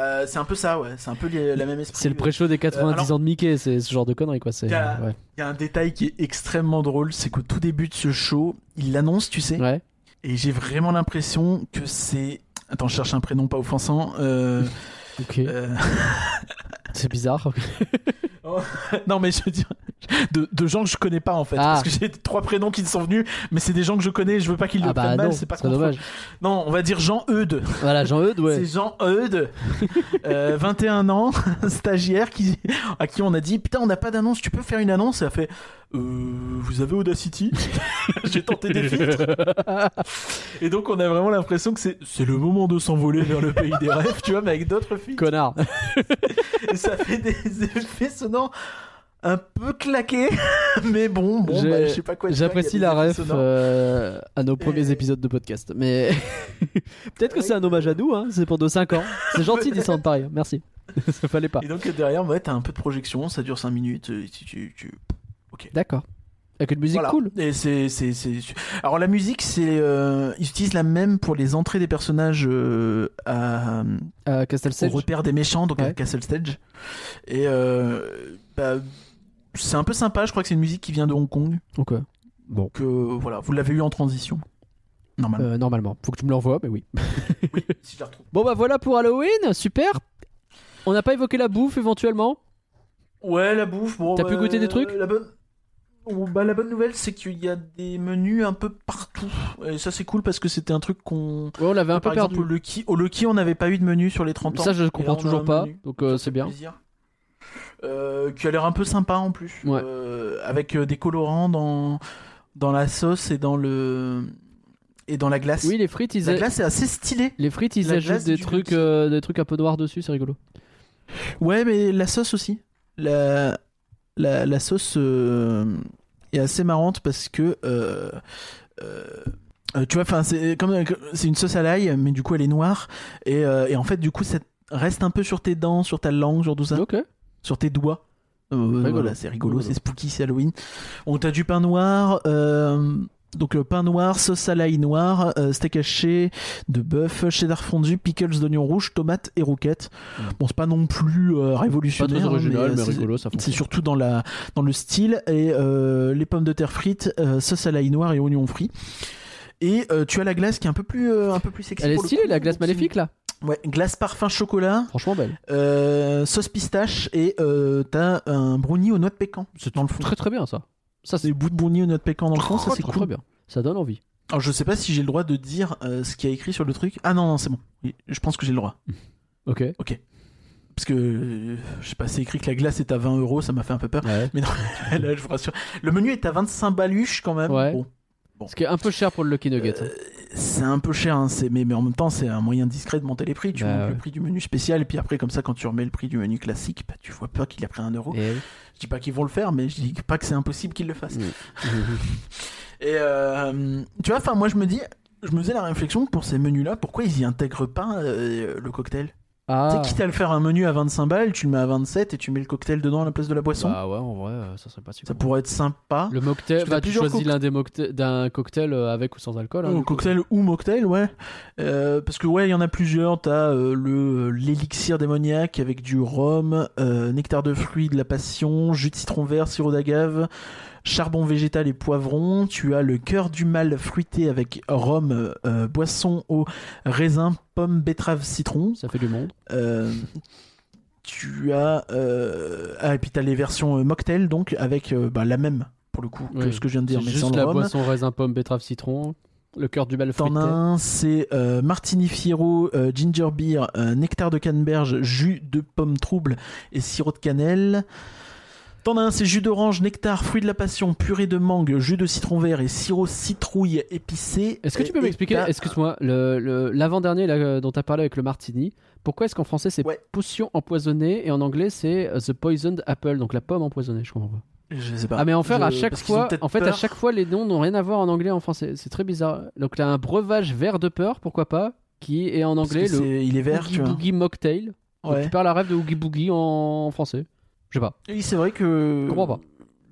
Speaker 2: Euh, c'est un peu ça, ouais. C'est un peu les- la même esprit.
Speaker 1: C'est le pré-show des 90
Speaker 2: Euh, alors-
Speaker 1: ans de Mickey, c'est ce genre de conneries, quoi. C'est,
Speaker 2: T'as-
Speaker 1: ouais.
Speaker 2: Il y a un détail qui est extrêmement drôle, c'est qu'au tout début de ce show, il l'annonce, tu sais,
Speaker 1: Ouais.
Speaker 2: et j'ai vraiment l'impression que c'est. Attends, je cherche un prénom pas offensant. Euh,
Speaker 1: Ok.
Speaker 2: euh, [LAUGHS]
Speaker 1: C'est bizarre.
Speaker 2: Non, mais je veux dire, de, de gens que je connais pas en fait.
Speaker 1: Ah.
Speaker 2: Parce que j'ai trois prénoms qui sont venus, mais c'est des gens que je connais, je veux pas qu'ils le
Speaker 1: ah bah
Speaker 2: prennent
Speaker 1: non,
Speaker 2: mal,
Speaker 1: c'est
Speaker 2: c'est pas contre-
Speaker 1: dommage.
Speaker 2: Non, on va dire Jean Eudes.
Speaker 1: Voilà, Jean-Eudes, ouais.
Speaker 2: C'est Jean
Speaker 1: [LAUGHS]
Speaker 2: Eudes, euh, 21 ans, [LAUGHS] stagiaire, qui, à qui on a dit Putain, on n'a pas d'annonce, tu peux faire une annonce Et elle a fait euh, Vous avez Audacity [LAUGHS] J'ai tenté des filtres. Et donc, on a vraiment l'impression que c'est c'est le moment de s'envoler vers le pays des rêves, tu vois, mais avec d'autres
Speaker 1: [LAUGHS]
Speaker 2: filles.
Speaker 1: Connard.
Speaker 2: [LAUGHS] Et ça fait des effets sonores un peu claqués, [LAUGHS] mais bon, bon
Speaker 1: J'ai-
Speaker 2: bah, je sais pas quoi. dire,
Speaker 1: J'apprécie
Speaker 2: il y a
Speaker 1: la
Speaker 2: des effets
Speaker 1: ref
Speaker 2: sonores.
Speaker 1: euh, à nos premiers
Speaker 2: Et- Ah
Speaker 1: épisodes de podcast. Mais [LAUGHS] peut-être que c'est un hommage à nous, hein. c'est pour nos 5 ans. C'est gentil d'y pareil,
Speaker 2: [LAUGHS]
Speaker 1: merci. Ça fallait pas.
Speaker 2: Et donc, derrière, ouais, t'as un peu de projection, ça dure 5 minutes. euh, tu- tu- tu,
Speaker 1: D'accord. Avec une musique
Speaker 2: Voilà.
Speaker 1: cool.
Speaker 2: Et c'est, c'est, c'est... Alors la musique, c'est, euh, ils utilisent la même pour les entrées des personnages euh, à,
Speaker 1: Euh, Castle
Speaker 2: au
Speaker 1: Sage.
Speaker 2: repère des méchants, donc
Speaker 1: Ouais.
Speaker 2: à Castle Stage. Et euh, bah, c'est un peu sympa, je crois que c'est une musique qui vient de Hong Kong.
Speaker 1: Ok. Bon.
Speaker 2: Que voilà, vous l'avez eu en transition. Normalement.
Speaker 1: Euh, normalement. Faut que tu me l'envoies, mais oui.
Speaker 2: Oui, [LAUGHS] si je la retrouve.
Speaker 1: Bon bah voilà pour Halloween, super. On n'a pas évoqué la bouffe éventuellement.
Speaker 2: Ouais, la bouffe. Bon, bah,
Speaker 1: T'as pu goûter des trucs
Speaker 2: la bonne... oh, bah, la bonne nouvelle, c'est qu'il y a des menus un peu partout. Et ça, c'est cool parce que c'était un truc qu'on.
Speaker 1: Ouais, on l'avait un peu
Speaker 2: Bah, Par exemple,
Speaker 1: perdu.
Speaker 2: au Lucky, au Lucky, on n'avait pas eu de menu sur les 30 ans.
Speaker 1: Ça je
Speaker 2: Et
Speaker 1: comprends
Speaker 2: là, on a
Speaker 1: toujours
Speaker 2: un
Speaker 1: pas,
Speaker 2: menu.
Speaker 1: donc euh, c'est
Speaker 2: Ça fait
Speaker 1: bien.
Speaker 2: plaisir. Euh, qui a l'air un peu sympa en plus.
Speaker 1: Ouais.
Speaker 2: Euh, avec euh, des colorants dans, dans la sauce et dans le et dans la glace.
Speaker 1: Oui les frites ils
Speaker 2: la
Speaker 1: a-
Speaker 2: glace est assez stylée.
Speaker 1: les frites ils
Speaker 2: la glace
Speaker 1: ajoutent des
Speaker 2: du
Speaker 1: trucs
Speaker 2: Lucky.
Speaker 1: euh, des trucs un peu noirs dessus, c'est rigolo.
Speaker 2: Ouais, mais la sauce aussi. La, la, la sauce euh, est assez marrante parce que. euh, euh, euh, tu vois, enfin, c'est comme c'est une sauce à l'ail, mais du coup elle est noire et, euh, et en fait du coup ça reste un peu sur tes dents, sur ta langue, sur tout ça.
Speaker 1: OK.
Speaker 2: sur tes doigts. Euh, voilà, c'est rigolo,
Speaker 1: Rigolo.
Speaker 2: c'est spooky, c'est Halloween. On t'a du pain noir, euh, donc euh, pain noir, sauce à l'ail noire, euh, steak haché, de bœuf, cheddar fondu, pickles d'oignon rouge, tomates et roquettes.
Speaker 1: Mm.
Speaker 2: Bon, c'est pas non plus euh,
Speaker 1: Pas
Speaker 2: révolutionnaire,
Speaker 1: très
Speaker 2: hein,
Speaker 1: original mais,
Speaker 2: mais, euh, c'est-
Speaker 1: rigolo ça
Speaker 2: C'est
Speaker 1: fonctionne.
Speaker 2: surtout dans, la, dans le style et euh, les pommes de terre frites, euh, sauce à l'ail noire et oignons frits. Et euh, tu as la glace qui est un peu plus, euh, un peu plus sexy.
Speaker 1: Elle est
Speaker 2: pour le
Speaker 1: stylée
Speaker 2: coup,
Speaker 1: la glace
Speaker 2: donc c'est-
Speaker 1: maléfique là.
Speaker 2: Ouais, glace parfum chocolat.
Speaker 1: Franchement belle.
Speaker 2: Euh, sauce pistache et euh, t'as un brownie aux noix de pécan.
Speaker 1: C'est
Speaker 2: dans le fond.
Speaker 1: Très très bien ça. Ça c'est
Speaker 2: Des bouts de brownie aux noix de pécan dans le fond, ça
Speaker 1: Très,
Speaker 2: c'est
Speaker 1: très,
Speaker 2: cool.
Speaker 1: très bien. Ça donne envie.
Speaker 2: Alors je sais pas si j'ai le droit de dire euh, ce qu'il y a écrit sur le truc. Ah non, non, c'est bon. Oui, Je pense que j'ai le droit.
Speaker 1: OK.
Speaker 2: Parce que euh, je sais pas, c'est écrit que la glace est à 20 euros, ça m'a fait un peu peur. [LAUGHS]
Speaker 1: Ouais.
Speaker 2: Là, je vous rassure. Le menu est à 25 baluches quand même.
Speaker 1: Ouais.
Speaker 2: Bon,
Speaker 1: Ce qui est un peu cher pour le Lucky Nugget. hein.
Speaker 2: euh, c'est un peu cher, hein, c'est- mais, mais en même temps, c'est un moyen discret de monter les prix. Tu
Speaker 1: Bah,
Speaker 2: montes
Speaker 1: ouais.
Speaker 2: le prix du menu spécial, et puis après, comme ça, quand tu remets le prix du menu classique, bah, tu vois pas qu'il a pris un euro. [LAUGHS]
Speaker 1: Et-
Speaker 2: Je dis pas qu'ils vont le faire, mais je dis pas que c'est impossible qu'ils le fassent.
Speaker 1: Mhm.
Speaker 2: Et euh, tu vois, enfin, moi je me dis, je me faisais la réflexion que pour ces menus-là, pourquoi ils y intègrent pas euh, le cocktail Tu
Speaker 1: Ah.
Speaker 2: sais, quitte à le faire un menu à 25 balles, tu le mets à 27 et tu mets le cocktail dedans à la place de la boisson.
Speaker 1: Bah ouais, en vrai, euh, ça serait pas super.
Speaker 2: Ça pourrait être sympa.
Speaker 1: Le mocktail,
Speaker 2: Parce que
Speaker 1: bah,
Speaker 2: t'as
Speaker 1: tu
Speaker 2: plusieurs
Speaker 1: choisis
Speaker 2: cocktails.
Speaker 1: l'un des mocktails d'un cocktail euh, avec ou sans alcool. hein,
Speaker 2: Euh,
Speaker 1: du coup.
Speaker 2: cocktail ou mocktail, ouais. Euh, parce que ouais, il y en a plusieurs. T'as euh, le l'élixir démoniaque avec du rhum, euh, nectar de fruits, de la passion, jus de citron vert, sirop d'agave, charbon végétal et poivron. Tu as le cœur du mal fruité avec rhum, euh, euh, boisson, eau, raisin, pomme, betterave, citron.
Speaker 1: Ça fait du monde.
Speaker 2: Euh, tu as euh, ah et puis t'as les versions euh, mocktail donc avec euh, bah, la même pour le coup que
Speaker 1: Ouais.
Speaker 2: ce que je viens de dire,
Speaker 1: C'est
Speaker 2: mais sans
Speaker 1: juste
Speaker 2: le
Speaker 1: la
Speaker 2: rhum.
Speaker 1: boisson raisin pomme betterave citron. Le cœur du bal
Speaker 2: T'en
Speaker 1: fruité.
Speaker 2: as un, c'est euh, Martini Fierro, euh, Ginger Beer, euh, Nectar de Canneberge, Jus de pomme trouble et sirop de cannelle. T'en as un, c'est jus d'orange, nectar, fruit de la passion, purée de mangue, jus de citron vert et sirop citrouille épicé.
Speaker 1: Est-ce que tu peux
Speaker 2: Et-
Speaker 1: m'expliquer,
Speaker 2: et t'as-
Speaker 1: excuse-moi, le- le- l'avant-dernier là, euh, dont tu as parlé avec le martini, pourquoi est-ce qu'en français c'est
Speaker 2: Ouais.
Speaker 1: potion empoisonnée et en anglais c'est euh, the poisoned apple, donc la pomme empoisonnée, je comprends pas.
Speaker 2: Je sais pas.
Speaker 1: Ah mais en faire à
Speaker 2: Bah, Je-
Speaker 1: chaque
Speaker 2: parce qu'ils ont
Speaker 1: fois,
Speaker 2: peut-être
Speaker 1: en fait à
Speaker 2: peur.
Speaker 1: chaque fois les noms n'ont rien à voir en anglais et en français. C'est très bizarre. Donc là un breuvage vert de peur, pourquoi pas, qui est en
Speaker 2: Parce que
Speaker 1: anglais le
Speaker 2: c'est- il est vert,
Speaker 1: Oogie
Speaker 2: tu vois.
Speaker 1: Boogie Mocktail. Donc,
Speaker 2: Ouais.
Speaker 1: tu perds la rêve de Oogie Boogie en français. Je sais pas.
Speaker 2: Oui, c'est vrai que.
Speaker 1: Je comprends pas.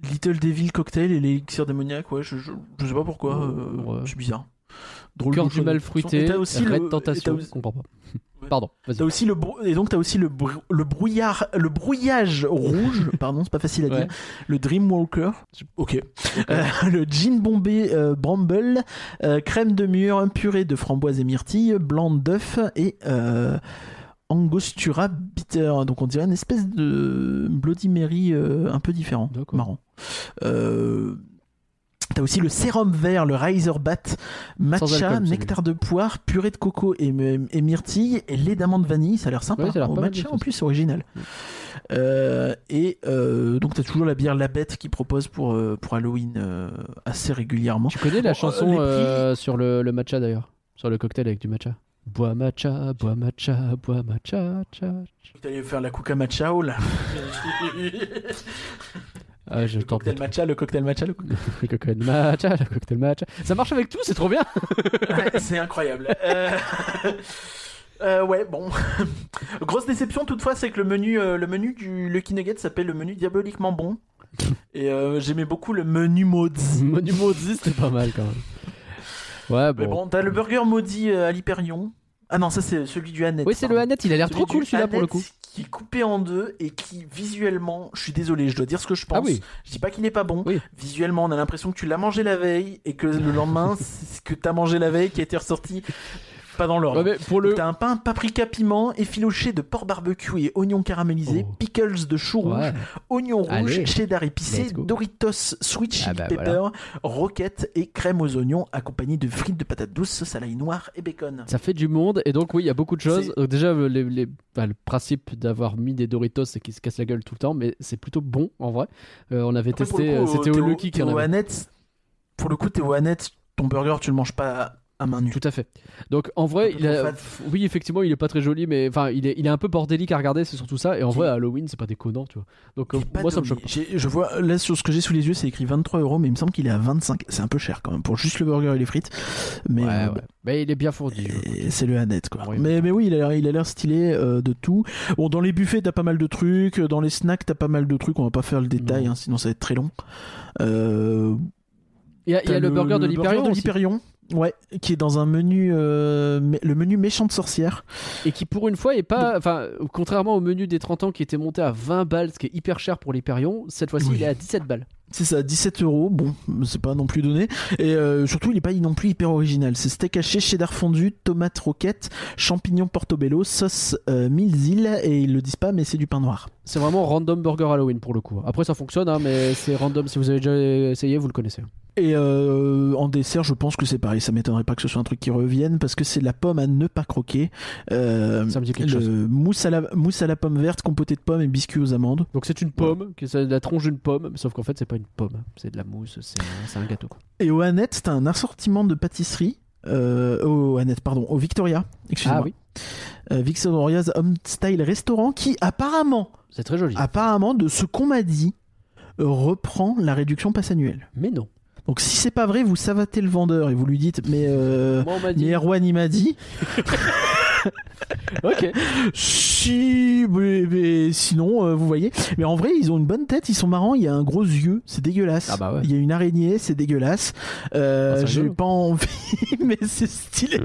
Speaker 2: Little Devil Cocktail et l'élixir démoniaque, ouais, je, je, je sais pas pourquoi, euh,
Speaker 1: Ouais.
Speaker 2: c'est bizarre. Drôle
Speaker 1: Cœur
Speaker 2: de
Speaker 1: du
Speaker 2: choix
Speaker 1: mal
Speaker 2: de façon.
Speaker 1: fruité,
Speaker 2: Et t'as aussi
Speaker 1: Red
Speaker 2: le- et t'as
Speaker 1: Tentation. Je
Speaker 2: aussi-
Speaker 1: comprends pas.
Speaker 2: Ouais.
Speaker 1: Pardon, vas-y.
Speaker 2: T'as aussi le brou- et donc t'as aussi le, brou- le brouillard le brouillage
Speaker 1: [LAUGHS]
Speaker 2: rouge pardon c'est pas facile à
Speaker 1: Ouais.
Speaker 2: dire le Dreamwalker ok Euh, le gin bombay euh, bramble euh, crème de mûre purée de framboise et myrtille blanc d'œuf et euh, angostura bitter donc on dirait une espèce de bloody mary euh, un peu différent
Speaker 1: D'accord.
Speaker 2: marrant euh, T'as aussi le sérum vert, le Razorbat, matcha,
Speaker 1: alcool, celui-là.
Speaker 2: nectar de poire, purée de coco et, et myrtille, et lait d'amande vanille. Ça a l'air sympa.
Speaker 1: Ouais, ça a l'air
Speaker 2: Au
Speaker 1: pas mal,
Speaker 2: matcha
Speaker 1: ça.
Speaker 2: en plus, original. Euh, et euh, donc t'as toujours la bière La Bête qui propose pour, euh, pour Halloween euh, assez régulièrement.
Speaker 1: Tu connais la
Speaker 2: Bon,
Speaker 1: chanson
Speaker 2: euh, les prix-
Speaker 1: euh, sur le, le matcha d'ailleurs, sur le cocktail avec du matcha. Bois matcha, bois matcha, bois matcha. Cha.
Speaker 2: T'allais faire la Kuka Matcha, oh là.
Speaker 1: Ah, je
Speaker 2: le
Speaker 1: tente
Speaker 2: cocktail matcha, le cocktail matcha, le cocktail-
Speaker 1: le cocktail matcha, le cocktail matcha. Ça marche avec tout, c'est trop bien.
Speaker 2: Ouais, c'est incroyable. Euh, [LAUGHS] euh, ouais, bon. [LAUGHS] Grosse déception toutefois, c'est que le menu, euh, le menu du Lucky Nugget s'appelle le menu diaboliquement bon. Et euh, j'aimais beaucoup le [LAUGHS] menu
Speaker 1: [LAUGHS]
Speaker 2: maudit.
Speaker 1: Menu maudit, c'était pas mal quand même. Ouais,
Speaker 2: Mais
Speaker 1: bon.
Speaker 2: bon, t'as le burger maudit euh, à l'Hyperion. Ah non, ça c'est celui du Annette.
Speaker 1: Oui, c'est le
Speaker 2: pardon.
Speaker 1: Annette, il a l'air trop
Speaker 2: Celui
Speaker 1: cool
Speaker 2: du
Speaker 1: celui-là pour le coup.
Speaker 2: Annette Qui est coupé en deux et qui visuellement, je suis désolé, je dois dire ce que je pense.
Speaker 1: Ah oui,
Speaker 2: Je dis pas qu'il est pas bon.
Speaker 1: Oui.
Speaker 2: Visuellement, on a l'impression que tu l'as mangé la veille et que
Speaker 1: [LAUGHS]
Speaker 2: le lendemain, c'est ce que t'as mangé la veille qui a été ressorti pas dans l'ordre.
Speaker 1: Ouais, mais pour le.
Speaker 2: T'as un pain paprika piment effiloché de porc barbecue et oignons caramélisés,
Speaker 1: Oh.
Speaker 2: pickles de chou rouge,
Speaker 1: Ouais.
Speaker 2: oignons
Speaker 1: Allez.
Speaker 2: rouges, cheddar épicé,
Speaker 1: Let's go.
Speaker 2: Doritos sweet chili
Speaker 1: Ah bah
Speaker 2: pepper, roquettes et crème aux oignons accompagnée de frites de patates douces, sauce à l'ail noire et bacon.
Speaker 1: Ça fait du monde et donc oui il y a beaucoup de choses. Euh, Déjà le- les- les- enfin, le principe d'avoir mis des Doritos c'est qu'ils se cassent la gueule tout le temps mais c'est plutôt bon en vrai. Euh, on avait
Speaker 2: Après, pour le
Speaker 1: testé,
Speaker 2: coup,
Speaker 1: euh,
Speaker 2: euh,
Speaker 1: c'était
Speaker 2: t'es
Speaker 1: au Lucky
Speaker 2: t'es
Speaker 1: qui en
Speaker 2: au
Speaker 1: avait.
Speaker 2: Annette. Pour le coup, t'es au Annette, ton burger, tu le manges pas à main nue.
Speaker 1: Tout à fait. Donc en
Speaker 2: Un
Speaker 1: vrai,
Speaker 2: peu
Speaker 1: il a-
Speaker 2: trop fat.
Speaker 1: pff, oui effectivement il est pas très joli mais enfin il est, il est un peu bordélique à regarder c'est surtout ça et en vrai Halloween c'est pas déconnant tu vois. Donc euh,
Speaker 2: Il est pas
Speaker 1: moi ça me
Speaker 2: donné.
Speaker 1: choque.
Speaker 2: J'ai- Je vois là sur ce que j'ai sous les yeux, c'est écrit 23 euros, mais il me semble qu'il est à 25. C'est un peu cher quand même pour juste le burger et les frites. Mais
Speaker 1: Ouais,
Speaker 2: euh,
Speaker 1: ouais. Mais il est bien fourni. je-
Speaker 2: Et c'est le Annette quoi.
Speaker 1: Oui.
Speaker 2: mais, mais oui, il a l'air- il a l'air stylé euh, de tout. Bon, dans les buffets, t'as pas mal de trucs. Dans les snacks, t'as pas mal de trucs. On va pas faire le détail,
Speaker 1: Non.
Speaker 2: hein, sinon ça va être très long. Euh,
Speaker 1: Il y a, il y a
Speaker 2: t'as
Speaker 1: le, burger de
Speaker 2: le
Speaker 1: l'Hyperion aussi,
Speaker 2: l'Hyperion, Ouais, qui est dans un menu, euh, mé- le menu méchante sorcière.
Speaker 1: et qui pour une fois est pas, enfin contrairement au menu des 30 ans qui était monté à 20 balles ce qui est hyper cher pour l'Hyperion, cette fois-ci
Speaker 2: Oui.
Speaker 1: il est à 17 balles.
Speaker 2: C'est ça, 17 euros. Bon, c'est pas non plus donné. Et euh, surtout, il est pas non plus hyper original. C'est steak haché, cheddar fondu, tomate roquette, champignons portobello, sauce euh, mille îles. Et ils le disent pas, mais c'est du pain noir.
Speaker 1: C'est vraiment random burger Halloween pour le coup. Après ça fonctionne, hein, mais c'est random. Si vous avez déjà essayé, vous le connaissez.
Speaker 2: Et euh, en dessert, je pense que c'est pareil. Ça m'étonnerait pas que ce soit un truc qui revienne parce que c'est de la pomme à ne pas croquer. Euh,
Speaker 1: Ça me dit quelque
Speaker 2: le
Speaker 1: chose.
Speaker 2: mousse à la mousse à la pomme verte, compotée de pommes et biscuits aux amandes.
Speaker 1: Donc c'est une pomme, qui c'est la tronche d'une pomme, sauf qu'en fait c'est pas une pomme, c'est de la mousse, c'est c'est un gâteau. Quoi.
Speaker 2: Et au Annette, t'as un assortiment de pâtisseries. Euh, au Annette, pardon, au Victoria.
Speaker 1: Ah
Speaker 2: Excusez-moi.
Speaker 1: oui,
Speaker 2: Euh, Victoria's Home Style Restaurant qui apparemment,
Speaker 1: c'est très
Speaker 2: Ah.
Speaker 1: joli.
Speaker 2: apparemment de ce qu'on m'a dit, euh, reprend la réduction passe annuelle.
Speaker 1: Mais non.
Speaker 2: Donc si c'est pas vrai, vous savatez le vendeur et vous lui dites mais euh,
Speaker 1: Moi on m'a dit.
Speaker 2: mais Erwan il m'a dit.
Speaker 1: Ok.
Speaker 2: Si, mais, mais sinon, euh, vous voyez. Mais en vrai, ils ont une bonne tête, ils sont marrants. Il y a un gros yeux, c'est dégueulasse.
Speaker 1: Ah bah ouais.
Speaker 2: Il y a une araignée, c'est dégueulasse. Euh,
Speaker 1: Ah, c'est
Speaker 2: J'ai
Speaker 1: rigolo.
Speaker 2: pas envie, [LAUGHS] mais c'est stylé.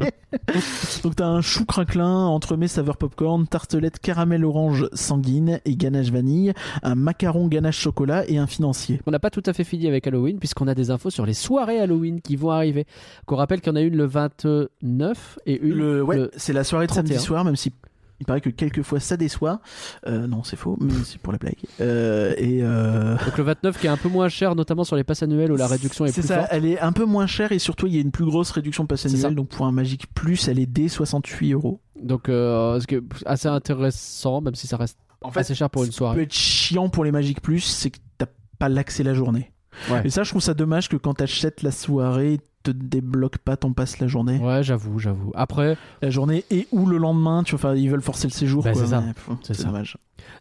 Speaker 2: Donc t'as un chou crinquelin, entremets saveur popcorn, tartelette caramel orange sanguine et ganache vanille, un macaron ganache chocolat et un financier.
Speaker 1: On n'a pas tout à fait fini avec Halloween, puisqu'on a des infos sur les soirées Halloween qui vont arriver. Qu'on rappelle qu'il y en a une le 29 et une
Speaker 2: Le, ouais,
Speaker 1: le-
Speaker 2: c'est la soirée de
Speaker 1: 31.
Speaker 2: samedi soir, même si il paraît que quelquefois ça déçoit. Euh, non, c'est faux, mais c'est pour la blague. Euh, et euh,
Speaker 1: Donc le 29 qui est un peu moins cher, notamment sur les passes annuelles où la réduction est,
Speaker 2: C'est
Speaker 1: plus
Speaker 2: ça,
Speaker 1: forte.
Speaker 2: elle est un peu moins chère et surtout il y a une plus grosse réduction passe
Speaker 1: C'est ça.
Speaker 2: annuelle. Donc pour un Magic Plus, elle est dès 68 euros.
Speaker 1: Donc euh, ce qui est assez intéressant, même si ça reste
Speaker 2: En
Speaker 1: assez cher pour une
Speaker 2: ce qui
Speaker 1: soirée.
Speaker 2: Ah, peut être chiant pour les Magic Plus, c'est que t'as pas l'accès la journée.
Speaker 1: Ouais.
Speaker 2: Et ça, je trouve ça dommage que quand t'achètes la soirée, te débloque pas ton passe la journée.
Speaker 1: Ouais, j'avoue, j'avoue. Après,
Speaker 2: La journée et ou le lendemain, tu vois, enfin, ils veulent forcer le séjour.
Speaker 1: Bah,
Speaker 2: quoi.
Speaker 1: c'est ça.
Speaker 2: Ouais, pff,
Speaker 1: C'est
Speaker 2: C'est
Speaker 1: ça.
Speaker 2: dommage.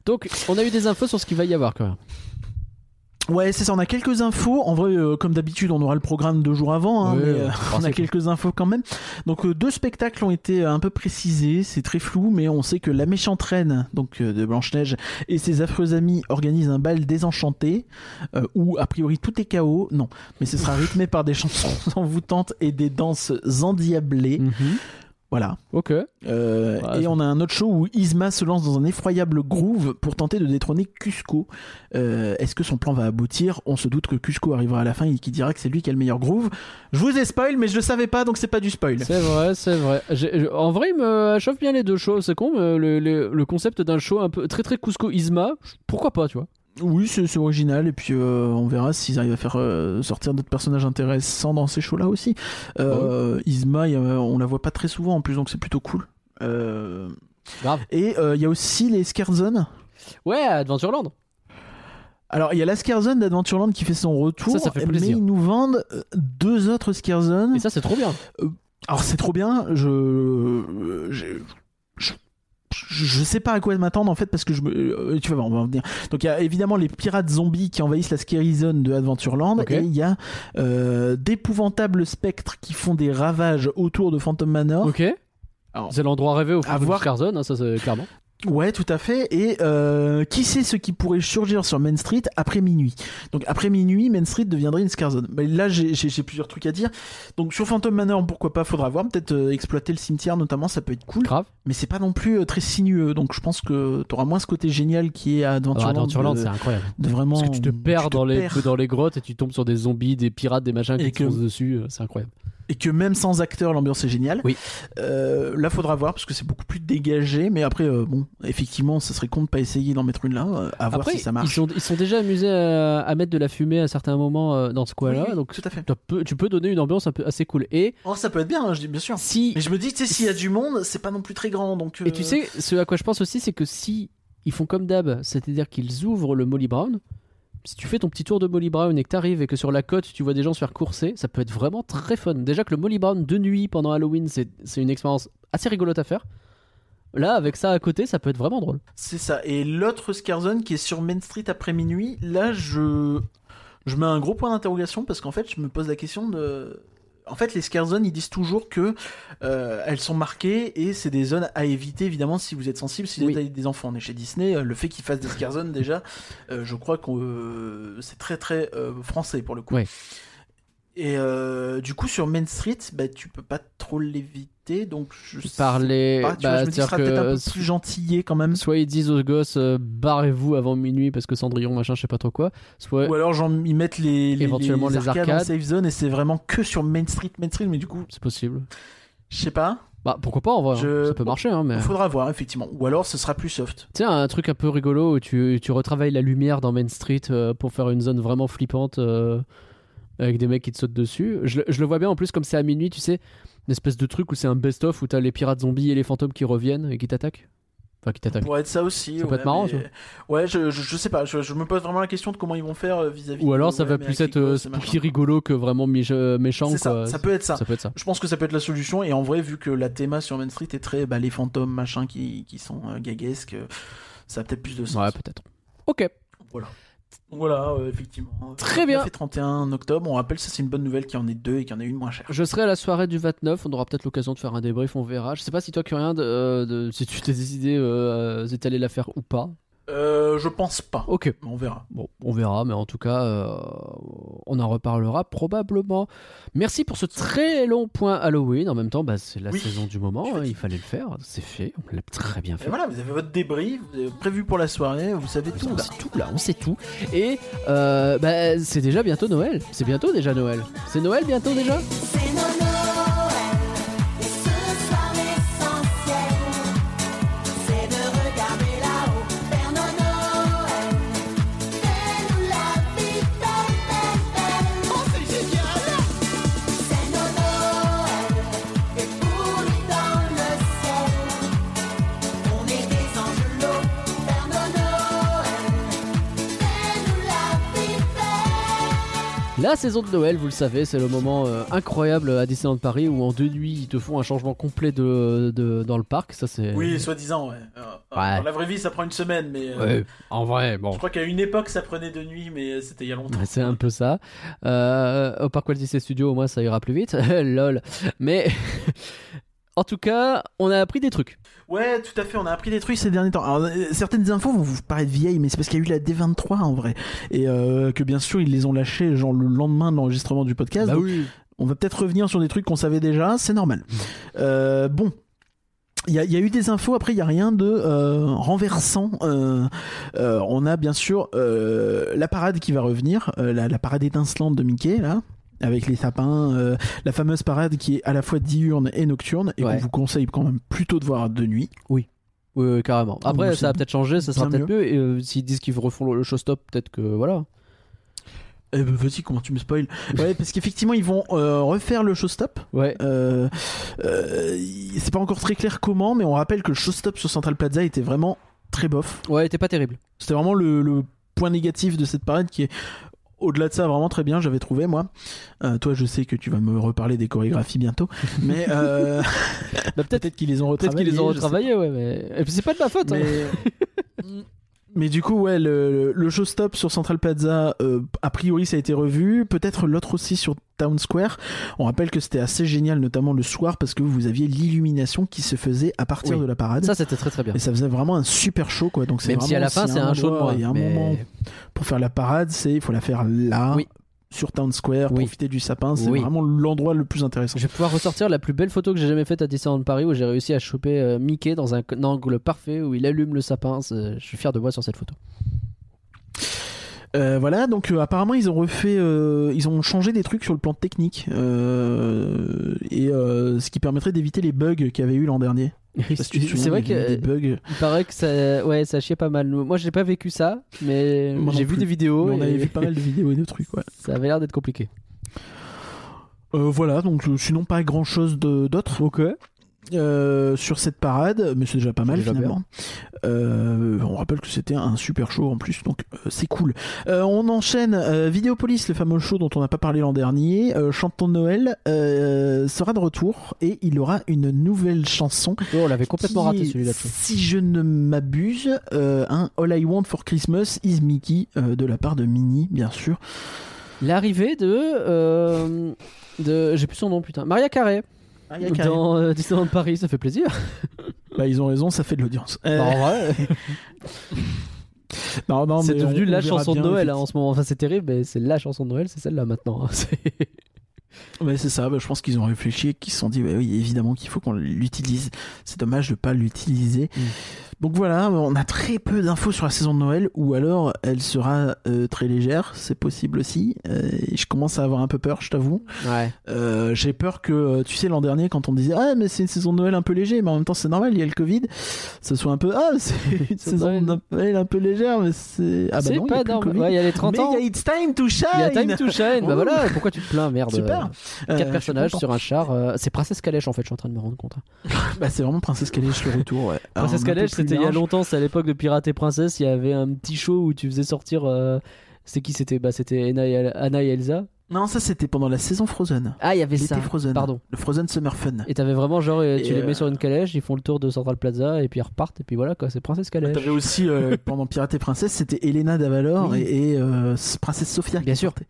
Speaker 1: Donc, on a eu des infos sur ce qu'il va y avoir quand même.
Speaker 2: Ouais, c'est ça, on a quelques infos. En vrai, euh, comme d'habitude, on aura le programme deux jours avant, hein,
Speaker 1: Ouais,
Speaker 2: mais euh,
Speaker 1: ouais.
Speaker 2: [LAUGHS] on a
Speaker 1: Pensez,
Speaker 2: quelques infos quand même. Donc, euh, deux spectacles ont été euh, un peu précisés, c'est très flou, mais on sait que la méchante reine donc, euh, de Blanche-Neige et ses affreux amis organisent un bal désenchanté, euh, où a priori tout est chaos, non, mais ce sera rythmé par des [LAUGHS] chansons envoûtantes et des danses endiablées.
Speaker 1: Mhm.
Speaker 2: Voilà.
Speaker 1: Ok.
Speaker 2: Euh,
Speaker 1: Ouais,
Speaker 2: et
Speaker 1: ça-
Speaker 2: on a un autre show où Isma se lance dans un effroyable groove pour tenter de détrôner Cusco. Euh, Est-ce que son plan va aboutir On se doute que Cusco arrivera à la fin et qu'il dira que c'est lui qui a le meilleur groove. Je vous ai spoil, mais je le savais pas, donc c'est pas du spoil.
Speaker 1: C'est vrai, c'est vrai. J'ai- je- en vrai, il me chauffe bien les deux shows. C'est con, mais le, le- le concept d'un show un peu très très Cusco Isma, pourquoi pas, tu vois
Speaker 2: Oui, c'est c'est original, et puis euh, on verra s'ils arrivent à faire euh, sortir d'autres personnages intéressants dans ces shows-là aussi. Euh, Isma, il y a- on la voit pas très souvent en plus, donc c'est plutôt cool. Euh,
Speaker 1: Grave.
Speaker 2: Et euh, il y a aussi les Scare Zone.
Speaker 1: Ouais, Adventureland.
Speaker 2: Alors, il y a la Scare Zone d'Adventureland qui fait son retour,
Speaker 1: Ça, ça fait
Speaker 2: mais
Speaker 1: plaisir.
Speaker 2: ils nous vendent euh, deux autres Scare Zone.
Speaker 1: Et ça, c'est trop bien.
Speaker 2: Alors, c'est trop bien, je... euh, j'ai- je... je- je sais pas à quoi m'attendre en fait parce que je me... euh, Tu vas voir, on va en venir. Donc il y a évidemment les pirates zombies qui envahissent la Scary Zone de Adventureland
Speaker 1: Ok.
Speaker 2: et il y a euh, d'épouvantables spectres qui font des ravages autour de Phantom Manor.
Speaker 1: Ok.
Speaker 2: Alors,
Speaker 1: C'est l'endroit rêvé au fond
Speaker 2: à
Speaker 1: de
Speaker 2: voir.
Speaker 1: Scarzone, hein, ça c'est clairement.
Speaker 2: Ouais, tout à fait. Et euh, qui sait ce qui pourrait surgir sur Main Street après minuit Donc après minuit, Main Street deviendrait une scare zone. Mais là, j'ai- j'ai j'ai plusieurs trucs à dire. Donc sur Phantom Manor, pourquoi pas Faudra voir. Peut-être euh, exploiter le cimetière, notamment, ça peut être cool.
Speaker 1: Grave.
Speaker 2: Mais c'est pas non plus euh, très sinueux. Donc je pense que t'auras moins ce côté génial qui est à
Speaker 1: Alors,
Speaker 2: Adventureland.
Speaker 1: Ah,
Speaker 2: euh,
Speaker 1: Adventureland,
Speaker 2: de-
Speaker 1: c'est incroyable.
Speaker 2: de vraiment.
Speaker 1: Parce que tu te perds dans les
Speaker 2: perds.
Speaker 1: dans les grottes et tu tombes sur des zombies, des pirates, des machins
Speaker 2: Et
Speaker 1: qui te
Speaker 2: que-
Speaker 1: foncent dessus. euh, C'est incroyable.
Speaker 2: et que même sans acteur l'ambiance est géniale.
Speaker 1: Oui.
Speaker 2: Euh, là faudra voir parce que c'est beaucoup plus dégagé mais après euh, bon effectivement ça serait con de pas essayer d'en mettre une là euh, à voir
Speaker 1: Après,
Speaker 2: si ça marche.
Speaker 1: ils sont ils sont déjà amusés à, à mettre de la fumée à certains moments euh, dans ce coin-là,
Speaker 2: Oui, oui,
Speaker 1: donc
Speaker 2: tout à fait.
Speaker 1: tu peux, tu peux donner une ambiance un peu assez cool. Et
Speaker 2: Oh, ça peut être bien, hein, je dis bien sûr.
Speaker 1: si
Speaker 2: Mais je me dis, tu sais, s'il y a du monde, c'est pas non plus très grand, donc. euh,
Speaker 1: Et tu sais, ce à quoi je pense aussi, c'est que si ils font comme d'hab, c'est-à-dire qu'ils ouvrent le Molly Brown, si tu fais ton petit tour de Molly Brown et que t'arrives et que sur la côte tu vois des gens se faire courser, ça peut être vraiment très fun. Déjà que le Molly Brown de nuit pendant Halloween, c'est c'est une expérience assez rigolote à faire. Là, avec ça à côté, ça peut être vraiment drôle.
Speaker 2: C'est ça. Et l'autre Scarzone qui est sur Main Street après minuit, là, je. Je mets un gros point d'interrogation parce qu'en fait, je me pose la question de. En fait, les scare zones, ils disent toujours que euh, elles sont marquées et c'est des zones à éviter, évidemment, si vous êtes sensible, si vous
Speaker 1: Oui.
Speaker 2: êtes avec des enfants. On est chez Disney, euh, le fait qu'ils fassent des scare zones, déjà, euh, je crois que c'est très très euh, français pour le coup.
Speaker 1: Ouais.
Speaker 2: Et euh, du coup, sur Main Street, bah, tu peux pas trop l'éviter, donc je sais
Speaker 1: Par les.
Speaker 2: pas, tu vois,
Speaker 1: bah,
Speaker 2: je me dis, ce
Speaker 1: c'est-à-dire
Speaker 2: sera peut-être un
Speaker 1: que
Speaker 2: peu plus gentillé quand même.
Speaker 1: soit ils disent aux gosses euh, barrez-vous avant minuit parce que Cendrillon, machin, je sais pas trop quoi. Soit.
Speaker 2: Ou alors genre, ils mettent les, les,
Speaker 1: Éventuellement, les
Speaker 2: arcades, en
Speaker 1: arcades.
Speaker 2: safe zone et c'est vraiment que sur Main Street, Main Street, mais du coup,
Speaker 1: C'est possible.
Speaker 2: je sais pas,
Speaker 1: Bah pourquoi pas en vrai, hein.
Speaker 2: Je-
Speaker 1: ça peut marcher, hein, mais.
Speaker 2: faudra voir effectivement. Ou alors ce sera plus soft.
Speaker 1: Tu sais, un truc un peu rigolo où tu, tu retravailles la lumière dans Main Street euh, pour faire une zone vraiment flippante euh, avec des mecs qui te sautent dessus. Je, le- je le vois bien en plus, comme c'est à minuit, tu sais, une espèce de truc où c'est un best-of où t'as les pirates zombies et les fantômes qui reviennent et qui t'attaquent. Enfin, qui t'attaquent.
Speaker 2: Pourrait être ça aussi.
Speaker 1: Ça peut
Speaker 2: ouais,
Speaker 1: être marrant,
Speaker 2: mais-
Speaker 1: tu vois.
Speaker 2: Ouais, je, je, je sais pas, je, je me pose vraiment la question de comment ils vont faire euh, vis-à-vis.
Speaker 1: Ou
Speaker 2: de-
Speaker 1: alors ça
Speaker 2: ouais,
Speaker 1: va
Speaker 2: mais
Speaker 1: plus
Speaker 2: avec
Speaker 1: être
Speaker 2: les
Speaker 1: euh,
Speaker 2: gosses,
Speaker 1: spooky
Speaker 2: machin.
Speaker 1: rigolo que vraiment mi- euh, méchant.
Speaker 2: C'est ça,
Speaker 1: quoi.
Speaker 2: ça peut être ça.
Speaker 1: Ça peut être ça.
Speaker 2: Je pense que ça peut être la solution et en vrai vu que la théma sur Main Street est très bah, les fantômes machin qui, qui sont euh, gaguesques, euh, ça a peut-être plus de sens.
Speaker 1: Ouais, peut-être. Ok.
Speaker 2: Voilà. Donc Voilà, euh, effectivement.
Speaker 1: Très bien.
Speaker 2: On fait 31 octobre. On rappelle, ça c'est une bonne nouvelle qu'il y en ait deux et qu'il y en ait une moins chère.
Speaker 1: Je serai à la soirée du 29, on aura peut-être l'occasion de faire un débrief, on verra. Je sais pas si toi, Curien, de, euh, de- si tu t'es décidé euh, si t'allais la faire ou pas.
Speaker 2: Euh, je pense pas.
Speaker 1: Ok.
Speaker 2: Mais on verra.
Speaker 1: Bon, on verra, mais en tout cas, euh, on en reparlera probablement. Merci pour ce très long point Halloween. En même temps, bah, c'est la
Speaker 2: Oui.
Speaker 1: saison du moment,
Speaker 2: Je suis
Speaker 1: hein, il
Speaker 2: fatigué.
Speaker 1: fallait le faire. C'est fait, on l'a très bien
Speaker 2: Et
Speaker 1: fait.
Speaker 2: voilà, vous avez votre débris vous avez prévu pour la soirée. Vous savez tout.
Speaker 1: On
Speaker 2: là.
Speaker 1: sait tout là, on sait tout. Et euh, bah, c'est déjà bientôt Noël. C'est bientôt déjà Noël. C'est Noël bientôt déjà
Speaker 4: C'est nos Noël, et ce soir l'essentiel, c'est de regarder là-haut vers nos Noël. Fais-nous la vie belle, belle, belle. Oh, c'est génial! C'est nos Noël, et pour lui dans le ciel, on est des angelots vers nos Noël. Fais-nous la vie belle.
Speaker 1: La saison de Noël, vous le savez, c'est le moment euh, incroyable à Disneyland Paris où en deux nuits ils te font un changement complet de, de- dans le parc. Ça c'est.
Speaker 2: Oui, soi-disant, ouais. Euh,
Speaker 1: Ouais.
Speaker 2: Dans la vraie vie, ça prend une semaine, mais. euh,
Speaker 1: Ouais, en vrai, bon.
Speaker 2: Je crois qu'à une époque, ça prenait de nuit, mais euh, c'était il y a longtemps.
Speaker 1: Ouais, C'est un peu ça. Euh, au Parc Walt Disney Studio, au moins, ça ira plus vite. [LAUGHS] Lol. Mais [LAUGHS] en tout cas, on a appris des trucs.
Speaker 2: Ouais, tout à fait, on a appris des trucs ces derniers temps. Alors, euh, certaines infos vont vous paraître vieilles, mais c'est parce qu'il y a eu la D23 en vrai. Et euh, que bien sûr, ils les ont lâchés genre le lendemain de l'enregistrement du podcast. Donc,
Speaker 1: Bah oui. Mmh.
Speaker 2: On va peut-être revenir sur des trucs qu'on savait déjà, c'est normal. Euh, bon. Il y, a- il y a eu des infos, après il y a rien de euh, renversant. Euh, euh, on a bien sûr euh, la parade qui va revenir, euh, la, la parade étincelante de Mickey, là, avec les sapins, euh, la fameuse parade qui est à la fois diurne et nocturne, et
Speaker 1: Ouais.
Speaker 2: qu'on vous conseille quand même plutôt de voir de nuit.
Speaker 1: Oui, oui, carrément.
Speaker 2: Ah,
Speaker 1: Après,
Speaker 2: bah,
Speaker 1: ça va
Speaker 2: c'est
Speaker 1: peut-être changer, ça sera
Speaker 2: bien
Speaker 1: peut-être mieux. Et euh, s'ils disent qu'ils refont le showstop, peut-être que voilà.
Speaker 2: Eh ben vas-y, comment tu me spoil Ouais, parce qu'effectivement ils vont euh, refaire le showstop.
Speaker 1: Ouais.
Speaker 2: Euh, euh, y- c'est pas encore très clair comment, mais on rappelle que le showstop sur Central Plaza était vraiment très bof.
Speaker 1: Ouais, t'es pas terrible.
Speaker 2: C'était vraiment le, le point négatif de cette parade qui est au-delà de ça vraiment très bien, j'avais trouvé moi. Euh, toi, je sais que tu vas me reparler des chorégraphies bientôt, mais
Speaker 1: [LAUGHS]
Speaker 2: euh, [LAUGHS]
Speaker 1: Bah, peut-être
Speaker 2: peut-être qu'ils les ont
Speaker 1: peut-être
Speaker 2: retravaillées.
Speaker 1: qu'ils les ont
Speaker 2: je sais
Speaker 1: retravaillés, ouais. Mais... Et puis, c'est pas de ma faute. hein.
Speaker 2: mais... euh, [LAUGHS] mais du coup, ouais, le, le showstop sur Central Plaza, euh, a priori, ça a été revu. Peut-être l'autre aussi sur Town Square. On rappelle que c'était assez génial, notamment le soir, parce que vous aviez l'illumination qui se faisait à partir
Speaker 1: Oui.
Speaker 2: de la parade.
Speaker 1: Ça, c'était très très bien.
Speaker 2: et ça faisait vraiment un super show, quoi. Donc c'est
Speaker 1: Même si à
Speaker 2: vraiment-
Speaker 1: la fin,
Speaker 2: s'il y
Speaker 1: c'est
Speaker 2: a
Speaker 1: un show de
Speaker 2: endroit
Speaker 1: moi.
Speaker 2: et un
Speaker 1: mais-
Speaker 2: moment pour faire la parade, c'est il faut la faire là,
Speaker 1: Oui.
Speaker 2: sur Town Square,
Speaker 1: Oui.
Speaker 2: profiter du sapin. C'est
Speaker 1: Oui.
Speaker 2: vraiment l'endroit le plus intéressant.
Speaker 1: Je vais pouvoir ressortir la plus belle photo que j'ai jamais faite à Disneyland Paris où j'ai réussi à choper euh, Mickey dans un un angle parfait où il allume le sapin. C'est- Je suis fier de moi sur cette photo.
Speaker 2: Euh, voilà, donc euh, apparemment ils ont refait, euh, ils ont changé des trucs sur le plan technique euh, et euh, ce qui permettrait d'éviter les bugs qu'il y avait eu l'an dernier. Je sais pas si tu te souviens,
Speaker 1: C'est vrai
Speaker 2: il y avait
Speaker 1: que euh,
Speaker 2: eu des bugs.
Speaker 1: Il paraît que ça, ouais, ça chiait pas mal. Moi, j'ai pas vécu ça, mais
Speaker 2: Moi non
Speaker 1: j'ai vu
Speaker 2: plus.
Speaker 1: des vidéos.
Speaker 2: Mais on avait
Speaker 1: et
Speaker 2: vu pas mal de vidéos et de trucs. Ouais.
Speaker 1: Ça avait l'air d'être compliqué.
Speaker 2: Euh, voilà, donc euh, sinon pas grand chose d'autre
Speaker 1: Ok.
Speaker 2: euh, sur cette parade, mais c'est déjà pas mal
Speaker 1: déjà
Speaker 2: finalement. Euh, on rappelle que c'était un super show en plus, donc euh, c'est cool. Euh, on enchaîne euh, Vidéopolis, le fameux show dont on n'a pas parlé l'an dernier. Euh, Chantons Noël euh, sera de retour et il aura une nouvelle chanson
Speaker 1: Oh, on l'avait complètement
Speaker 2: qui
Speaker 1: raté
Speaker 2: est,
Speaker 1: celui-là. tu vois.
Speaker 2: Si je ne m'abuse, euh, un All I Want for Christmas is Mickey euh, de la part de Minnie, bien sûr.
Speaker 1: L'arrivée de, euh, de, j'ai plus son nom putain, Maria Carré dans euh, Disneyland Paris, ça fait plaisir.
Speaker 2: [LAUGHS] Bah, ils ont raison, ça fait de l'audience. Euh,
Speaker 1: Bah, en [LAUGHS] vrai,
Speaker 2: non, non,
Speaker 1: c'est
Speaker 2: mais
Speaker 1: devenu
Speaker 2: on- on
Speaker 1: la
Speaker 2: verra
Speaker 1: chanson de
Speaker 2: bien,
Speaker 1: Noël hein, en ce moment. Enfin, c'est terrible, mais c'est la chanson de Noël, c'est celle-là maintenant. hein. [LAUGHS] C'est- hein.
Speaker 2: Ouais, c'est ça. Bah, je pense qu'ils ont réfléchi et qu'ils se sont dit, bah oui, évidemment qu'il faut qu'on l'utilise. C'est dommage de pas l'utiliser.
Speaker 1: Mm.
Speaker 2: Donc voilà, on a très peu d'infos sur la saison de Noël, ou alors elle sera euh, très légère, c'est possible aussi. Euh, et je commence à avoir un peu peur, je t'avoue.
Speaker 1: ouais.
Speaker 2: Euh, J'ai peur que, euh, tu sais, l'an dernier, quand on disait, ah, mais c'est une saison de Noël un peu léger, mais en même temps, c'est normal, il y a le Covid, ça soit un peu, ah,
Speaker 1: [LAUGHS]
Speaker 2: c'est une saison de Noël un peu légère, mais c'est. Ah, bah
Speaker 1: c'est
Speaker 2: non, il y
Speaker 1: pas
Speaker 2: a plus le
Speaker 1: normal.
Speaker 2: Covid.
Speaker 1: Ouais, Il y a les 30
Speaker 2: mais il
Speaker 1: ans.
Speaker 2: y a It's Time to Shine!
Speaker 1: Il y a Time to Shine. bah
Speaker 2: Ouh.
Speaker 1: voilà. Pourquoi tu te plains, merde
Speaker 2: Super! Euh, je
Speaker 1: Quatre
Speaker 2: suis
Speaker 1: personnages
Speaker 2: content.
Speaker 1: sur un char. euh, c'est Princesse Calèche en fait. Je suis en train de me rendre compte. hein.
Speaker 2: Bah, c'est vraiment Princesse Calèche le retour. Ouais.
Speaker 1: [LAUGHS]
Speaker 2: Alors,
Speaker 1: Princesse
Speaker 2: un peu
Speaker 1: Calèche,
Speaker 2: plus
Speaker 1: c'était il y a
Speaker 2: large.
Speaker 1: longtemps, c'est à l'époque de Pirates et Princesse, il y avait un petit show où tu faisais sortir. euh, C'était qui C'était bah, c'était Anna, et- Anna et Elsa.
Speaker 2: Non, ça c'était pendant la saison Frozen.
Speaker 1: Ah, il y avait
Speaker 2: L'été Frozen.
Speaker 1: Pardon.
Speaker 2: Le Frozen Summer Fun.
Speaker 1: Et t'avais vraiment genre, euh,
Speaker 2: Et
Speaker 1: tu les
Speaker 2: euh,
Speaker 1: mets sur une calèche, ils font le tour de Central Plaza et puis ils repartent et puis voilà quoi, c'est Princesse Calèche.
Speaker 2: T'avais aussi euh, [LAUGHS] pendant Pirates et Princesse, c'était Elena d'Avalor
Speaker 1: Oui.
Speaker 2: et, et, euh, Princesse Sophia.
Speaker 1: Bien
Speaker 2: qui
Speaker 1: sûr. hein.
Speaker 2: sortait.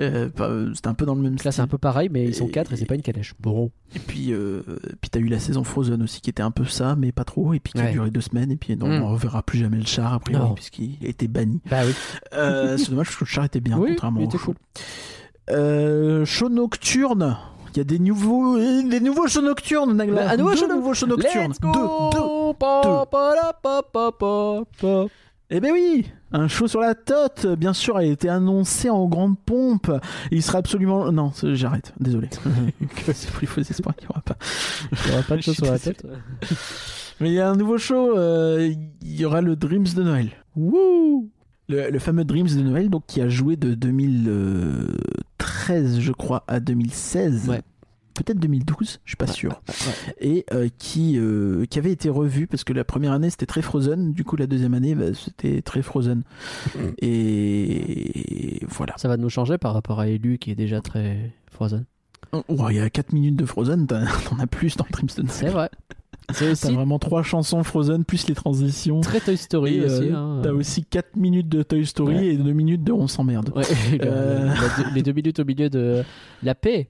Speaker 2: Euh, bah, euh, c'était un peu dans le même
Speaker 1: Donc là c'est
Speaker 2: style.
Speaker 1: un peu pareil, mais ils sont
Speaker 2: Et-
Speaker 1: quatre et c'est pas une calèche. Bon.
Speaker 2: Et puis, euh, puis t'as eu la saison Frozen aussi qui était un peu ça, mais pas trop, et puis qui a
Speaker 1: Ouais.
Speaker 2: duré deux semaines, et puis non,
Speaker 1: Mm.
Speaker 2: on reverra plus jamais le char après,
Speaker 1: Non.
Speaker 2: puisqu'il a
Speaker 1: [LAUGHS]
Speaker 2: été banni.
Speaker 1: Bah oui.
Speaker 2: Euh, c'est dommage parce que le char était bien,
Speaker 1: Oui,
Speaker 2: contrairement
Speaker 1: il
Speaker 2: au
Speaker 1: était
Speaker 2: show. Euh, show nocturne. Il y a des nouveaux, euh, des nouveaux shows nocturnes, Nagla.
Speaker 1: Bah, à nouveau
Speaker 2: Deux
Speaker 1: show no-
Speaker 2: nouveaux shows nocturnes.
Speaker 1: Let's go
Speaker 2: Deux, deux.
Speaker 1: Pa,
Speaker 2: deux.
Speaker 1: pa, la, pa, pa, pa, pa.
Speaker 2: Eh ben oui, un show sur la tote, bien sûr, a été annoncé en grande pompe. Il sera absolument, non, c'est- j'arrête,
Speaker 1: [LAUGHS]
Speaker 2: désolé. [LAUGHS] c'est plus faux espoirs qu'il n'y aura pas.
Speaker 1: Il y aura
Speaker 2: [LAUGHS]
Speaker 1: pas de
Speaker 2: Je
Speaker 1: choses
Speaker 2: suis
Speaker 1: sur la
Speaker 2: désolé.
Speaker 1: tête.
Speaker 2: Mais il y a un nouveau show, euh, il y aura le Dreams de Noël.
Speaker 1: Wouh
Speaker 2: Le, le fameux Dreams de Noël, donc qui a joué de 2013, je euh, crois, à 2016.
Speaker 1: Ouais.
Speaker 2: peut-être 2012, je suis pas sûr, et euh, qui, euh, qui avait été revu parce que la première année c'était très Frozen, du coup la deuxième année bah, c'était très Frozen. Et voilà.
Speaker 1: Ça va nous changer par rapport à Elu qui est déjà très Frozen.
Speaker 2: Oh, Il y a 4 minutes de Frozen, t'en [LAUGHS] t'en as plus dans Dreamstone.
Speaker 1: C'est vrai. C'est
Speaker 2: T'as
Speaker 1: aussi
Speaker 2: vraiment trois chansons Frozen plus les transitions.
Speaker 1: très Toy Story
Speaker 2: Et, euh,
Speaker 1: aussi. hein.
Speaker 2: T'as aussi 4 minutes de Toy Story
Speaker 1: Ouais.
Speaker 2: et 2 minutes de On s'emmerde.
Speaker 1: Ouais, [LAUGHS] le-
Speaker 2: Euh.
Speaker 1: la deux- les deux minutes au milieu de la paix.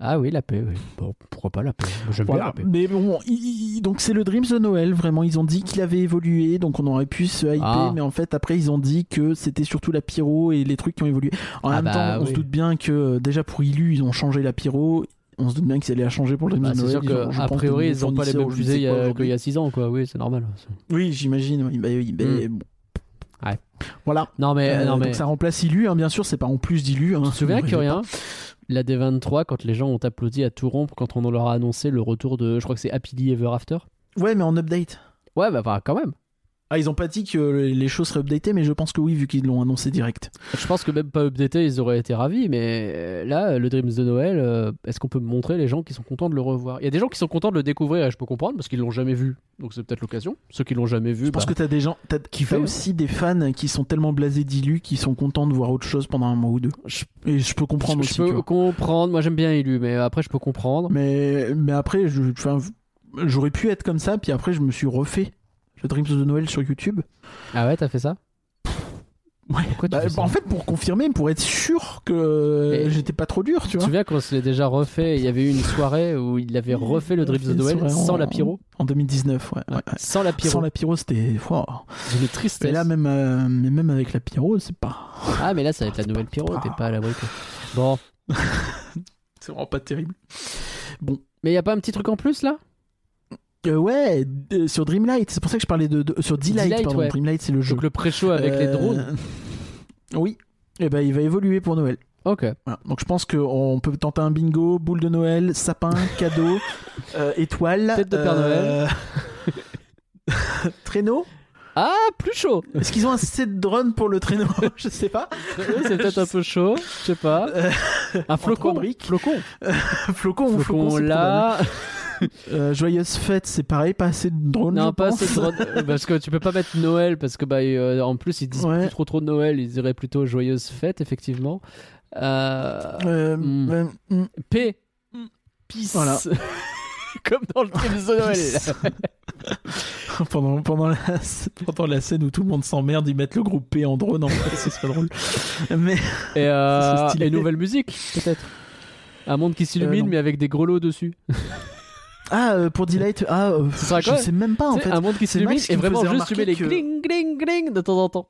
Speaker 1: Ah oui, la paix. Oui. Ah, Bon, pourquoi pas la paix Moi, J'aime bien
Speaker 2: Voilà.
Speaker 1: la paix.
Speaker 2: Mais bon, i- i- donc c'est le Dreams de Noël, vraiment. Ils ont dit qu'il avait évolué, donc on aurait pu se hyper,
Speaker 1: Ah.
Speaker 2: mais en fait, après, ils ont dit que c'était surtout la pyro et les trucs qui ont évolué. En
Speaker 1: Ah
Speaker 2: même
Speaker 1: bah
Speaker 2: temps, on
Speaker 1: oui.
Speaker 2: se doute bien que euh, déjà pour Ilu, ils ont changé la pyro. On se doute bien qu'ils allaient la changer pour le Dreams
Speaker 1: Bah,
Speaker 2: de
Speaker 1: c'est
Speaker 2: Noël.
Speaker 1: sûr
Speaker 2: Ils ont, je
Speaker 1: qu'a
Speaker 2: pense,
Speaker 1: priori,
Speaker 2: des
Speaker 1: ils n'ont pas les mêmes
Speaker 2: fournisseurs ou je ne
Speaker 1: fusées euh, il y
Speaker 2: sais quoi
Speaker 1: a- qu'il
Speaker 2: aujourd'hui.
Speaker 1: y a 6 ans, quoi. Oui, c'est normal.
Speaker 2: Oui, j'imagine. oui, bah oui, bah,
Speaker 1: Mm.
Speaker 2: bon. Voilà.
Speaker 1: Non, mais.
Speaker 2: Euh,
Speaker 1: Eh, non, mais...
Speaker 2: Donc ça remplace Ilu, hein, bien sûr, c'est pas en plus d'Ilu. Hein,
Speaker 1: Tu te souviens
Speaker 2: Vous
Speaker 1: que rien la D23, quand les gens ont applaudi à tout rompre, quand on leur a annoncé le retour de, je crois que c'est Happily Ever After.
Speaker 2: Ouais, mais en update.
Speaker 1: Ouais, bah, bah, quand même.
Speaker 2: Ah, ils ont pas dit que les choses seraient updatées, mais je pense que oui, vu qu'ils l'ont annoncé direct.
Speaker 1: Je pense que même pas updaté, ils auraient été ravis. Mais euh, là, le Dreams de Noël, euh, est-ce qu'on peut montrer les gens qui sont contents de le revoir Il y a des gens qui sont contents de le découvrir, et je peux comprendre, parce qu'ils l'ont jamais vu. Donc c'est peut-être l'occasion. Ceux qui l'ont jamais vu,
Speaker 2: Je pense
Speaker 1: bah,
Speaker 2: que t'as des gens, t'as t'as
Speaker 1: fait, ouais.
Speaker 2: aussi des fans qui sont tellement blasés d'Ilu qu'ils sont contents de voir autre chose pendant un mois ou deux.
Speaker 1: Je-
Speaker 2: Et je peux comprendre
Speaker 1: je,
Speaker 2: aussi.
Speaker 1: je peux
Speaker 2: tu vois.
Speaker 1: comprendre. Moi, j'aime bien Élu, mais après, je peux comprendre.
Speaker 2: Mais, mais après, je- enfin, j'aurais pu être comme ça, puis après, je me suis refait le Dreams de Noël sur YouTube.
Speaker 1: Ah ouais, t'as fait ça
Speaker 2: Ouais.
Speaker 1: Pourquoi tu
Speaker 2: Bah,
Speaker 1: fais
Speaker 2: bah,
Speaker 1: ça
Speaker 2: en fait, pour confirmer, pour être sûr que
Speaker 1: Et-
Speaker 2: j'étais pas trop dur, tu
Speaker 1: Tu te
Speaker 2: vois.
Speaker 1: souviens qu'on se l'est déjà refait Il y avait eu une soirée où il avait refait le Dreams de
Speaker 2: Une
Speaker 1: Noël
Speaker 2: soirée
Speaker 1: sans
Speaker 2: en-
Speaker 1: la pyro.
Speaker 2: En 2019, ouais. ouais, ouais.
Speaker 1: Sans la
Speaker 2: Sans
Speaker 1: pyro.
Speaker 2: la pyro, c'était. wow.
Speaker 1: D'une tristesse.
Speaker 2: Et là, même, euh, mais même avec la pyro, c'est pas.
Speaker 1: Ah, mais là, ça va être la nouvelle pyro,
Speaker 2: Ah.
Speaker 1: t'es pas à l'abri. quoi. Bon.
Speaker 2: C'est vraiment pas terrible.
Speaker 1: Mais y a pas un petit truc en plus là
Speaker 2: Euh, ouais, d- sur Dreamlight, c'est pour ça que je parlais de. de- sur Delight,
Speaker 1: Delight,
Speaker 2: pardon.
Speaker 1: ouais.
Speaker 2: Dreamlight, c'est le jeu.
Speaker 1: Donc le pré-show avec les
Speaker 2: Euh,
Speaker 1: drones.
Speaker 2: [LAUGHS] Oui. Et ben, il va évoluer pour Noël.
Speaker 1: Ok.
Speaker 2: Voilà. Donc, je pense qu'on peut tenter un bingo, boule de
Speaker 1: [LAUGHS]
Speaker 2: Noël, sapin, cadeau, euh, étoile.
Speaker 1: Tête de Père
Speaker 2: euh, [LAUGHS] traîneau
Speaker 1: Ah, plus chaud
Speaker 2: Est-ce qu'ils ont un set drone pour le traîneau [LAUGHS] Je sais pas.
Speaker 1: Euh, C'est peut-être un peu chaud, je sais pas.
Speaker 2: Euh,
Speaker 1: Un
Speaker 2: trois
Speaker 1: flocon
Speaker 2: briques.
Speaker 1: Flocon
Speaker 2: Flocon ou flocon
Speaker 1: Flocon
Speaker 2: c'est
Speaker 1: là.
Speaker 2: probable. Euh, joyeuse fête, c'est pareil, pas assez de drone.
Speaker 1: Non,
Speaker 2: je
Speaker 1: pas
Speaker 2: pense.
Speaker 1: assez de drone. Euh, Parce que tu peux pas mettre Noël, parce que bah, euh, en plus ils disent
Speaker 2: Ouais.
Speaker 1: plus trop trop de Noël, ils diraient plutôt joyeuse fête, effectivement. Euh,
Speaker 2: [LAUGHS] Euh,
Speaker 1: Hmm.
Speaker 2: euh, hmm.
Speaker 1: P. Peace.
Speaker 2: Voilà.
Speaker 1: [LAUGHS] Comme dans le film de Noël.
Speaker 2: [LAUGHS] pendant, pendant, la, [LAUGHS] pendant la scène où tout le monde s'emmerde, ils mettent le groupe P en drone en fait, ce serait
Speaker 1: [LAUGHS]
Speaker 2: drôle. Mais
Speaker 1: Et,
Speaker 2: [LAUGHS] C'est
Speaker 1: euh,
Speaker 2: stylé. Euh,
Speaker 1: et nouvelle musique, peut-être. Un monde qui s'illumine,
Speaker 2: non.
Speaker 1: mais avec des gros lots dessus.
Speaker 2: ah, euh, pour Delight, ah, euh,
Speaker 1: Ce sera
Speaker 2: je
Speaker 1: quoi
Speaker 2: sais même pas en
Speaker 1: Tu sais,
Speaker 2: fait.
Speaker 1: un monde qui
Speaker 2: c'est
Speaker 1: s'illumine
Speaker 2: Max qui
Speaker 1: et
Speaker 2: me
Speaker 1: vraiment
Speaker 2: faisait
Speaker 1: juste tu mets les
Speaker 2: remarquer
Speaker 1: gling gling gling de temps en temps.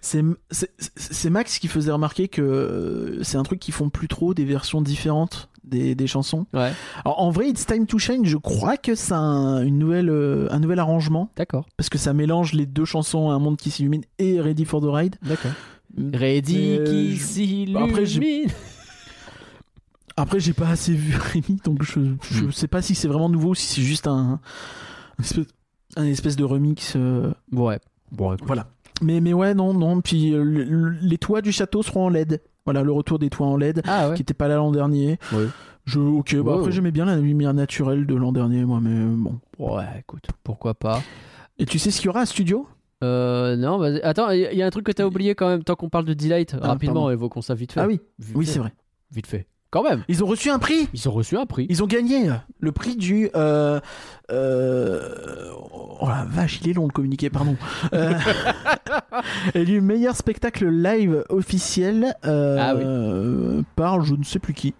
Speaker 2: C'est c'est- c'est Max qui faisait remarquer que euh, c'est un truc qu'ils font plus trop des versions différentes des, des chansons.
Speaker 1: Ouais,
Speaker 2: Alors, en vrai, It's Time to Shine, je crois que c'est un, une nouvelle, euh, un nouvel arrangement
Speaker 1: d'accord,
Speaker 2: parce que ça mélange les deux chansons Un monde qui s'illumine et Ready for the Ride.
Speaker 1: d'accord. Ready
Speaker 2: Mais, euh,
Speaker 1: qui
Speaker 2: je- Après, j'ai-
Speaker 1: s'illumine.
Speaker 2: Après, j'ai pas assez vu [LAUGHS] Rémi, donc je, je
Speaker 1: Hmm.
Speaker 2: sais pas si c'est vraiment nouveau ou si c'est juste un, un espèce, un espèce de remix. euh,
Speaker 1: Ouais. Bon, écoute.
Speaker 2: voilà. Mais, mais ouais, non, non. Puis euh, le- le- les toits du château seront en LED. Voilà, le retour des toits en LED,
Speaker 1: Ah ouais.
Speaker 2: qui était pas là l'an dernier.
Speaker 1: Ouais.
Speaker 2: Je, ok, bah
Speaker 1: Ouais,
Speaker 2: après,
Speaker 1: ouais.
Speaker 2: j'aimais bien la lumière naturelle de l'an dernier, moi, mais euh, bon. bah,
Speaker 1: Ouais, écoute, pourquoi pas.
Speaker 2: Et tu sais ce qu'il y aura à studio
Speaker 1: Euh, non, vas-y. attends, il y, y a un truc que t'as oublié quand même, tant qu'on parle de Delight,
Speaker 2: Ah,
Speaker 1: rapidement,
Speaker 2: pardon.
Speaker 1: évoquons ça vite fait.
Speaker 2: Ah oui,
Speaker 1: Vite
Speaker 2: oui,
Speaker 1: fait.
Speaker 2: c'est vrai.
Speaker 1: Vite fait. Quand même,
Speaker 2: Ils ont reçu un prix
Speaker 1: ils ont reçu un prix.
Speaker 2: Ils ont gagné le prix du. euh, euh, oh la vache, il est long le communiqué, pardon.
Speaker 1: [LAUGHS]
Speaker 2: Euh, et du meilleur spectacle live officiel euh,
Speaker 1: Ah oui.
Speaker 2: euh, par je ne sais plus qui.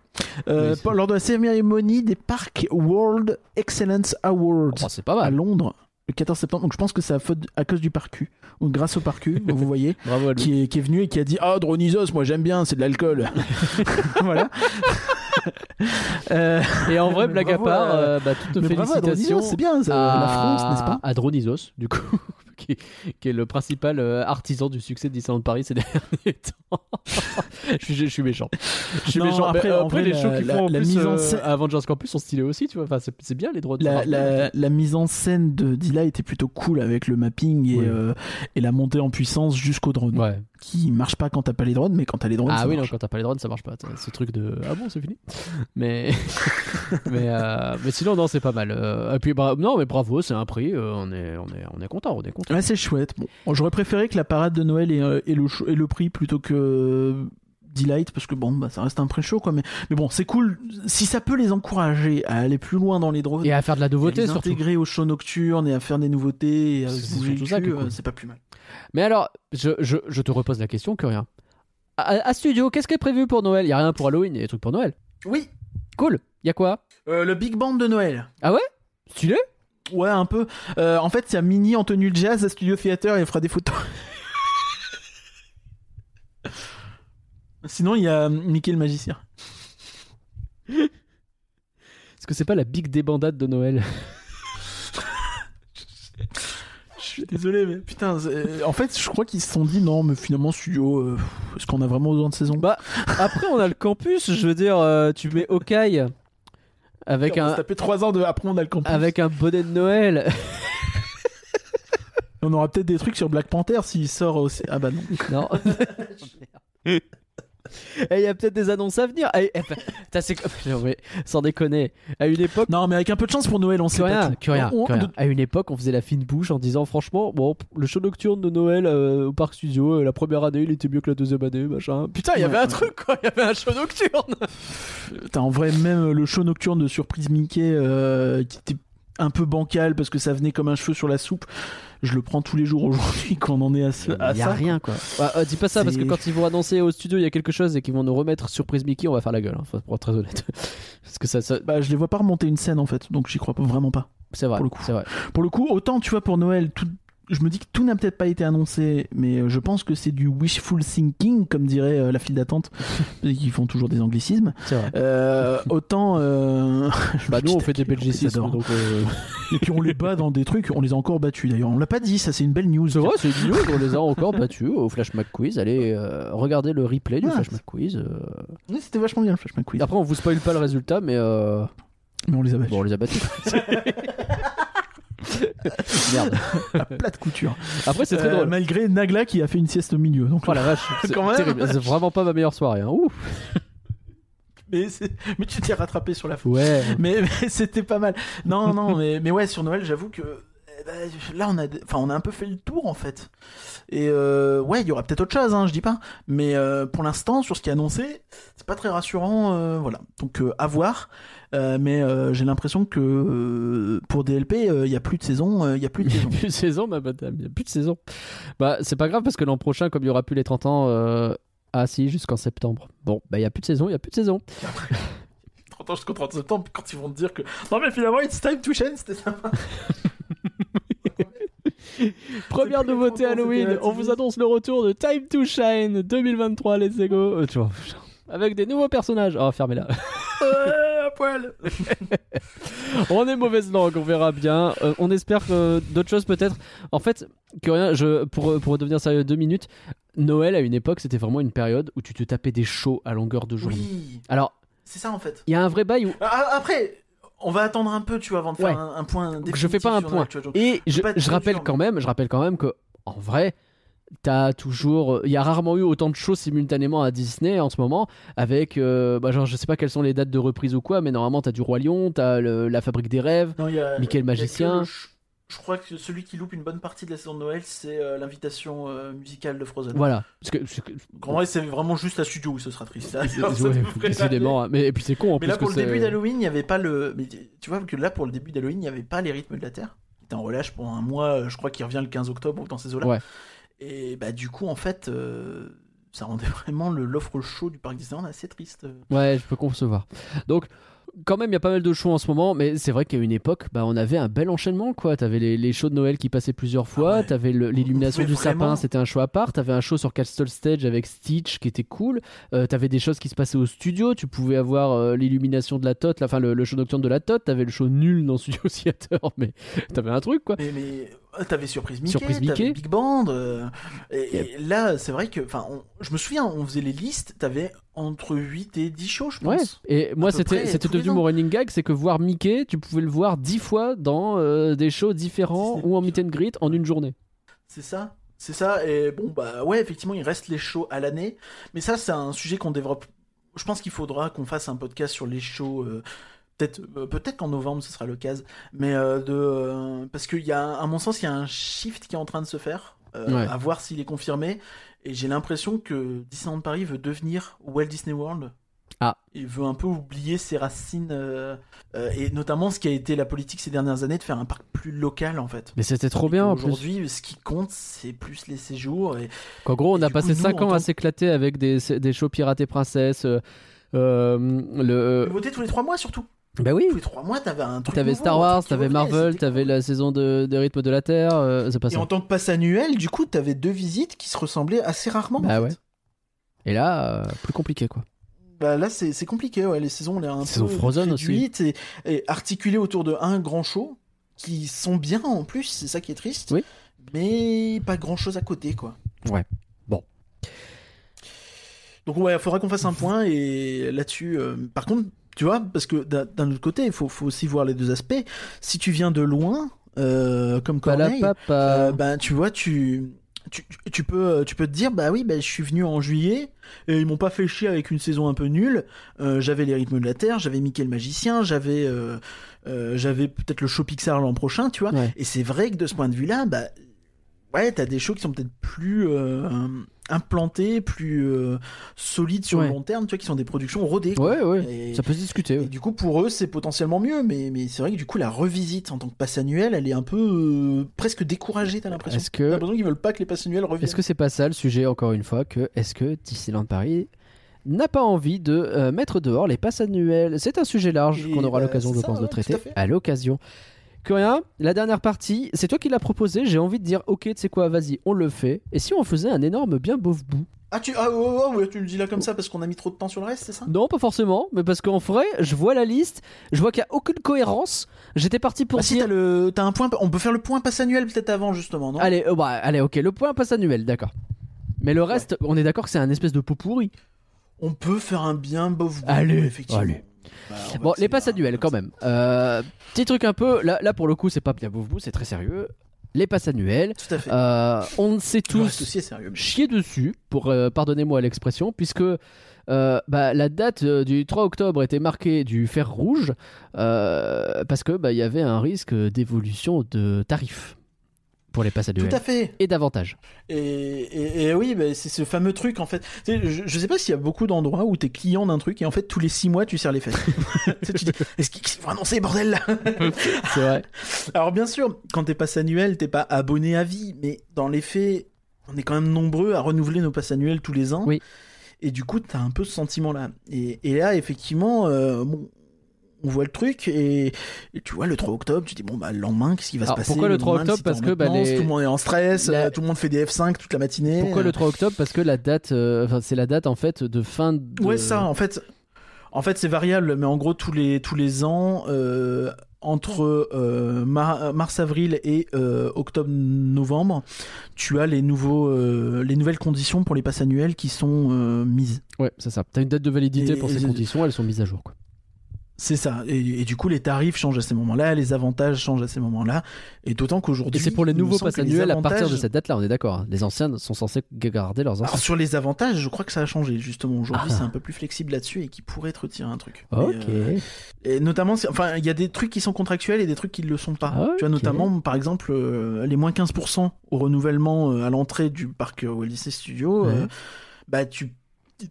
Speaker 2: Euh,
Speaker 1: Oui, c'est-
Speaker 2: par- lors de la cérémonie des Park World Excellence Awards
Speaker 1: Oh, c'est pas
Speaker 2: à
Speaker 1: mal.
Speaker 2: Londres le 14 septembre. Donc je pense que c'est à, faute- à cause du parcu, ou grâce au parcu,
Speaker 1: [LAUGHS]
Speaker 2: vous voyez
Speaker 1: Bravo à lui.
Speaker 2: qui est, qui est venu et qui a dit Ah, Dronisos, moi j'aime bien, c'est de l'alcool. [LAUGHS]
Speaker 1: [LAUGHS]
Speaker 2: voilà. Euh,
Speaker 1: Et en vrai,
Speaker 2: Mais
Speaker 1: blague à
Speaker 2: bravo
Speaker 1: part,
Speaker 2: à-
Speaker 1: euh, bah, toutes nos
Speaker 2: mais bravo à
Speaker 1: félicitations
Speaker 2: Dronisos, c'est bien, ça,
Speaker 1: à...
Speaker 2: la France, n'est-ce pas
Speaker 1: À Dronisos, du coup, [LAUGHS] qui, qui est le principal euh, artisan du succès de Disneyland Paris ces [LAUGHS] derniers temps. je, suis- je suis méchant. Je suis
Speaker 2: Non,
Speaker 1: méchant.
Speaker 2: après,
Speaker 1: Mais, euh,
Speaker 2: en vrai,
Speaker 1: les
Speaker 2: la-
Speaker 1: shows qu'ils
Speaker 2: la-
Speaker 1: font en
Speaker 2: la
Speaker 1: plus,
Speaker 2: mise en
Speaker 1: euh,
Speaker 2: scène-
Speaker 1: à Avengers Campus sont stylés aussi, tu vois. Enfin, c'est c'est bien les droits de
Speaker 2: La,
Speaker 1: rappel.
Speaker 2: la- la mise en scène de Dila était plutôt cool avec le mapping et,
Speaker 1: Oui.
Speaker 2: euh, et la montée en puissance jusqu'au drone.
Speaker 1: Ouais.
Speaker 2: Qui marche pas quand t'as pas les drones, mais quand t'as les drones,
Speaker 1: Ah
Speaker 2: ça
Speaker 1: oui, non,
Speaker 2: marche.
Speaker 1: quand t'as pas les drones, ça marche pas. T'as Ce truc de ah bon, c'est [LAUGHS] fini. Mais mais, euh, mais sinon non, c'est pas mal. Euh, et puis bra- non, mais bravo, c'est un prix. euh, on est on est on est content, on est content.
Speaker 2: Ouais, c'est chouette. Bon, j'aurais préféré que la parade de Noël ait, euh, ait le, cho- ait le prix plutôt que euh, Delight, parce que bon, bah, ça reste un pré-show, quoi. Mais, mais bon, c'est cool. Si ça peut les encourager à aller plus loin dans les drones,
Speaker 1: Et à faire de la
Speaker 2: à
Speaker 1: nouveauté
Speaker 2: les
Speaker 1: surtout.
Speaker 2: intégrer aux shows nocturnes et à faire des nouveautés, et à
Speaker 1: C'est-
Speaker 2: se
Speaker 1: c'est
Speaker 2: bouger le
Speaker 1: surtout ça qui est
Speaker 2: cul,
Speaker 1: cool.
Speaker 2: euh, c'est pas plus mal.
Speaker 1: Mais alors, je, je, je te repose la question, que rien. À, à studio, qu'est-ce qui est prévu pour Noël Y a rien pour Halloween, y a des trucs pour Noël.
Speaker 2: Oui,
Speaker 1: Cool. Y a quoi
Speaker 2: euh, le Big Band de Noël.
Speaker 1: Stylé
Speaker 2: Ouais, un peu. Euh, en fait, il y a Mini en tenue de jazz à Studio Theater et il fera des photos. [LAUGHS] Sinon, il y a euh, Mickey le magicien.
Speaker 1: Est-ce que c'est pas la big débandade de Noël
Speaker 2: Je suis désolé, mais putain, c'est- en fait, je crois qu'ils se sont dit non, mais finalement, studio, euh, est-ce qu'on a vraiment besoin de saison
Speaker 1: Bah, Après, on a le campus, je veux dire, euh, tu mets Hawkeye avec
Speaker 2: on
Speaker 1: un,
Speaker 2: s'est tapé 3 ans de après, on a le campus.
Speaker 1: avec un bonnet de Noël.
Speaker 2: On aura peut-être des trucs sur Black Panther s'il sort au. Ah bah [LAUGHS] non.
Speaker 1: [LAUGHS] Non. Il Eh, y a peut-être des annonces à venir. Eh, eh, putain, c'est co- [LAUGHS] Non, mais sans déconner. À une époque,
Speaker 2: Non, mais avec un peu de chance pour Noël, on sait
Speaker 1: que
Speaker 2: pas.
Speaker 1: rien,
Speaker 2: tout.
Speaker 1: que rien,
Speaker 2: On-
Speaker 1: que rien. À une époque, on faisait la fine bouche en disant franchement, bon, le show nocturne de Noël euh, au parc studio, euh, la première année, il était mieux que la deuxième année, machin. Putain, il y
Speaker 2: Ouais,
Speaker 1: avait un
Speaker 2: ouais.
Speaker 1: truc quoi, il y avait un show nocturne.
Speaker 2: Putain, en vrai, même euh, le show nocturne de Surprise Mickey, euh, qui était un peu bancal parce que ça venait comme un cheveu sur la soupe, je le prends tous les jours aujourd'hui [LAUGHS] qu'on en est à, ce- à
Speaker 1: Il y a
Speaker 2: ça.
Speaker 1: rien quoi. Ouais, euh, dis pas ça parce que
Speaker 2: C'est-
Speaker 1: quand ils vont annoncer au studio il y a quelque chose et qu'ils vont nous remettre surprise Mickey, on va faire la gueule, hein, faut- pour être très honnête. [LAUGHS] parce que ça, ça-
Speaker 2: Bah, je les vois pas remonter une scène en fait, donc j'y crois pas- vraiment pas.
Speaker 1: c'est vrai,
Speaker 2: Pour le coup.
Speaker 1: c'est vrai.
Speaker 2: Pour le coup, autant tu vois pour Noël, tout- je me dis que tout n'a peut-être pas été annoncé, mais euh, je pense que c'est du wishful thinking, comme dirait euh, la
Speaker 1: [LAUGHS]
Speaker 2: file d'attente, parce qu'ils font toujours des anglicismes.
Speaker 1: C'est vrai.
Speaker 2: Euh, autant. euh, [LAUGHS]
Speaker 1: Bah nous on
Speaker 2: putain,
Speaker 1: fait des
Speaker 2: quel con, ils
Speaker 1: belgicismes
Speaker 2: adorent.
Speaker 1: donc. euh, [LAUGHS]
Speaker 2: Et puis on les bat dans des trucs, on les a encore battus d'ailleurs. On l'a pas dit, ça c'est une belle news.
Speaker 1: C'est vrai, c'est idiot, on les a encore battus au Flash McQuiz. Allez, euh, regardez le replay du
Speaker 2: Ouais.
Speaker 1: Flash McQuiz. euh.
Speaker 2: Ouais, C'était vachement bien le Flash McQueen.
Speaker 1: Après, on vous spoil pas le résultat, mais euh,
Speaker 2: Mais on les a battus.
Speaker 1: bon, on les a
Speaker 2: [LAUGHS]
Speaker 1: battus. Merde.
Speaker 2: à plate couture.
Speaker 1: Après, c'est très
Speaker 2: Euh,
Speaker 1: drôle.
Speaker 2: Malgré Nagla qui a fait une sieste au milieu. Donc,
Speaker 1: Oh la vache, c'est
Speaker 2: Quand même.
Speaker 1: terrible. C'est vraiment pas ma meilleure soirée. Hein. Ouf.
Speaker 2: [LAUGHS] mais, c'est- mais tu t'es rattrapé sur la faute.
Speaker 1: Ouais.
Speaker 2: Mais, [LAUGHS] mais c'était pas mal. Non, [LAUGHS] non, mais, mais ouais, sur Noël, j'avoue que eh ben, là, on a, enfin, on a un peu fait le tour en fait. Et euh, ouais, il y aura peut-être autre chose, hein, je dis pas. Mais euh, pour l'instant, sur ce qui est annoncé, c'est pas très rassurant. euh, voilà. Donc euh, à voir. Euh, mais euh, j'ai l'impression que euh, pour DLP, il y a plus de saison. euh, Il y a [LAUGHS] plus de
Speaker 1: Il n'y a
Speaker 2: saison.
Speaker 1: plus de saison, ma madame. Il n'y a plus de saison. Bah, c'est pas grave parce que l'an prochain, comme il y aura plus les 30 ans. euh, Ah si, jusqu'en septembre. Bon, bah il n'y a plus de saison, il n'y a plus de saison.
Speaker 2: 30 ans jusqu'au 30 septembre, puis quand ils vont te dire que non, mais finalement, it's time to change, c'était sympa.
Speaker 1: Première
Speaker 2: plus les
Speaker 1: nouveauté
Speaker 2: 30 ans,
Speaker 1: Halloween,
Speaker 2: c'était
Speaker 1: on vous annonce le retour de Time to Shine 2023, let's go. Euh, tu vois, [LAUGHS] avec des nouveaux personnages. Oh, fermez-la. [LAUGHS]
Speaker 2: Ouais, à poil.
Speaker 1: on est mauvaise langue, on verra bien. Euh, on espère que d'autres choses peut-être. En fait, que rien, je, pour, euh, pour devenir sérieux deux minutes, Noël à une époque c'était vraiment une période où tu te tapais des shows à longueur de journée.
Speaker 2: Oui,
Speaker 1: Alors,
Speaker 2: c'est ça en fait.
Speaker 1: il y a un vrai bail où.
Speaker 2: Ah, Après, on va attendre un peu, tu vois, avant de faire
Speaker 1: Ouais.
Speaker 2: un, un point.
Speaker 1: Je fais pas un
Speaker 2: définitif sur
Speaker 1: point.
Speaker 2: Noël, tu vois, donc-
Speaker 1: Et je,
Speaker 2: pas être
Speaker 1: je
Speaker 2: trop
Speaker 1: rappelle
Speaker 2: dur,
Speaker 1: quand même, je rappelle quand même que en vrai, t'as toujours, euh, il y a rarement eu autant de shows simultanément à Disney en ce moment. Avec, euh, bah, genre, je sais pas quelles sont les dates de reprise ou quoi, mais normalement t'as du Roi Lion, t'as le- la Fabrique des rêves.
Speaker 2: Non, il y a-
Speaker 1: Mickey le
Speaker 2: il y a que
Speaker 1: magicien.
Speaker 2: le ch- Je crois que celui qui loupe une bonne partie de la saison de Noël, c'est euh, l'invitation euh, musicale de Frozen.
Speaker 1: Voilà. Parce que, parce que-
Speaker 2: En vrai, c'est vraiment juste la studio où ce sera triste. Alors, ça
Speaker 1: Ouais,
Speaker 2: me ferait
Speaker 1: décidément, hein. mais et puis c'est con en
Speaker 2: Mais
Speaker 1: plus
Speaker 2: là, pour
Speaker 1: que
Speaker 2: le
Speaker 1: c'est-
Speaker 2: début d'Halloween, il n'y avait pas le. mais tu vois que là, pour le début d'Halloween, il n'y avait pas les rythmes de la Terre. Il était en relâche pour un mois, euh, je crois qu'il revient le 15 octobre ou dans ces eaux-là.
Speaker 1: Ouais.
Speaker 2: Et bah, du coup, en fait, euh, ça rendait [LAUGHS] vraiment le- l'offre show du parc Disneyland assez triste.
Speaker 1: Ouais, je peux concevoir. Donc, quand même, il y a pas mal de shows en ce moment, mais c'est vrai qu'à une époque, bah, on avait un bel enchaînement, quoi. T'avais les, les shows de Noël qui passaient plusieurs fois,
Speaker 2: Ah ouais.
Speaker 1: t'avais le- l'illumination
Speaker 2: Mais
Speaker 1: du
Speaker 2: vraiment.
Speaker 1: sapin, c'était un show à part, t'avais un show sur Castle Stage avec Stitch qui était cool, euh, t'avais des choses qui se passaient au studio, tu pouvais avoir euh, l'illumination de la Tote, [LAUGHS] la- enfin le, le show nocturne de la Tote, t'avais le show nul dans Studio Theater, mais t'avais un truc, quoi.
Speaker 2: Mais, mais euh, t'avais Surprise Mickey,
Speaker 1: Surprise
Speaker 2: t'avais
Speaker 1: Mickey.
Speaker 2: Big Band. euh, et, et là, c'est vrai que, enfin, on- je me souviens, on faisait les listes, t'avais entre 8 et 10 shows, je
Speaker 1: Ouais,
Speaker 2: pense.
Speaker 1: et moi
Speaker 2: peu
Speaker 1: c'était
Speaker 2: près
Speaker 1: c'était
Speaker 2: tous les
Speaker 1: devenu
Speaker 2: ans.
Speaker 1: mon running gag, c'est que voir Mickey, tu pouvais le voir dix fois dans euh, des shows différents
Speaker 2: Disney
Speaker 1: ou en
Speaker 2: Plus,
Speaker 1: meet and greet en une journée.
Speaker 2: C'est ça. C'est ça. Et bon, bah ouais, effectivement, il reste les shows à l'année. Mais ça, c'est un sujet qu'on développe. Je pense qu'il faudra qu'on fasse un podcast sur les shows. euh, Peut-être euh, peut-être qu'en novembre, ce sera l'occasion. Mais euh, de. euh, parce qu'il y a, un- à mon sens, il y a un shift qui est en train de se faire. euh,
Speaker 1: Ouais.
Speaker 2: À voir s'il est confirmé. Et j'ai l'impression que Disneyland Paris veut devenir Walt Disney World.
Speaker 1: Ah.
Speaker 2: Et veut un peu oublier ses racines. euh, euh, et notamment ce qui a été la politique ces dernières années de faire un parc plus local, en fait.
Speaker 1: Mais c'était trop bien en plus.
Speaker 2: Aujourd'hui, ce qui compte, c'est plus les séjours. Et...
Speaker 1: Qu'en gros, on
Speaker 2: Et
Speaker 1: a
Speaker 2: du
Speaker 1: passé
Speaker 2: coup, nous,
Speaker 1: 5
Speaker 2: en
Speaker 1: ans à
Speaker 2: tant-
Speaker 1: s'éclater avec des, des shows Pirates et Princesses. euh, euh, le...
Speaker 2: Nouveauté tous les trois mois surtout.
Speaker 1: Bah oui,
Speaker 2: Tous les trois mois, t'avais un truc.
Speaker 1: t'avais
Speaker 2: nouveau,
Speaker 1: Star
Speaker 2: un truc
Speaker 1: Wars,
Speaker 2: qui
Speaker 1: t'avais
Speaker 2: revenait,
Speaker 1: Marvel,
Speaker 2: c'était
Speaker 1: t'avais
Speaker 2: cool.
Speaker 1: la saison de, des rythmes de la Terre. euh, c'est pas
Speaker 2: Et
Speaker 1: ça.
Speaker 2: en tant que passe annuel, du coup, t'avais deux visites qui se ressemblaient assez rarement.
Speaker 1: Bah
Speaker 2: en
Speaker 1: ouais.
Speaker 2: fait.
Speaker 1: Et là, euh, plus compliqué quoi.
Speaker 2: Bah là, c'est c'est compliqué. Ouais, les saisons, on est un
Speaker 1: Saison
Speaker 2: peu
Speaker 1: Frozen aussi.
Speaker 2: réduites et, et articulées autour de un grand show qui sont bien en plus. C'est ça qui est triste.
Speaker 1: Oui.
Speaker 2: Mais pas grand chose à côté, quoi.
Speaker 1: Ouais. Bon.
Speaker 2: Donc ouais, faudra qu'on fasse un point et là-dessus. euh, par contre, tu vois, parce que d'un d'un autre côté, il faut, faut aussi voir les deux aspects. Si tu viens de loin, euh, comme
Speaker 1: Pas la
Speaker 2: Corneille,
Speaker 1: papa.
Speaker 2: euh, ben, tu vois, tu, tu, tu- tu peux, tu peux te dire, bah oui, ben, je suis venu en juillet, et ils m'ont pas fait chier avec une saison un peu nulle. Euh, j'avais les rythmes de la Terre, j'avais Mickey le Magicien, j'avais euh, euh, j'avais peut-être le show Pixar l'an prochain, tu vois.
Speaker 1: Ouais.
Speaker 2: Et c'est vrai que de ce point de vue-là, bah, ouais, t'as des shows qui sont peut-être plus euh, implantés, plus euh, solides sur
Speaker 1: Ouais.
Speaker 2: le long terme, tu vois, qui sont des productions rodées. quoi.
Speaker 1: Ouais, ouais.
Speaker 2: Et-
Speaker 1: Ça peut se discuter.
Speaker 2: et
Speaker 1: ouais.
Speaker 2: du coup, pour eux, c'est potentiellement mieux, mais, mais c'est vrai que du coup, la revisite en tant que passe annuelle, elle est un peu euh, presque découragée, t'as l'impression.
Speaker 1: Est-ce que-
Speaker 2: T'as l'impression qu'ils veulent pas que les passes annuelles reviennent.
Speaker 1: Est-ce que c'est pas ça le sujet, encore une fois, que est-ce que Disneyland Paris n'a pas envie de euh, mettre dehors les passes annuelles C'est un sujet large
Speaker 2: Et
Speaker 1: qu'on aura
Speaker 2: bah,
Speaker 1: l'occasion,
Speaker 2: c'est
Speaker 1: je
Speaker 2: ça,
Speaker 1: pense, de
Speaker 2: ouais, tout à
Speaker 1: traiter
Speaker 2: fait.
Speaker 1: à, l'occasion. Coréen, la dernière partie, c'est toi qui l'as proposé, j'ai envie de dire ok, tu sais quoi, vas-y, on le fait. Et si on faisait un énorme bien beau bout
Speaker 2: Ah, tu... ah ouais, ouais, ouais, tu le dis là comme ça parce qu'on a mis trop de temps sur le reste, c'est ça
Speaker 1: Non, pas forcément, mais parce qu'en vrai, je vois la liste, je vois qu'il n'y a aucune cohérence. J'étais parti pour
Speaker 2: Bah, si,
Speaker 1: dire-
Speaker 2: t'as le... t'as un point, on peut faire le point passe annuel peut-être avant, justement, non
Speaker 1: Allez, euh, bah, allez, ok, le point passe annuel, d'accord. Mais le reste, on est d'accord que c'est un espèce de pot pourri.
Speaker 2: On peut faire un bien bof
Speaker 1: Allez,
Speaker 2: effectivement.
Speaker 1: allez.
Speaker 2: Bah, on va
Speaker 1: Bon, les
Speaker 2: accélérer
Speaker 1: passes
Speaker 2: un
Speaker 1: à duel
Speaker 2: peu
Speaker 1: quand
Speaker 2: comme
Speaker 1: même. Euh, petit truc un peu, là, là pour le coup, c'est pas bien bouf bouf, c'est très sérieux. Les passes annuelles,
Speaker 2: ça. Tout à fait.
Speaker 1: euh, on sait
Speaker 2: Le reste
Speaker 1: tous
Speaker 2: aussi est sérieux. mais-
Speaker 1: chier dessus, pour euh, pardonnez-moi l'expression, puisque euh, bah, la date euh, du 3 octobre était marquée du fer rouge, euh, parce que bah, il y avait un risque d'évolution de tarifs pour les passes à
Speaker 2: Tout
Speaker 1: duel.
Speaker 2: à fait.
Speaker 1: Et davantage.
Speaker 2: Et, et- et oui, bah, c'est ce fameux truc en fait. Tu sais, je, je sais pas s'il y a beaucoup d'endroits où t'es client d'un truc et en fait tous les six mois tu serres les fesses. [LAUGHS] Tu sais, tu dis, est-ce qu'ils vont annoncer bordel là
Speaker 1: C'est vrai.
Speaker 2: Alors bien sûr, quand t'es passe annuel, t'es pas abonné à vie, mais dans les faits, on est quand même nombreux à renouveler nos passes annuels tous les ans.
Speaker 1: Oui.
Speaker 2: Et du coup, t'as un peu ce sentiment-là. Et, et là, effectivement, euh, bon, on voit le truc et, et tu vois le 3 octobre, tu dis bon bah le lendemain, qu'est-ce qui va
Speaker 1: Alors,
Speaker 2: se passer
Speaker 1: pourquoi le 3
Speaker 2: lendemain,
Speaker 1: octobre
Speaker 2: si t'es en
Speaker 1: Parce que, bah,
Speaker 2: maintenance,
Speaker 1: les-
Speaker 2: tout le monde est en stress,
Speaker 1: la-
Speaker 2: euh, tout le monde fait des F5 toute la
Speaker 1: [LAUGHS]
Speaker 2: matinée.
Speaker 1: Pourquoi
Speaker 2: euh,
Speaker 1: le 3 octobre Parce que la date, euh, enfin, c'est la date en fait de fin de.
Speaker 2: Ouais, ça, en fait, en fait c'est variable, mais en gros, tous les, tous les ans, euh, entre euh, mar- mars-avril et euh, octobre-novembre, tu as les, nouveaux, euh, les nouvelles conditions pour les passes annuelles qui sont euh, mises.
Speaker 1: Ouais, c'est ça. T'as une date de validité
Speaker 2: Et-
Speaker 1: pour
Speaker 2: et-
Speaker 1: ces conditions, elles sont mises à jour. Quoi.
Speaker 2: C'est ça. Et, et du coup, les tarifs changent à ces moments-là, les avantages changent à ces moments-là. Et d'autant
Speaker 1: Et
Speaker 2: qu'aujourd'hui.
Speaker 1: c'est pour les
Speaker 2: il me
Speaker 1: nouveaux
Speaker 2: semble
Speaker 1: passes
Speaker 2: que les
Speaker 1: annuels à partir de
Speaker 2: avantages-
Speaker 1: cette date-là, on est d'accord. hein. Les anciens sont censés garder leurs
Speaker 2: Alors,
Speaker 1: anciens.
Speaker 2: sur les avantages, je crois que ça a changé justement. Aujourd'hui,
Speaker 1: Ah.
Speaker 2: c'est un peu plus flexible là-dessus et qui pourrait te retirer un truc. Mais,
Speaker 1: Ok.
Speaker 2: euh, Et notamment, c'est- enfin, il y a des trucs qui sont contractuels et des trucs qui ne le sont pas.
Speaker 1: Ah,
Speaker 2: Tu vois,
Speaker 1: ok.
Speaker 2: notamment, par exemple, euh, les moins 15% au renouvellement euh, à l'entrée du parc euh, Walt Disney Studio, euh,
Speaker 1: Ouais.
Speaker 2: bah, tu,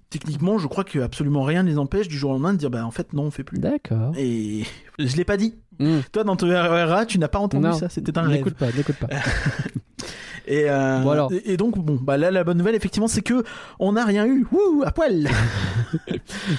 Speaker 2: techniquement, je crois que absolument rien ne les empêche du jour au lendemain de dire, bah, en fait, non, on fait plus.
Speaker 1: D'accord.
Speaker 2: Et [LAUGHS] je l'ai pas dit.
Speaker 1: Hmm.
Speaker 2: Toi, dans ton RRA, tu n'as pas entendu
Speaker 1: Non.
Speaker 2: ça. C'était un rêve.
Speaker 1: N'écoute pas, n'écoute pas.
Speaker 2: Et, euh,
Speaker 1: Bon, alors.
Speaker 2: et et donc, bon, bah, là, la bonne nouvelle, effectivement, c'est que on n'a rien eu. Wouh, à poil.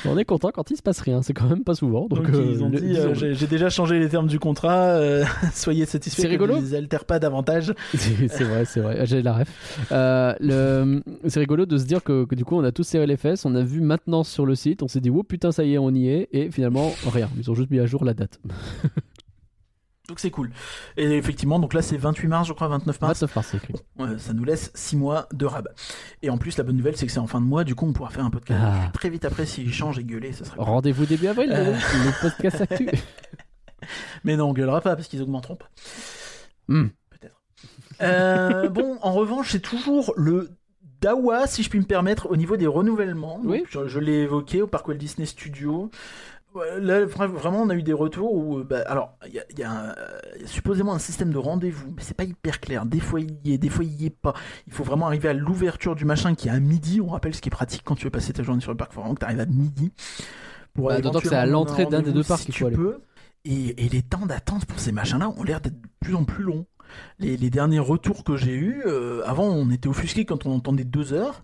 Speaker 1: on est content quand il se passe rien, c'est quand même pas souvent. [LAUGHS] Donc,
Speaker 2: Donc,
Speaker 1: euh,
Speaker 2: ils ont
Speaker 1: le-
Speaker 2: dit,
Speaker 1: disons-le.
Speaker 2: euh, j'ai- j'ai déjà changé les termes du contrat, euh, [LAUGHS] soyez satisfaits.
Speaker 1: C'est
Speaker 2: que
Speaker 1: rigolo.
Speaker 2: Je ne les altère pas davantage.
Speaker 1: [LAUGHS] C'est c'est vrai, c'est vrai. J'ai la ref. Euh, le- C'est rigolo de se dire que, que du coup, on a tous serré les fesses, on a vu maintenant sur le site, on s'est dit, oh putain, ça y est, on y est, et finalement, rien. Ils ont juste mis à jour la date.
Speaker 2: Donc c'est cool. Et effectivement, donc là, c'est 28 mars, je crois, 29 mars.
Speaker 1: 29 mars, c'est écrit.
Speaker 2: Ouais, ça nous laisse 6 mois de rabat. Et en plus, la bonne nouvelle, c'est que c'est en fin de mois, du coup, on pourra faire un podcast
Speaker 1: Ah. Oh.
Speaker 2: très vite après s'il change et gueuler, ça sera cool.
Speaker 1: Rendez-vous début avril,
Speaker 2: Euh.
Speaker 1: le- le podcast
Speaker 2: [LAUGHS]
Speaker 1: actu.
Speaker 2: Mais non, on gueulera pas parce qu'ils augmenteront pas.
Speaker 1: Hmm.
Speaker 2: Peut-être. Euh, bon, en revanche, c'est toujours le Dawa, si je puis me permettre, au niveau des renouvellements. Donc,
Speaker 1: Oui.
Speaker 2: Je, je l'ai évoqué au Parc Walt Disney Studio. Ouais, Là, vra- vraiment, on a eu des retours où, euh, bah, alors, il y a, il y a un- il y a supposément un système de rendez-vous, mais c'est pas hyper clair. Des fois, il y est, des fois, il y est pas. Il faut vraiment arriver à l'ouverture du machin qui est à midi. On rappelle ce qui est pratique quand tu veux passer ta journée sur le parc. Faut vraiment que tu arrives à midi. Pour
Speaker 1: Bah, d'autant que c'est à
Speaker 2: éventuellement
Speaker 1: l'entrée d'un des
Speaker 2: rendez-vous
Speaker 1: deux parcs
Speaker 2: si
Speaker 1: qu'il
Speaker 2: tu
Speaker 1: faut aller.
Speaker 2: peux. Et, et les temps d'attente pour ces machins-là ont l'air d'être de plus en plus longs. Les, les derniers retours que j'ai eus, euh, avant on était offusqué quand on entendait deux heures.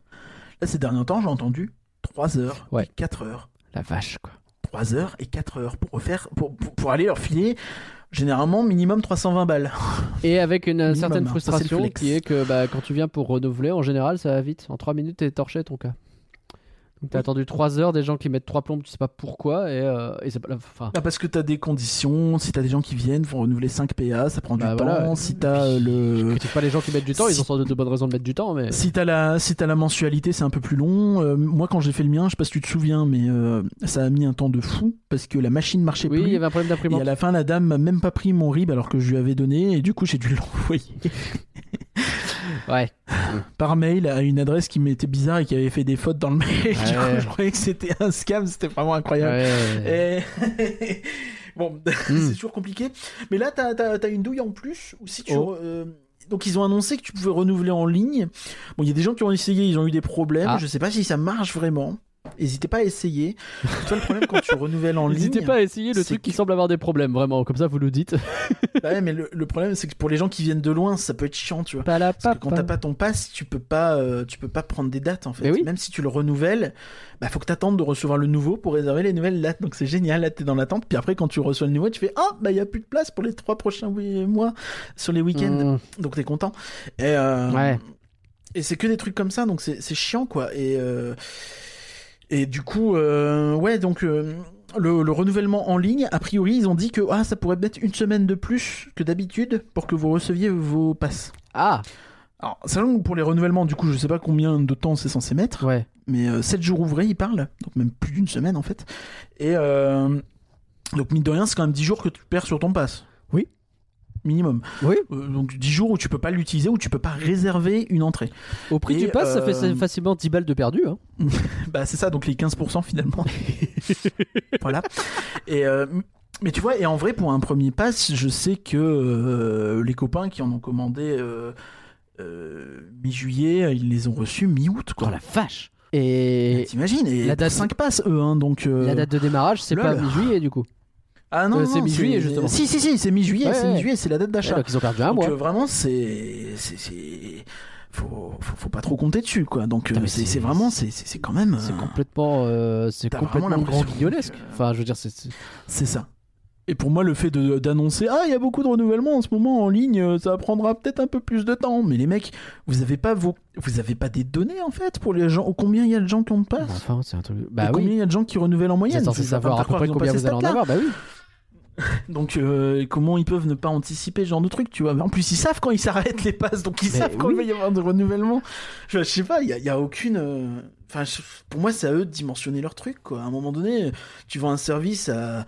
Speaker 2: Là, ces derniers temps, j'ai entendu 3 heures,
Speaker 1: Ouais.
Speaker 2: 4 heures,
Speaker 1: La vache, quoi.
Speaker 2: 3 heures et 4 heures pour, refaire, pour, pour, pour aller leur filer généralement minimum 320 balles.
Speaker 1: Et avec une euh,
Speaker 2: Minimum,
Speaker 1: certaine
Speaker 2: hein. Ça, c'est le
Speaker 1: frustration
Speaker 2: flex.
Speaker 1: qui est que bah, quand tu viens pour renouveler, en général, ça va vite. En 3 minutes, t'es torché ton cas. Donc t'as attendu 3 heures des gens qui mettent 3 plombes, tu sais pas pourquoi, et, euh, et c'est pas. Enfin,
Speaker 2: Ah, parce que t'as des conditions, si t'as des gens qui viennent, vont renouveler 5 PA, ça prend
Speaker 1: Bah,
Speaker 2: du
Speaker 1: voilà.
Speaker 2: temps. Si t'as euh,
Speaker 1: je
Speaker 2: le.
Speaker 1: critique pas les gens qui mettent du temps, ils
Speaker 2: si-
Speaker 1: ont sans doute de bonnes raisons de mettre du temps, mais.
Speaker 2: Si t'as la, si t'as la mensualité, c'est un peu plus long. Euh, moi, quand j'ai fait le mien, je sais pas si tu te souviens, mais euh, ça a mis un temps de fou parce que la machine marchait
Speaker 1: Oui, il
Speaker 2: plus.
Speaker 1: y avait un problème
Speaker 2: Et
Speaker 1: d'imprimante.
Speaker 2: à la fin, la dame m'a même pas pris mon rib alors que je lui avais donné, et du coup, j'ai dû l'envoyer
Speaker 1: Ouais.
Speaker 2: par mail à une adresse qui m'était bizarre et qui avait fait des fautes dans le [LAUGHS] mail. Du
Speaker 1: Ouais.
Speaker 2: coup, je croyais que c'était un scam, c'était vraiment incroyable.
Speaker 1: ouais. Hmm.
Speaker 2: Et- [LAUGHS] bon, c'est toujours compliqué. Mais là, t'as as, une douille en plus. Ou si tu
Speaker 1: Oh.
Speaker 2: re- euh, Donc ils ont annoncé que tu pouvais renouveler en ligne. Bon, il y a des gens qui ont essayé, ils ont eu des problèmes.
Speaker 1: Ah.
Speaker 2: Je sais pas si ça marche vraiment. N'hésitez pas à essayer. Toi, le problème
Speaker 1: [LAUGHS]
Speaker 2: quand tu renouvelles en ligne.
Speaker 1: N'hésitez pas à essayer le
Speaker 2: c'est
Speaker 1: truc qui
Speaker 2: que-
Speaker 1: semble avoir des problèmes, vraiment. Comme ça, vous nous dites.
Speaker 2: Bah ouais, mais le, le problème c'est que pour les gens qui viennent de loin, ça peut être chiant, tu vois.
Speaker 1: Pas la
Speaker 2: Parce que quand t'as pas ton pass, tu peux pas, euh, tu peux pas prendre des dates en fait.
Speaker 1: Mais oui.
Speaker 2: Même si tu le renouvelles, bah faut que t'attendes de recevoir le nouveau pour réserver les nouvelles dates. Donc c'est génial, là t'es dans l'attente. Puis après quand tu reçois le nouveau, tu fais ah bah y a plus de place pour les trois prochains oui- mois sur les week-ends.
Speaker 1: Mmh.
Speaker 2: Donc t'es content. Et, euh,
Speaker 1: Ouais.
Speaker 2: et c'est que des trucs comme ça, donc c'est c'est chiant quoi. Et euh, et du coup euh, ouais donc. euh, le, le renouvellement en ligne, a priori, ils ont dit que ah, ça pourrait mettre une semaine de plus que d'habitude pour que vous receviez vos passes.
Speaker 1: Ah,
Speaker 2: Alors, sachant que pour les renouvellements, du coup, je sais pas combien de temps c'est censé mettre,
Speaker 1: ouais.
Speaker 2: mais euh, 7 jours ouvrés, ils parlent, donc même plus d'une semaine en fait. Et euh, donc, mine de rien, c'est quand même 10 jours que tu perds sur ton pass.
Speaker 1: Oui.
Speaker 2: Minimum.
Speaker 1: Oui.
Speaker 2: Euh, donc, 10 jours où tu peux pas l'utiliser, où tu peux pas réserver une entrée.
Speaker 1: Au prix
Speaker 2: Et,
Speaker 1: du pass, ça fait
Speaker 2: euh,
Speaker 1: facilement 10 balles de perdu. Hein.
Speaker 2: Bah, c'est ça, donc les
Speaker 1: [LAUGHS]
Speaker 2: 15% finalement. voilà. Et. euh, mais tu vois, et en vrai, pour un premier pass, je sais que euh, les copains qui en ont commandé euh, euh, mi-juillet, ils les ont reçus mi-août. quoi. Bah,
Speaker 1: Oh la vache. Et
Speaker 2: T'imagines Et
Speaker 1: la
Speaker 2: la
Speaker 1: date-
Speaker 2: date 5 passes, eux, hein, donc. euh,
Speaker 1: la date de démarrage, c'est
Speaker 2: lol.
Speaker 1: pas mi-juillet du coup.
Speaker 2: Ah non,
Speaker 1: euh,
Speaker 2: non,
Speaker 1: c'est mi-juillet, justement.
Speaker 2: Si, si, si, c'est mi-juillet,
Speaker 1: Ouais,
Speaker 2: c'est
Speaker 1: ouais.
Speaker 2: mi-juillet, c'est la date
Speaker 1: Ouais,
Speaker 2: d'achat.
Speaker 1: donc ah, ils ont perdu un
Speaker 2: donc
Speaker 1: mois.
Speaker 2: euh, vraiment, c'est. c'est- c'est- Faut, faut, faut pas trop compter dessus, quoi. Donc,
Speaker 1: Putain,
Speaker 2: euh,
Speaker 1: mais
Speaker 2: c'est
Speaker 1: c'est-
Speaker 2: c'est vraiment. C'est c'est- c'est quand même. euh,
Speaker 1: C'est complètement, euh, c'est
Speaker 2: T'as vraiment
Speaker 1: complètement grand
Speaker 2: l'impression
Speaker 1: guignolesque.
Speaker 2: que-
Speaker 1: Enfin, je veux dire, c'est. c'est-
Speaker 2: C'est ça. Et pour moi, le fait de- d'annoncer Ah, il y a beaucoup de renouvellements en ce moment en ligne, euh, ça prendra peut-être un peu plus de temps. Mais les mecs, vous avez pas vos. Vous avez pas des données, en fait, pour les gens. Combien il y a de gens qui ont de
Speaker 1: Bah,
Speaker 2: passe
Speaker 1: Enfin, c'est un truc.
Speaker 2: Et
Speaker 1: Bah
Speaker 2: Combien
Speaker 1: oui.
Speaker 2: il y a Ah. de gens qui renouvellent en
Speaker 1: Vous êtes
Speaker 2: moyenne
Speaker 1: censé
Speaker 2: Je vais pas me
Speaker 1: savoir à
Speaker 2: faire
Speaker 1: peu
Speaker 2: croire
Speaker 1: près
Speaker 2: qu'ils ont
Speaker 1: combien
Speaker 2: passé
Speaker 1: vous allez en
Speaker 2: cette
Speaker 1: avoir. Bah oui.
Speaker 2: Donc euh, comment ils peuvent ne pas anticiper ce genre de truc, tu vois Mais En plus ils savent quand ils s'arrêtent les passes, donc ils
Speaker 1: Mais
Speaker 2: savent quand
Speaker 1: oui.
Speaker 2: il va y avoir de renouvellement. Je, je sais pas, il y a, il y a aucune. euh, Enfin, je- pour moi c'est à eux de dimensionner leur truc. Quoi. À un moment donné, tu vends un service à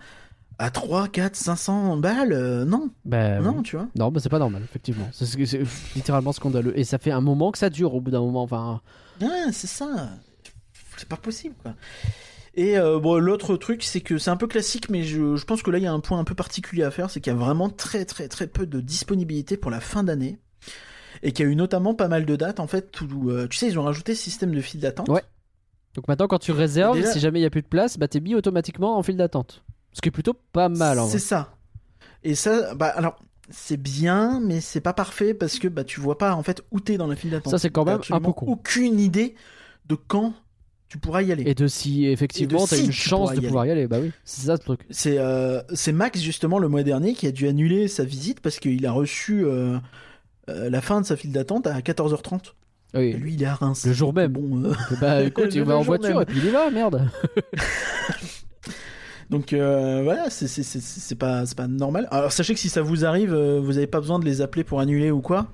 Speaker 2: à 3, 4, 500 balles, euh, non,
Speaker 1: Bah, oui.
Speaker 2: non, tu vois.
Speaker 1: Non, bah c'est pas normal, effectivement. C'est ce que- c'est littéralement scandaleux. Et ça fait un moment que ça dure, au bout d'un moment. Enfin,
Speaker 2: Ouais, c'est ça. C'est pas possible, quoi. Et euh, bon, l'autre truc, c'est que c'est un peu classique, mais je, je pense que là, il y a un point un peu particulier à faire, c'est qu'il y a vraiment très très très peu de disponibilité pour la fin d'année. Et qu'il y a eu notamment pas mal de dates, en fait, où, euh, tu sais, ils ont rajouté ce système de file d'attente.
Speaker 1: Ouais. donc maintenant, quand tu réserves,
Speaker 2: Déjà-
Speaker 1: si jamais il y a plus de place, bah t'es mis automatiquement en file d'attente. Ce qui est plutôt pas mal hein, en vrai.
Speaker 2: C'est ça. Et ça, bah alors, c'est bien, mais c'est pas parfait parce que bah tu vois pas en fait où t'es dans la file d'attente.
Speaker 1: Ça, c'est quand
Speaker 2: T'as
Speaker 1: même un
Speaker 2: absolument
Speaker 1: peu con.
Speaker 2: Aucune idée de quand tu pourras y aller.
Speaker 1: Et de si effectivement
Speaker 2: Et de
Speaker 1: t'as
Speaker 2: si
Speaker 1: une
Speaker 2: tu
Speaker 1: chance
Speaker 2: pourras
Speaker 1: de
Speaker 2: y aller.
Speaker 1: pouvoir y aller. Bah oui, c'est ça ce truc.
Speaker 2: C'est euh, c'est Max justement le mois dernier qui a dû annuler sa visite parce qu'il a reçu euh, euh, la fin de sa file d'attente à 14h30. Et [LAUGHS]
Speaker 1: Oui.
Speaker 2: lui il est à Reims.
Speaker 1: Le jour même.
Speaker 2: Bon, euh, [LAUGHS]
Speaker 1: Bah écoute, il
Speaker 2: Le
Speaker 1: va en
Speaker 2: jour
Speaker 1: voiture
Speaker 2: même.
Speaker 1: et puis il y va, merde.
Speaker 2: Donc euh, voilà, c'est- c'est- c'est c'est pas, c'est pas normal. Alors sachez que si ça vous arrive, euh, vous n'avez pas besoin de les appeler pour annuler ou quoi.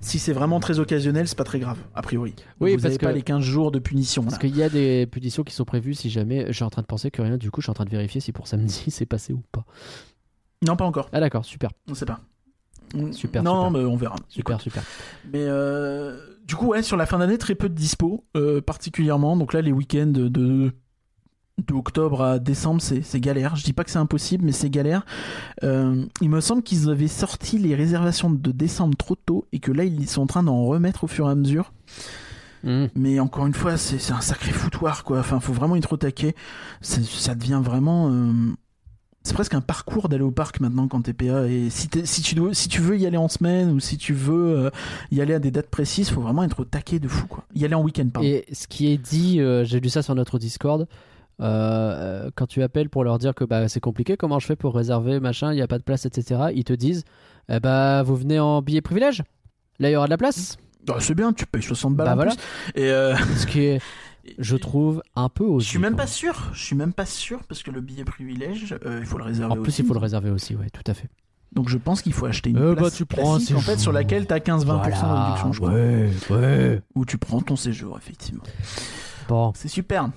Speaker 2: Si c'est vraiment très occasionnel, c'est pas très grave, a priori.
Speaker 1: Oui,
Speaker 2: vous
Speaker 1: parce
Speaker 2: avez
Speaker 1: que-
Speaker 2: pas les 15 jours de punition.
Speaker 1: Parce
Speaker 2: là.
Speaker 1: qu'il y a des punitions qui sont prévues si jamais. Je suis en train de penser que rien, du coup, je suis en train de vérifier si pour samedi [LAUGHS] c'est passé ou pas.
Speaker 2: Non, pas encore.
Speaker 1: Ah, d'accord, super,
Speaker 2: On sait pas.
Speaker 1: Super,
Speaker 2: Non,
Speaker 1: super.
Speaker 2: mais on verra.
Speaker 1: super, super.
Speaker 2: Mais euh, du coup, ouais, sur la fin d'année, très peu de dispo, euh, particulièrement. Donc là, les week-ends de, de octobre à décembre, c'est c'est galère. Je dis pas que c'est impossible, mais c'est galère. Euh, il me semble qu'ils avaient sorti les réservations de décembre trop tôt et que là, ils sont en train d'en remettre au fur et à mesure.
Speaker 1: Mmh.
Speaker 2: Mais encore une fois, c'est c'est un sacré foutoir, quoi. Enfin, faut vraiment être au taquet. C'est- Ça devient vraiment. euh, C'est presque un parcours d'aller au parc maintenant quand t'es PA. Et si, t'es- si, tu dois, si tu veux y aller en semaine ou si tu veux euh, y aller à des dates précises, faut vraiment être au taquet de fou, quoi. Y aller en week-end, pardon.
Speaker 1: Et ce qui est dit, euh, j'ai lu ça sur notre Discord. euh, quand tu appelles pour leur dire que bah, c'est compliqué, comment je fais pour réserver, machin, il n'y a pas de place, etc. Ils te disent, eh bah, vous venez en billet privilège. Là, il y aura de la place.
Speaker 2: Ah, c'est bien, tu payes 60 balles
Speaker 1: Bah
Speaker 2: en
Speaker 1: voilà.
Speaker 2: plus. Et euh,
Speaker 1: Ce qui est, je trouve, un peu osé.
Speaker 2: Je suis même
Speaker 1: quand
Speaker 2: pas sûr. Je suis même pas sûr parce que le billet privilège, euh, il faut le réserver.
Speaker 1: En plus,
Speaker 2: aussi.
Speaker 1: il faut le réserver aussi, ouais, tout à fait.
Speaker 2: Donc je pense qu'il faut acheter une
Speaker 1: Euh,
Speaker 2: place
Speaker 1: bah, tu prends,
Speaker 2: classique,
Speaker 1: c'est
Speaker 2: en fait
Speaker 1: fou.
Speaker 2: sur laquelle t'as 15-20% de réduction, je crois.
Speaker 1: ouais, ouais.
Speaker 2: Ou tu prends ton séjour, effectivement.
Speaker 1: Bon,
Speaker 2: C'est super.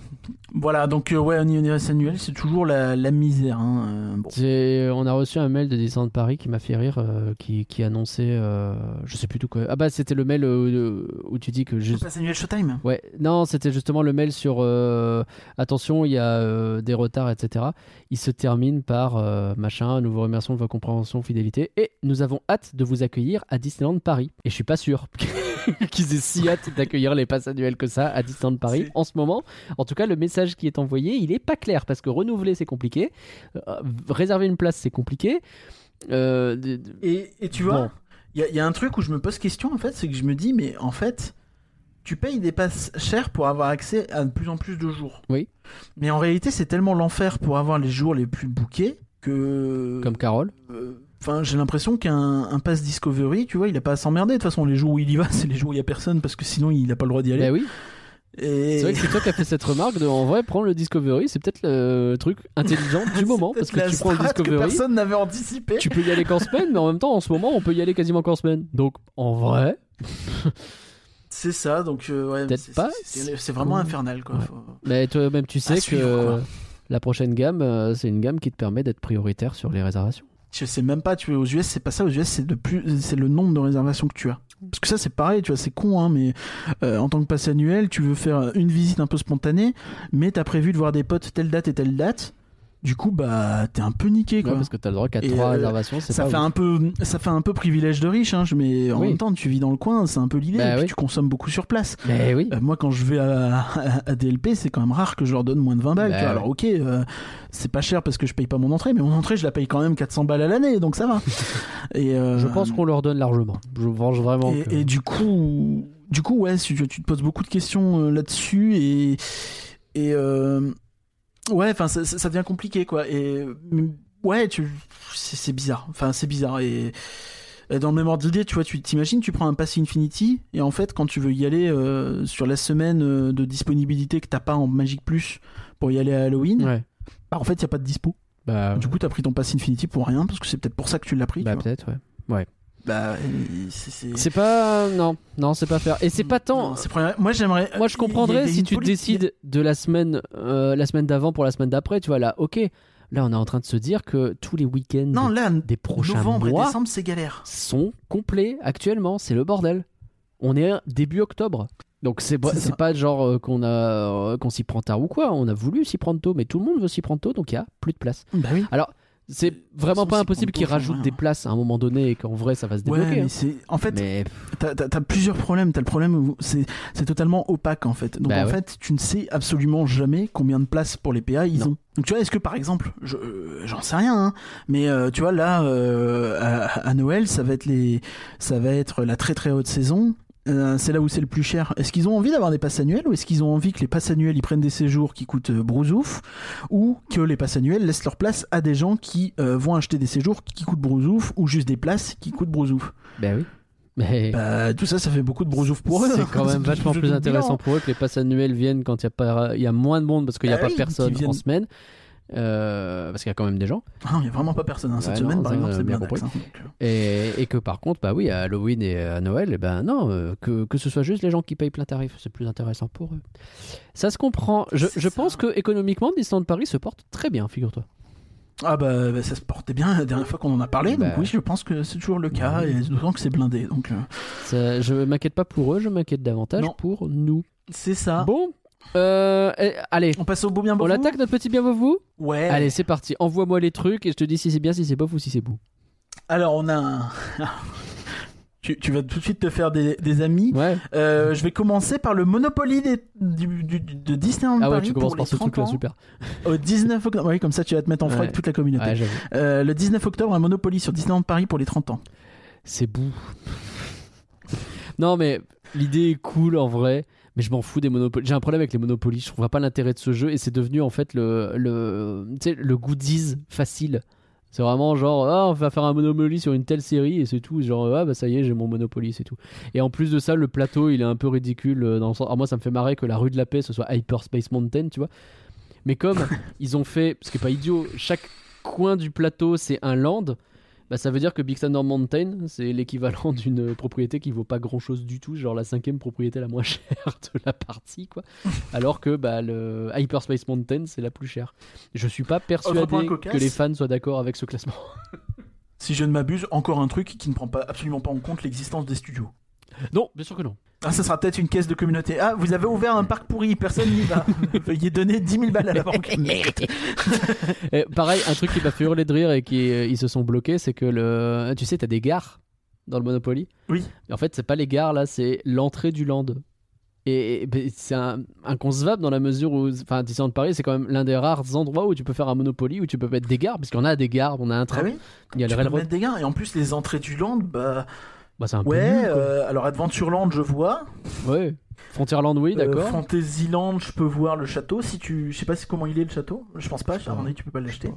Speaker 2: Voilà, donc euh, ouais, au niveau des restes annuels, c'est toujours la, la misère. hein, euh, bon.
Speaker 1: J'ai- on a reçu un mail de Descendants de Paris qui m'a fait rire, euh, qui, qui annonçait, euh, je sais plus tout quoi. Ah bah c'était le mail euh, où tu dis que je-
Speaker 2: Le pass annuel Showtime
Speaker 1: Ouais, non, c'était justement le mail sur euh, attention, il y a euh, des retards, etc. Il se termine par euh, machin, nous vous remercions de votre compréhension, fidélité, et nous avons hâte de vous accueillir à Disneyland Paris. Et je suis pas sûr [LAUGHS] qu'ils aient si hâte d'accueillir les passes annuelles que ça à Disneyland Paris
Speaker 2: Si.
Speaker 1: en ce moment. En tout cas, le message qui est envoyé, il est pas clair parce que renouveler c'est compliqué, Euh, réserver une place c'est compliqué. Euh, de- de-
Speaker 2: Et, et tu
Speaker 1: Bon.
Speaker 2: vois, il y a- il y, a un truc où je me pose question en fait, c'est que je me dis, mais en fait, tu payes des passes chers pour avoir accès à de plus en plus de jours.
Speaker 1: Oui.
Speaker 2: Mais en réalité, c'est tellement l'enfer pour avoir les jours les plus bouqués que.
Speaker 1: Comme Carole.
Speaker 2: Euh, Enfin, j'ai l'impression qu'un un pass Discovery, tu vois, il a pas à s'emmerder. De toute façon, les jours où il y va, [LAUGHS] c'est les jours où il y a personne parce que sinon, il a pas le droit d'y aller.
Speaker 1: Bah oui.
Speaker 2: Et-
Speaker 1: C'est vrai que c'est toi qui as fait cette remarque de en vrai prendre le Discovery, c'est peut-être le truc intelligent du
Speaker 2: [LAUGHS] C'est
Speaker 1: moment parce
Speaker 2: peut-être
Speaker 1: que
Speaker 2: la
Speaker 1: tu prends le
Speaker 2: strat que
Speaker 1: Discovery,
Speaker 2: personne n'avait anticipé.
Speaker 1: [LAUGHS] tu peux y aller qu'en semaine, mais en même temps en ce moment on peut y aller quasiment qu'en semaine. Donc en vrai,
Speaker 2: C'est ça, donc euh, ouais,
Speaker 1: Peut-être
Speaker 2: c'est-
Speaker 1: pas,
Speaker 2: c'est-
Speaker 1: c'est
Speaker 2: C'est c'est vraiment
Speaker 1: cool.
Speaker 2: infernal quoi.
Speaker 1: Ouais.
Speaker 2: Faut-
Speaker 1: mais toi-même tu sais que
Speaker 2: suivre, quoi.
Speaker 1: la prochaine gamme, euh, c'est une gamme qui te permet d'être prioritaire sur les réservations.
Speaker 2: Je sais même pas, tu vois, aux US c'est pas ça, aux US c'est de plus, c'est le nombre de réservations que tu as. Parce que ça c'est pareil, tu vois, c'est con hein, mais euh, en tant que passe annuel, tu veux faire une visite un peu spontanée, mais t'as prévu de voir des potes telle date et telle date. Du coup bah t'es un peu niqué
Speaker 1: Ouais,
Speaker 2: quoi.
Speaker 1: parce que t'as le droit qu'à
Speaker 2: Et,
Speaker 1: trois
Speaker 2: euh,
Speaker 1: réservations, c'est
Speaker 2: ça
Speaker 1: pas
Speaker 2: fait
Speaker 1: ouf.
Speaker 2: un peu, ça fait un peu privilège de riche, hein, je- mais en
Speaker 1: Oui.
Speaker 2: même temps tu vis dans le coin, c'est un peu l'idée.
Speaker 1: Bah
Speaker 2: et puis
Speaker 1: oui.
Speaker 2: Tu consommes beaucoup sur place.
Speaker 1: Mais oui.
Speaker 2: Euh, moi, quand je vais à, à- à DLP, c'est quand même rare que je leur donne moins de 20 balles.
Speaker 1: Bah
Speaker 2: tu vois.
Speaker 1: ouais.
Speaker 2: Alors, ok, euh, c'est pas cher parce que je paye pas mon entrée, mais mon entrée, je la paye quand même 400 balles à l'année, donc ça
Speaker 1: [LAUGHS]
Speaker 2: va. et, euh,
Speaker 1: Je pense qu'on leur donne largement. Je venge vraiment. que-
Speaker 2: et, et du coup, du coup, ouais, tu, tu te poses beaucoup de questions euh, là-dessus et et euh, ouais, enfin, ça, ça- ça devient compliqué, quoi. Et mm, ouais, tu, c'est c'est bizarre. Enfin, c'est bizarre et. et Dans le même ordre d'idée, tu vois, tu t'imagines, tu prends un Pass Infinity, et en fait, quand tu veux y aller euh, sur la semaine euh, de disponibilité que t'as pas en Magic Plus pour y aller à Halloween,
Speaker 1: Ouais.
Speaker 2: bah, en fait, il a pas de dispo.
Speaker 1: Bah,
Speaker 2: Du coup, t'as pris ton Pass Infinity pour rien, parce que c'est peut-être pour ça que tu l'as pris.
Speaker 1: bah
Speaker 2: tu vois.
Speaker 1: peut-être, ouais.
Speaker 2: Bah, et c'est- c'est-
Speaker 1: C'est pas. Non, non, c'est pas faire. Et c'est pas tant.
Speaker 2: Non, c'est problématique. Moi,
Speaker 1: Moi,
Speaker 2: j'aimerais.
Speaker 1: je
Speaker 2: Ah, Il y a-
Speaker 1: comprendrais
Speaker 2: il y a
Speaker 1: si
Speaker 2: une
Speaker 1: tu
Speaker 2: politique-
Speaker 1: décides de la semaine, euh, la semaine d'avant pour la semaine d'après. Tu vois là, ok. Là, on est en train de se dire que tous les week-ends
Speaker 2: Non, là,
Speaker 1: des prochains
Speaker 2: novembre et
Speaker 1: mois
Speaker 2: décembre, c'est galère.
Speaker 1: sont complets actuellement. C'est le bordel. On est début octobre. Donc c'est pas,
Speaker 2: C'est ça.
Speaker 1: c'est pas genre euh, qu'on a euh, qu'on s'y prend tard ou quoi. On a voulu s'y prendre tôt, mais tout le monde veut s'y prendre tôt, donc il y a plus de place.
Speaker 2: Bah oui.
Speaker 1: C'est
Speaker 2: De toute
Speaker 1: vraiment
Speaker 2: façon,
Speaker 1: pas
Speaker 2: s'y
Speaker 1: impossible
Speaker 2: prendre tôt,
Speaker 1: qu'ils
Speaker 2: ça sert à
Speaker 1: rajoutent
Speaker 2: rien,
Speaker 1: des
Speaker 2: ouais.
Speaker 1: places à un moment donné et qu'en vrai ça va se
Speaker 2: Ouais,
Speaker 1: débloquer.
Speaker 2: mais
Speaker 1: hein.
Speaker 2: c'est. En fait,
Speaker 1: Mais
Speaker 2: t'as t'as- t'as plusieurs problèmes. T'as le problème où c'est c'est totalement opaque, en fait. Donc,
Speaker 1: Bah
Speaker 2: en
Speaker 1: ouais.
Speaker 2: fait, tu ne sais absolument jamais combien de places pour les PA ils
Speaker 1: Non.
Speaker 2: ont. Donc, tu vois, est-ce que par exemple, je- euh, j'en sais rien, hein, mais euh, tu vois, là, euh, à, à Noël, ça va, être les, ça va être la très très haute saison. Euh, c'est là où c'est le plus cher. Est-ce qu'ils ont envie d'avoir des passes annuelles ou est-ce qu'ils ont envie que les passes annuelles ils prennent des séjours qui coûtent euh, brousouf ou que les passes annuelles laissent leur place à des gens qui euh, vont acheter des séjours qui coûtent brousouf ou juste des places qui coûtent brousouf
Speaker 1: bah oui. Mais
Speaker 2: Bah, tout ça, ça fait beaucoup de brousouf pour eux. hein.
Speaker 1: C'est quand
Speaker 2: [LAUGHS]
Speaker 1: même vachement
Speaker 2: Je
Speaker 1: plus
Speaker 2: doute
Speaker 1: intéressant
Speaker 2: bien.
Speaker 1: pour eux que les passes annuelles viennent quand il y, a pas- il y a moins de monde parce qu'il n'y a
Speaker 2: Ah
Speaker 1: pas
Speaker 2: oui,
Speaker 1: personne
Speaker 2: qu'ils viennent.
Speaker 1: en semaine. euh, parce qu'il y a quand même des gens.
Speaker 2: Ah, Il n'y a vraiment pas personne hein, cette
Speaker 1: Ouais,
Speaker 2: semaine,
Speaker 1: non,
Speaker 2: par
Speaker 1: ça,
Speaker 2: exemple,
Speaker 1: euh,
Speaker 2: c'est
Speaker 1: bien
Speaker 2: bien hein,
Speaker 1: compris. Et, et que par contre, bah oui, à Halloween et à Noël, eh ben non, euh, que, que ce soit juste les gens qui payent plein tarif, c'est plus intéressant pour eux. Ça se comprend. Je,
Speaker 2: C'est
Speaker 1: je
Speaker 2: ça.
Speaker 1: pense que économiquement, Disneyland Paris se porte très bien, figure-toi.
Speaker 2: Ah bah, bah, ça se portait bien la dernière fois qu'on en a parlé,
Speaker 1: Bah.
Speaker 2: donc oui, je pense que c'est toujours le cas, et d'autant que c'est blindé. Donc euh,
Speaker 1: Ça- je m'inquiète pas pour eux, je m'inquiète davantage
Speaker 2: Non.
Speaker 1: pour nous.
Speaker 2: c'est ça.
Speaker 1: Bon, euh, eh, allez,
Speaker 2: On passe au beau bien Eh. beau.
Speaker 1: on
Speaker 2: fou
Speaker 1: attaque notre petit bien vous
Speaker 2: Ouais.
Speaker 1: Allez, c'est parti. Envoie-moi les trucs et je te dis si c'est bien, si c'est bof ou si c'est beau.
Speaker 2: Alors on a. un- [LAUGHS] tu, tu vas tout de suite te faire des, des amis.
Speaker 1: Ouais.
Speaker 2: Euh, je vais commencer par le Monopoly des- du, du- du- de Disneyland
Speaker 1: Ah ouais,
Speaker 2: Paris
Speaker 1: tu
Speaker 2: pour
Speaker 1: commences par
Speaker 2: les
Speaker 1: ce
Speaker 2: 30
Speaker 1: truc-là,
Speaker 2: ans
Speaker 1: super.
Speaker 2: au 19 octobre. Oui, comme ça tu vas te mettre en froid
Speaker 1: Ouais.
Speaker 2: avec toute la communauté.
Speaker 1: Ouais, j'avoue.
Speaker 2: Euh, le 19 octobre, un Monopoly sur Disneyland Paris pour les 30 ans.
Speaker 1: C'est bout. [LAUGHS] non, mais l'idée est cool en vrai. Mais je m'en fous des monopolies. J'ai un problème avec les monopolies. Je trouve pas l'intérêt de ce jeu et c'est devenu en fait le le tu sais, le goodies facile. C'est vraiment genre ah on va faire un monopoly sur une telle série et c'est tout. Genre ah bah ça y est j'ai mon monopoly c'est tout. Et en plus de ça le plateau il est un peu ridicule euh, dans le sens. Alors moi ça me fait marrer que la rue de la paix ce soit Hyperspace Mountain tu vois. Mais comme
Speaker 2: [LAUGHS]
Speaker 1: ils ont fait ce qui est pas idiot chaque coin du plateau c'est un land bah, ça veut dire que Big Thunder Mountain, c'est l'équivalent d'une propriété qui vaut pas grand chose du tout, genre la cinquième propriété la moins [LAUGHS] chère de la partie, quoi. Alors que bah, le Hyperspace Mountain, c'est la plus chère. Je suis pas persuadé
Speaker 2: point cocasse.
Speaker 1: que les fans soient d'accord avec ce classement.
Speaker 2: Si je ne m'abuse, encore un truc qui ne prend pas, absolument pas en compte l'existence des studios.
Speaker 1: Non, bien sûr que non.
Speaker 2: Ah, ça sera peut-être une caisse de communauté. Ah, vous avez ouvert un parc pourri, personne
Speaker 1: [LAUGHS]
Speaker 2: n'y va. Veuillez donner 10 000 [LAUGHS] balles à la banque. Merde.
Speaker 1: Et pareil, un truc qui m'a fait hurler de rire et qui euh, ils se sont bloqués, c'est que le, ah, tu sais, t'as des gares dans le Monopoly.
Speaker 2: Oui.
Speaker 1: Mais en fait, c'est pas les gares là, c'est l'entrée du land. Et, et, ben, c'est un- inconcevable dans la mesure où, enfin, Disneyland Paris, c'est quand même l'un des rares endroits où tu peux faire un Monopoly, où tu peux mettre des gares, parce qu'on a des gares, on a un train,
Speaker 2: Ah oui
Speaker 1: il y a
Speaker 2: Tu
Speaker 1: le
Speaker 2: peux
Speaker 1: railroad.
Speaker 2: mettre des gains. Et en plus, les entrées du land, bah.
Speaker 1: Bah, c'est un
Speaker 2: ouais,
Speaker 1: peu nul, quoi.
Speaker 2: euh, alors Adventureland, je vois.
Speaker 1: ouais. Frontierland, oui, d'accord.
Speaker 2: Euh, Fantasyland, je peux voir le château. Si tu, je sais pas si- comment il est le château. Je pense pas. À mon avis, tu peux pas l'acheter.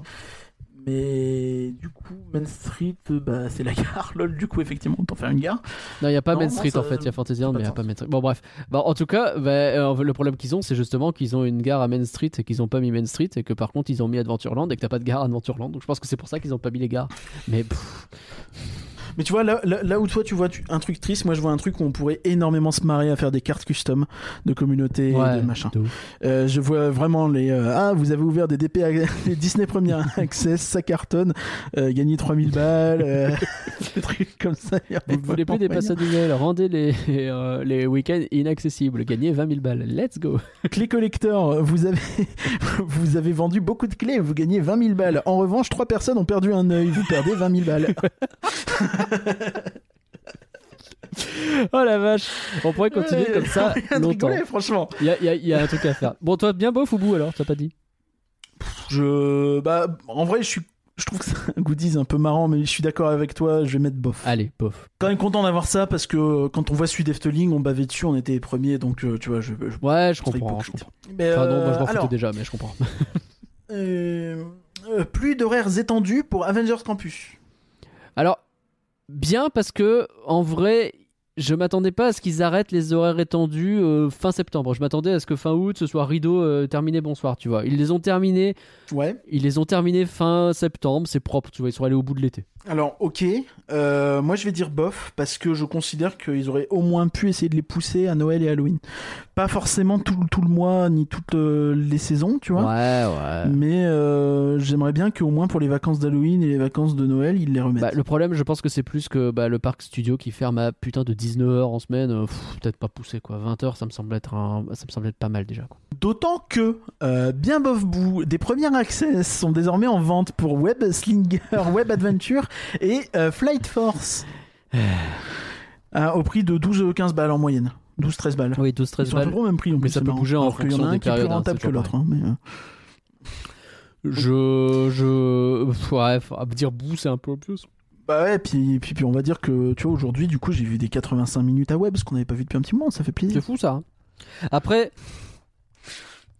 Speaker 2: Mais du coup, Main Street, euh, bah, c'est la gare. [LAUGHS] Lol, du coup, effectivement, on t'en fait une gare.
Speaker 1: Non, il n'y a pas
Speaker 2: Non,
Speaker 1: Main
Speaker 2: non,
Speaker 1: Street
Speaker 2: ça-
Speaker 1: en fait, il y a Fantasyland,
Speaker 2: ça
Speaker 1: mais il n'y
Speaker 2: n'a
Speaker 1: a
Speaker 2: pas
Speaker 1: pas
Speaker 2: de
Speaker 1: Main Street. Bon, bref. Bah, en tout cas, bah, euh, le problème qu'ils ont, c'est justement qu'ils ont une gare à Main Street et qu'ils n'ont pas mis Main Street et que par contre ils ont mis Adventureland et que t'as pas de gare à Adventureland. Donc je pense que c'est pour ça qu'ils n'ont pas mis les gares. Mais pff,
Speaker 2: Mais tu vois, là, là, là où toi, tu vois tu- un truc triste, moi, je vois un truc où on pourrait énormément se marrer à faire des cartes custom de communauté et
Speaker 1: ouais,
Speaker 2: de machin.
Speaker 1: de ouf.
Speaker 2: Euh, je vois vraiment les euh, ah vous avez ouvert des DP à- [LAUGHS] des Disney Premier Access ça cartonne euh, gagner 3000 balles euh,
Speaker 1: [LAUGHS]
Speaker 2: des trucs comme ça il y a
Speaker 1: Vous ne voulez plus
Speaker 2: vraiment
Speaker 1: dépasser du Noël, rendez les, [LAUGHS] euh, les week-ends inaccessibles, gagnez 20 000 balles. Let's go. [LAUGHS]
Speaker 2: moyen. clé collector vous avez [LAUGHS] vous avez vendu beaucoup de clés vous gagnez 20 000 balles en revanche trois personnes ont perdu un œil vous perdez 20 000
Speaker 1: [LAUGHS]
Speaker 2: balles
Speaker 1: Oh la vache. On pourrait continuer
Speaker 2: Ouais,
Speaker 1: comme ça
Speaker 2: [LAUGHS] rien de
Speaker 1: longtemps.
Speaker 2: rigolé, franchement
Speaker 1: Il y a, il y a- il y a un truc à faire. Bon, toi, bien beau ou bout alors, t'as pas dit
Speaker 2: je bah en vrai je suis je trouve que c'est un goodies un peu marrant mais je suis d'accord avec toi je vais mettre bof
Speaker 1: Allez, bof.
Speaker 2: quand même content d'avoir ça parce que euh, quand on voit celui Efteling on bavait dessus on était les premiers donc euh, tu vois je, je...
Speaker 1: Ouais, je
Speaker 2: serais
Speaker 1: comprends. Je
Speaker 2: hypocrite.
Speaker 1: comprends.
Speaker 2: Mais,
Speaker 1: Enfin, non, moi je
Speaker 2: euh,
Speaker 1: m'en foutais
Speaker 2: alors,
Speaker 1: déjà, mais je comprends.
Speaker 2: euh, euh, plus d'horaires étendus pour Avengers Campus.
Speaker 1: Alors, bien parce que, en vrai, je m'attendais pas à ce qu'ils arrêtent les horaires étendus euh, fin septembre. Je m'attendais à ce que fin août, ce soit rideau euh, terminé, bonsoir, tu vois. Ils les ont terminés,
Speaker 2: Ouais.
Speaker 1: ils les ont terminés fin septembre, c'est propre, tu vois, ils sont allés au bout de l'été.
Speaker 2: Alors, ok. Euh, moi, je vais dire bof parce que je considère qu'ils auraient au moins pu essayer de les pousser à Noël et Halloween. Pas forcément tout, tout le mois ni toutes euh, les saisons, tu vois.
Speaker 1: ouais.
Speaker 2: Mais euh, j'aimerais bien qu'au moins pour les vacances d'Halloween et les vacances de Noël, ils les remettent.
Speaker 1: Bah, le problème, je pense que c'est plus que bah, le parc studio qui ferme à putain de 19h en semaine, euh, pff, peut-être pas poussé quoi. 20h, ça me semble être, un... ça me semble être pas mal déjà. Quoi.
Speaker 2: D'autant que, euh, bien bof bout, des premières access sont désormais en vente pour Web Slinger, [LAUGHS] Web Adventure et euh,
Speaker 1: [SIGHS]
Speaker 2: Flight Force. Euh, au prix de 12-15 balles en moyenne. 12-13 balles.
Speaker 1: Oui, 12,
Speaker 2: Ils
Speaker 1: 13
Speaker 2: sont à peu
Speaker 1: balles.
Speaker 2: près au même prix en
Speaker 1: Mais
Speaker 2: plus,
Speaker 1: ça
Speaker 2: c'est
Speaker 1: peut
Speaker 2: marrant.
Speaker 1: bouger en
Speaker 2: Alors qu'il y
Speaker 1: fonction
Speaker 2: a un
Speaker 1: des
Speaker 2: qui est plus
Speaker 1: périodes, hein,
Speaker 2: rentable
Speaker 1: c'est
Speaker 2: que l'autre.
Speaker 1: toujours
Speaker 2: hein, mais, euh,
Speaker 1: Je. Je. Ouais, faut- à dire bout, c'est un peu obvious.
Speaker 2: Bah ouais, puis, puis, puis on va dire que, tu vois, aujourd'hui, du coup, j'ai vu des 85 minutes à Web, ce qu'on n'avait pas vu depuis un petit moment, ça fait
Speaker 1: C'est
Speaker 2: plaisir.
Speaker 1: fou ça. hein. Après,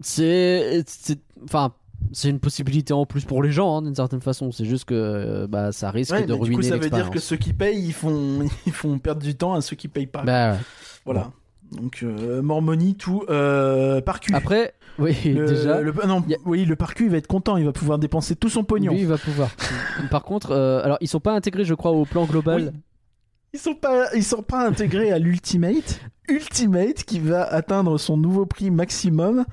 Speaker 1: c'est, c'est, enfin, c'est une possibilité en plus pour les gens hein, d'une certaine façon. C'est juste que euh, bah ça risque
Speaker 2: Ouais,
Speaker 1: de
Speaker 2: mais du
Speaker 1: ruiner
Speaker 2: coup, ça veut
Speaker 1: l'expérience.
Speaker 2: [LAUGHS] dire que ceux qui payent, ils font, ils font perdre du temps à ceux qui payent pas.
Speaker 1: Bah ouais.
Speaker 2: voilà. Donc euh, Mormoni tout euh, par cul.
Speaker 1: Après, [LAUGHS] oui,
Speaker 2: Le-
Speaker 1: déjà.
Speaker 2: le- ah non,
Speaker 1: y a-
Speaker 2: oui, le parcu, il va être content, il va pouvoir dépenser tout son pognon.
Speaker 1: Lui, il va pouvoir. Par contre, euh, alors ils sont pas intégrés, je crois, au plan global.
Speaker 2: Ils sont pas, ils sont pas intégrés
Speaker 1: [LAUGHS]
Speaker 2: à l'Ultimate. Ultimate qui va atteindre son nouveau prix maximum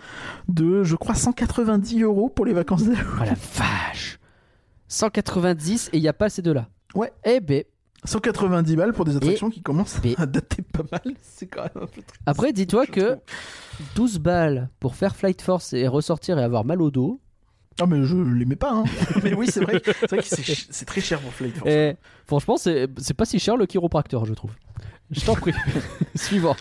Speaker 2: de, je crois, 190 euros pour les vacances [LAUGHS] d'Halloween.
Speaker 1: Oh la vache 190 et il n'y a pas ces deux-là.
Speaker 2: Ouais.
Speaker 1: Eh ben,
Speaker 2: 190 balles pour des attractions qui commencent
Speaker 1: Et-
Speaker 2: à dater pas mal. C'est quand même un peu triste.
Speaker 1: après, dis-toi
Speaker 2: je
Speaker 1: que
Speaker 2: trouve.
Speaker 1: 12 balles pour faire Flight Force et ressortir et avoir mal au dos.
Speaker 2: Ah, mais je l'aimais pas, hein. [LAUGHS] Eh, mais oui, c'est vrai, que- c'est vrai que [LAUGHS] c'est ch- c'est très cher pour Flight Force.
Speaker 1: Et franchement, c'est c'est pas si cher le chiropracteur, je trouve. Je t'en prie. [LAUGHS] Suivant.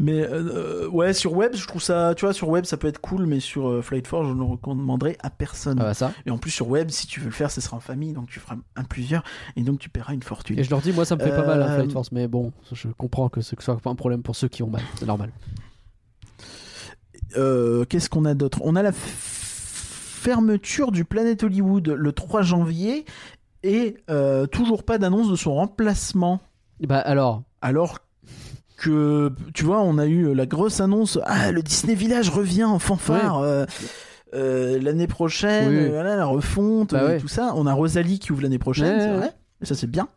Speaker 2: Mais euh, ouais, sur web, je trouve ça, tu vois, sur web, ça peut être cool, mais sur euh, Flight Force, je ne le recommanderais à personne.
Speaker 1: Ah bah ça.
Speaker 2: Et en plus, sur web, si tu veux le faire, ce sera en famille, donc tu feras un plusieurs, et donc tu paieras une fortune.
Speaker 1: Et je leur dis, moi ça me fait pas mal hein,
Speaker 2: Euh,
Speaker 1: Flight Force, mais bon, je comprends que ce que soit pas un problème pour ceux qui ont mal. C'est normal.
Speaker 2: Euh, qu'est-ce qu'on a d'autre On a la f- fermeture du Planet Hollywood le 3 janvier et euh, toujours pas d'annonce de son remplacement.
Speaker 1: Et Bah alors,
Speaker 2: Alors que, tu vois, on a eu la grosse annonce Ah, le Disney Village revient en fanfare euh, euh, l'année prochaine,
Speaker 1: Oui.
Speaker 2: euh, voilà, la refonte,
Speaker 1: Bah
Speaker 2: euh,
Speaker 1: ouais.
Speaker 2: tout ça. On a Rosalie qui ouvre l'année prochaine,
Speaker 1: Ouais,
Speaker 2: c'est
Speaker 1: ouais.
Speaker 2: vrai. Et Ça, c'est bien.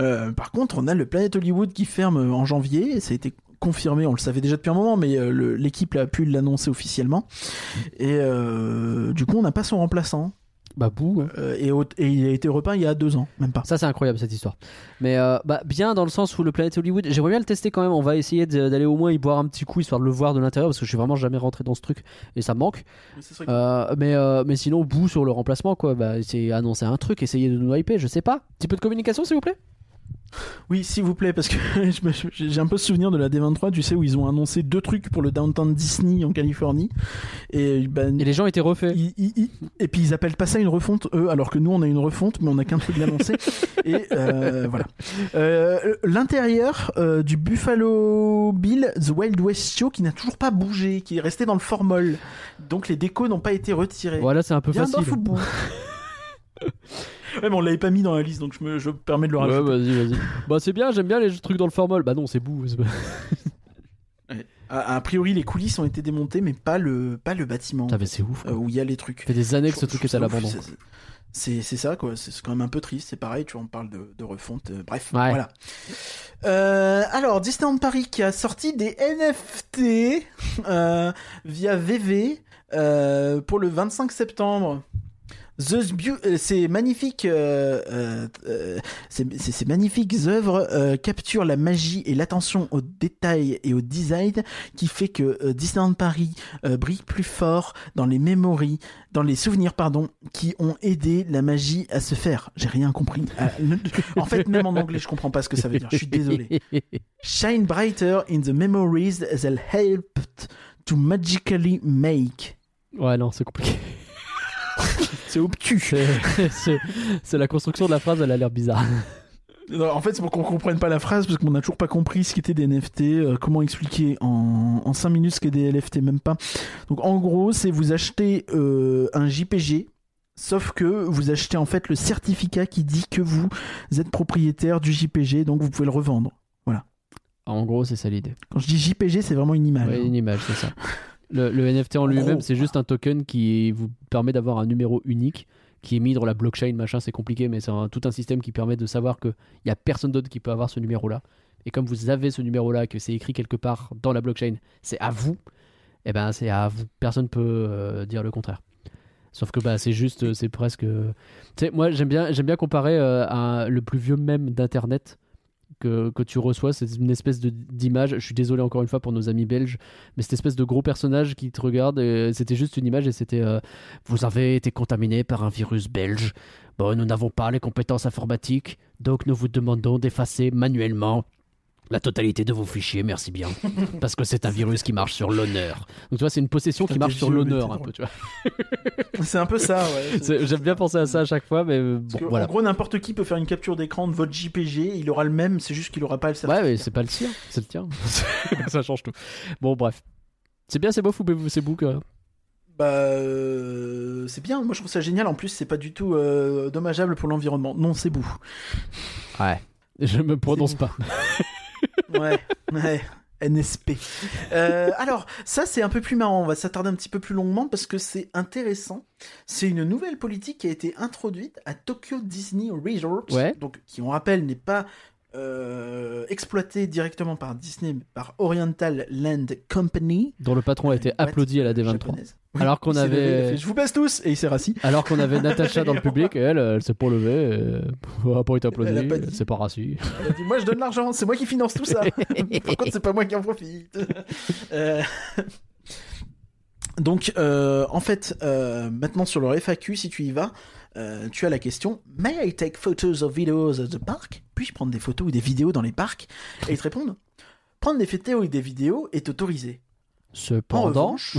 Speaker 2: Euh, par contre, on a le Planet Hollywood qui ferme euh, en janvier. Et ça a été confirmé, on le savait déjà depuis un moment, mais euh, le- l'équipe a pu l'annoncer officiellement. Et euh, du coup, on n'a pas son remplaçant.
Speaker 1: bah bouh. hein.
Speaker 2: Euh, et, au- et il a été repeint il y a deux ans, même pas.
Speaker 1: Ça c'est incroyable cette histoire. Mais euh, bah, bien dans le sens où le Planet Hollywood, j'aimerais bien le tester quand même. On va essayer de- d'aller au moins y boire un petit coup histoire de le voir de l'intérieur parce que je suis vraiment jamais rentré dans ce truc et ça me manque. Euh, mais, euh, mais sinon, bout sur le remplacement quoi. Bah, c'est annoncer un truc, essayer de nous hyper, je sais pas. Petit peu de communication s'il vous plaît.
Speaker 2: Oui, s'il vous plaît, parce que [LAUGHS] je me- je- j'ai un peu souvenir de la D23, tu sais, où ils ont annoncé deux trucs pour le Downtown Disney en Californie. Et, ben,
Speaker 1: Et les gens étaient refaits.
Speaker 2: ils- ils- ils- et puis ils appellent pas ça une refonte, eux, alors que nous on a une refonte, mais on a qu'un
Speaker 1: [LAUGHS]
Speaker 2: truc d'annoncé. et euh, voilà. Euh, L'intérieur euh, du Buffalo Bill The Wild West Show qui n'a toujours pas bougé, qui est resté dans le formol. Donc les décos n'ont pas été retirés.
Speaker 1: Voilà, c'est un peu
Speaker 2: Bien dans
Speaker 1: facile.
Speaker 2: football. [LAUGHS] ouais, mais on l'avait pas mis dans la liste, donc je me, je me permets de le rajouter.
Speaker 1: Ouais, vas-y, vas-y. bah, c'est bien, j'aime bien les trucs dans le formol. Bah, non, c'est boue. c'est pas-
Speaker 2: A, a priori, les coulisses ont été démontées, mais pas le, pas le bâtiment
Speaker 1: Putain, mais c'est ouf.
Speaker 2: euh, où il y a les trucs.
Speaker 1: Ça fait des années que
Speaker 2: Je-
Speaker 1: ce truc
Speaker 2: je
Speaker 1: est à
Speaker 2: trouve
Speaker 1: l'abandon.
Speaker 2: que c'est- C'est c'est ça, quoi. C'est c'est quand même un peu triste. C'est pareil, tu vois, on parle de, de refonte. euh, bref,
Speaker 1: Ouais.
Speaker 2: voilà. Euh, alors, Disneyland Paris qui a sorti des NFT [LAUGHS] euh, via VV euh, pour le 25 septembre. The Beau- euh, ces magnifiques, euh, euh, euh, ces, ces- ces magnifiques œuvres euh, capturent la magie et l'attention aux détails et au design qui fait que euh, Disneyland Paris euh, brille plus fort dans les mémories, dans les souvenirs, pardon, qui ont aidé la magie à se faire. J'ai rien compris. Ah, le- en fait, même en anglais, je comprends pas ce que ça veut dire. Je suis désolé. Shine brighter in the memories that helped to magically make.
Speaker 1: [LAUGHS] ouais, non, c'est compliqué. [LAUGHS]
Speaker 2: C'est obtus.
Speaker 1: C'est- c'est c'est la construction de la phrase, elle a l'air bizarre.
Speaker 2: Non, en fait, c'est pour qu'on comprenne pas la phrase parce qu'on n'a toujours pas compris ce qu'étaient des NFT, euh, comment expliquer en, en 5 minutes ce qu'est des NFT, même pas. Donc en gros, c'est vous achetez euh, un JPG, sauf que vous achetez en fait le certificat qui dit que vous êtes propriétaire du JPG, donc vous pouvez le revendre.
Speaker 1: En gros, c'est ça l'idée.
Speaker 2: Quand je dis JPG, c'est vraiment une image. hein.
Speaker 1: Ouais, une image, c'est ça. [LAUGHS] Le, le NFT en
Speaker 2: gros.
Speaker 1: lui-même, c'est juste un token qui vous permet d'avoir un numéro unique qui est mis dans la blockchain, machin, c'est compliqué, mais c'est un- tout un système qui permet de savoir qu'il n'y a personne d'autre qui peut avoir ce numéro-là. Et comme vous avez ce numéro-là, que c'est écrit quelque part dans la blockchain, c'est à vous, et ben c'est à vous. Personne peut euh, dire le contraire. Sauf que bah, c'est juste, euh, c'est presque. Tu sais, moi j'aime bien, j'aime bien comparer euh, à le plus vieux mème d'Internet que, que tu reçois, c'est une espèce de- d'image. Je suis désolé encore une fois pour nos amis belges, mais cette espèce de gros personnage qui te regarde, euh, c'était juste une image et c'était euh, Vous avez été contaminé par un virus belge. Bon, nous n'avons pas les compétences informatiques, donc nous vous demandons d'effacer manuellement. La totalité de vos fichiers, merci bien. Parce que c'est un virus qui marche sur l'honneur. Donc tu vois, c'est une possession
Speaker 2: Putain,
Speaker 1: qui marche
Speaker 2: t'es
Speaker 1: sur
Speaker 2: vieux, mais
Speaker 1: l'honneur
Speaker 2: t'es
Speaker 1: un
Speaker 2: drôle.
Speaker 1: peu, tu vois.
Speaker 2: C'est un peu ça, ouais.
Speaker 1: [LAUGHS] C'est- J'aime bien penser à ça à chaque fois, mais euh,
Speaker 2: Parce
Speaker 1: bon,
Speaker 2: que, En
Speaker 1: voilà.
Speaker 2: gros, n'importe qui peut faire une capture d'écran de votre JPG, il aura le même, c'est juste qu'il aura pas le certificat.
Speaker 1: Ouais, mais c'est pas le sien, c'est le tien. [LAUGHS] ça change tout. Bon, bref. C'est bien, c'est beau, ou c'est bou, quoi.
Speaker 2: Bah, euh, c'est bien, moi je trouve ça génial, en plus c'est pas du tout euh, dommageable pour l'environnement. Non, c'est bout.
Speaker 1: Ouais. Je me prononce
Speaker 2: C'est
Speaker 1: pas.
Speaker 2: [LAUGHS] Ouais, ouais. NSP. Euh, alors, ça c'est un peu plus marrant, on va s'attarder un petit peu plus longuement parce que c'est intéressant. C'est une nouvelle politique qui a été introduite à Tokyo Disney Resort,
Speaker 1: Ouais.
Speaker 2: donc, qui on rappelle n'est pas euh, exploitée directement par Disney, mais par Oriental Land Company.
Speaker 1: dont le patron a été applaudi à la D23.
Speaker 2: japonaise.
Speaker 1: Alors qu'on
Speaker 2: Il s'est levé, il a
Speaker 1: avait.
Speaker 2: fait, Je vous baisse tous Et il s'est rassis.
Speaker 1: Alors qu'on
Speaker 2: [LAUGHS]
Speaker 1: avait Natacha dans le public, et elle, elle s'est pas levée, euh, elle a pas été applaudie,
Speaker 2: Elle a pas
Speaker 1: elle
Speaker 2: dit.
Speaker 1: s'est pas rassie.
Speaker 2: [LAUGHS] Elle a dit Moi je donne l'argent, c'est moi qui finance
Speaker 1: [LAUGHS]
Speaker 2: tout ça. Par contre, c'est pas moi qui en profite. [LAUGHS] Euh, Donc, euh, en fait, euh, maintenant sur leur FAQ, si tu y vas, euh, tu as la question May I take photos or videos at the park Puis-je prendre des photos ou des vidéos dans les parcs Et ils te répondent Prendre des photos et des vidéos est autorisé. En
Speaker 1: Cependant,
Speaker 2: revanche,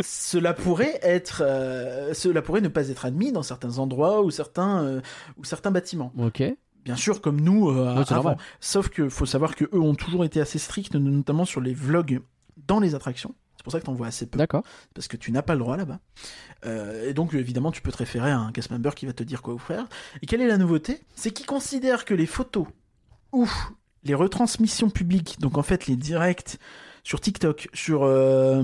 Speaker 2: cela pourrait être, euh, cela pourrait ne pas être admis dans certains endroits ou certains, euh, ou certains bâtiments
Speaker 1: ok,
Speaker 2: bien sûr, comme nous, euh,
Speaker 1: Ouais, c'est
Speaker 2: avant.
Speaker 1: normal.
Speaker 2: Sauf que faut savoir que eux ont toujours été assez stricts, notamment sur les vlogs dans les attractions. C'est pour ça que t'en vois assez peu,
Speaker 1: d'accord.
Speaker 2: parce que tu n'as pas le droit là-bas. Euh, et donc, évidemment, tu peux te référer à un cast member qui va te dire quoi faire. Et quelle est la nouveauté C'est qu'ils considèrent que les photos ou les retransmissions publiques, donc en fait les directs sur TikTok, sur euh,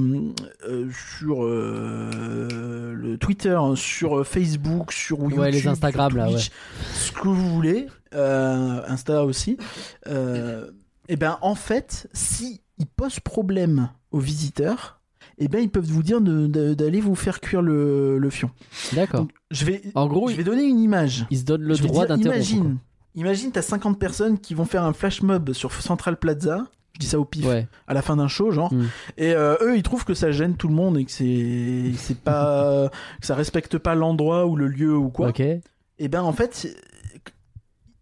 Speaker 2: euh, sur euh, le Twitter, hein, sur euh, Facebook, sur YouTube,
Speaker 1: Ouais, les
Speaker 2: sur
Speaker 1: Instagram, là,
Speaker 2: Twitch, ce que vous voulez, euh, Insta aussi. euh, et ben en fait, si ils posent problème aux visiteurs, et ben ils peuvent vous dire de- de- d'aller vous faire cuire le, le fion.
Speaker 1: D'accord.
Speaker 2: Donc, je vais
Speaker 1: En gros,
Speaker 2: je
Speaker 1: il,
Speaker 2: vais donner une image.
Speaker 1: il se donne Ah, le
Speaker 2: Je veux
Speaker 1: droit
Speaker 2: dire,
Speaker 1: d'interrompre.
Speaker 2: Imagine, imagine t'as 50 personnes qui vont faire un flash mob sur Central Plaza. Je dis ça au pif.
Speaker 1: quoi. Ouais.
Speaker 2: À la fin d'un show, genre.
Speaker 1: Mm.
Speaker 2: Et euh, eux, ils trouvent que ça gêne tout le monde et que c'est,
Speaker 1: [LAUGHS]
Speaker 2: c'est pas, que ça respecte pas l'endroit ou le lieu ou quoi.
Speaker 1: ok.
Speaker 2: Et ben en fait,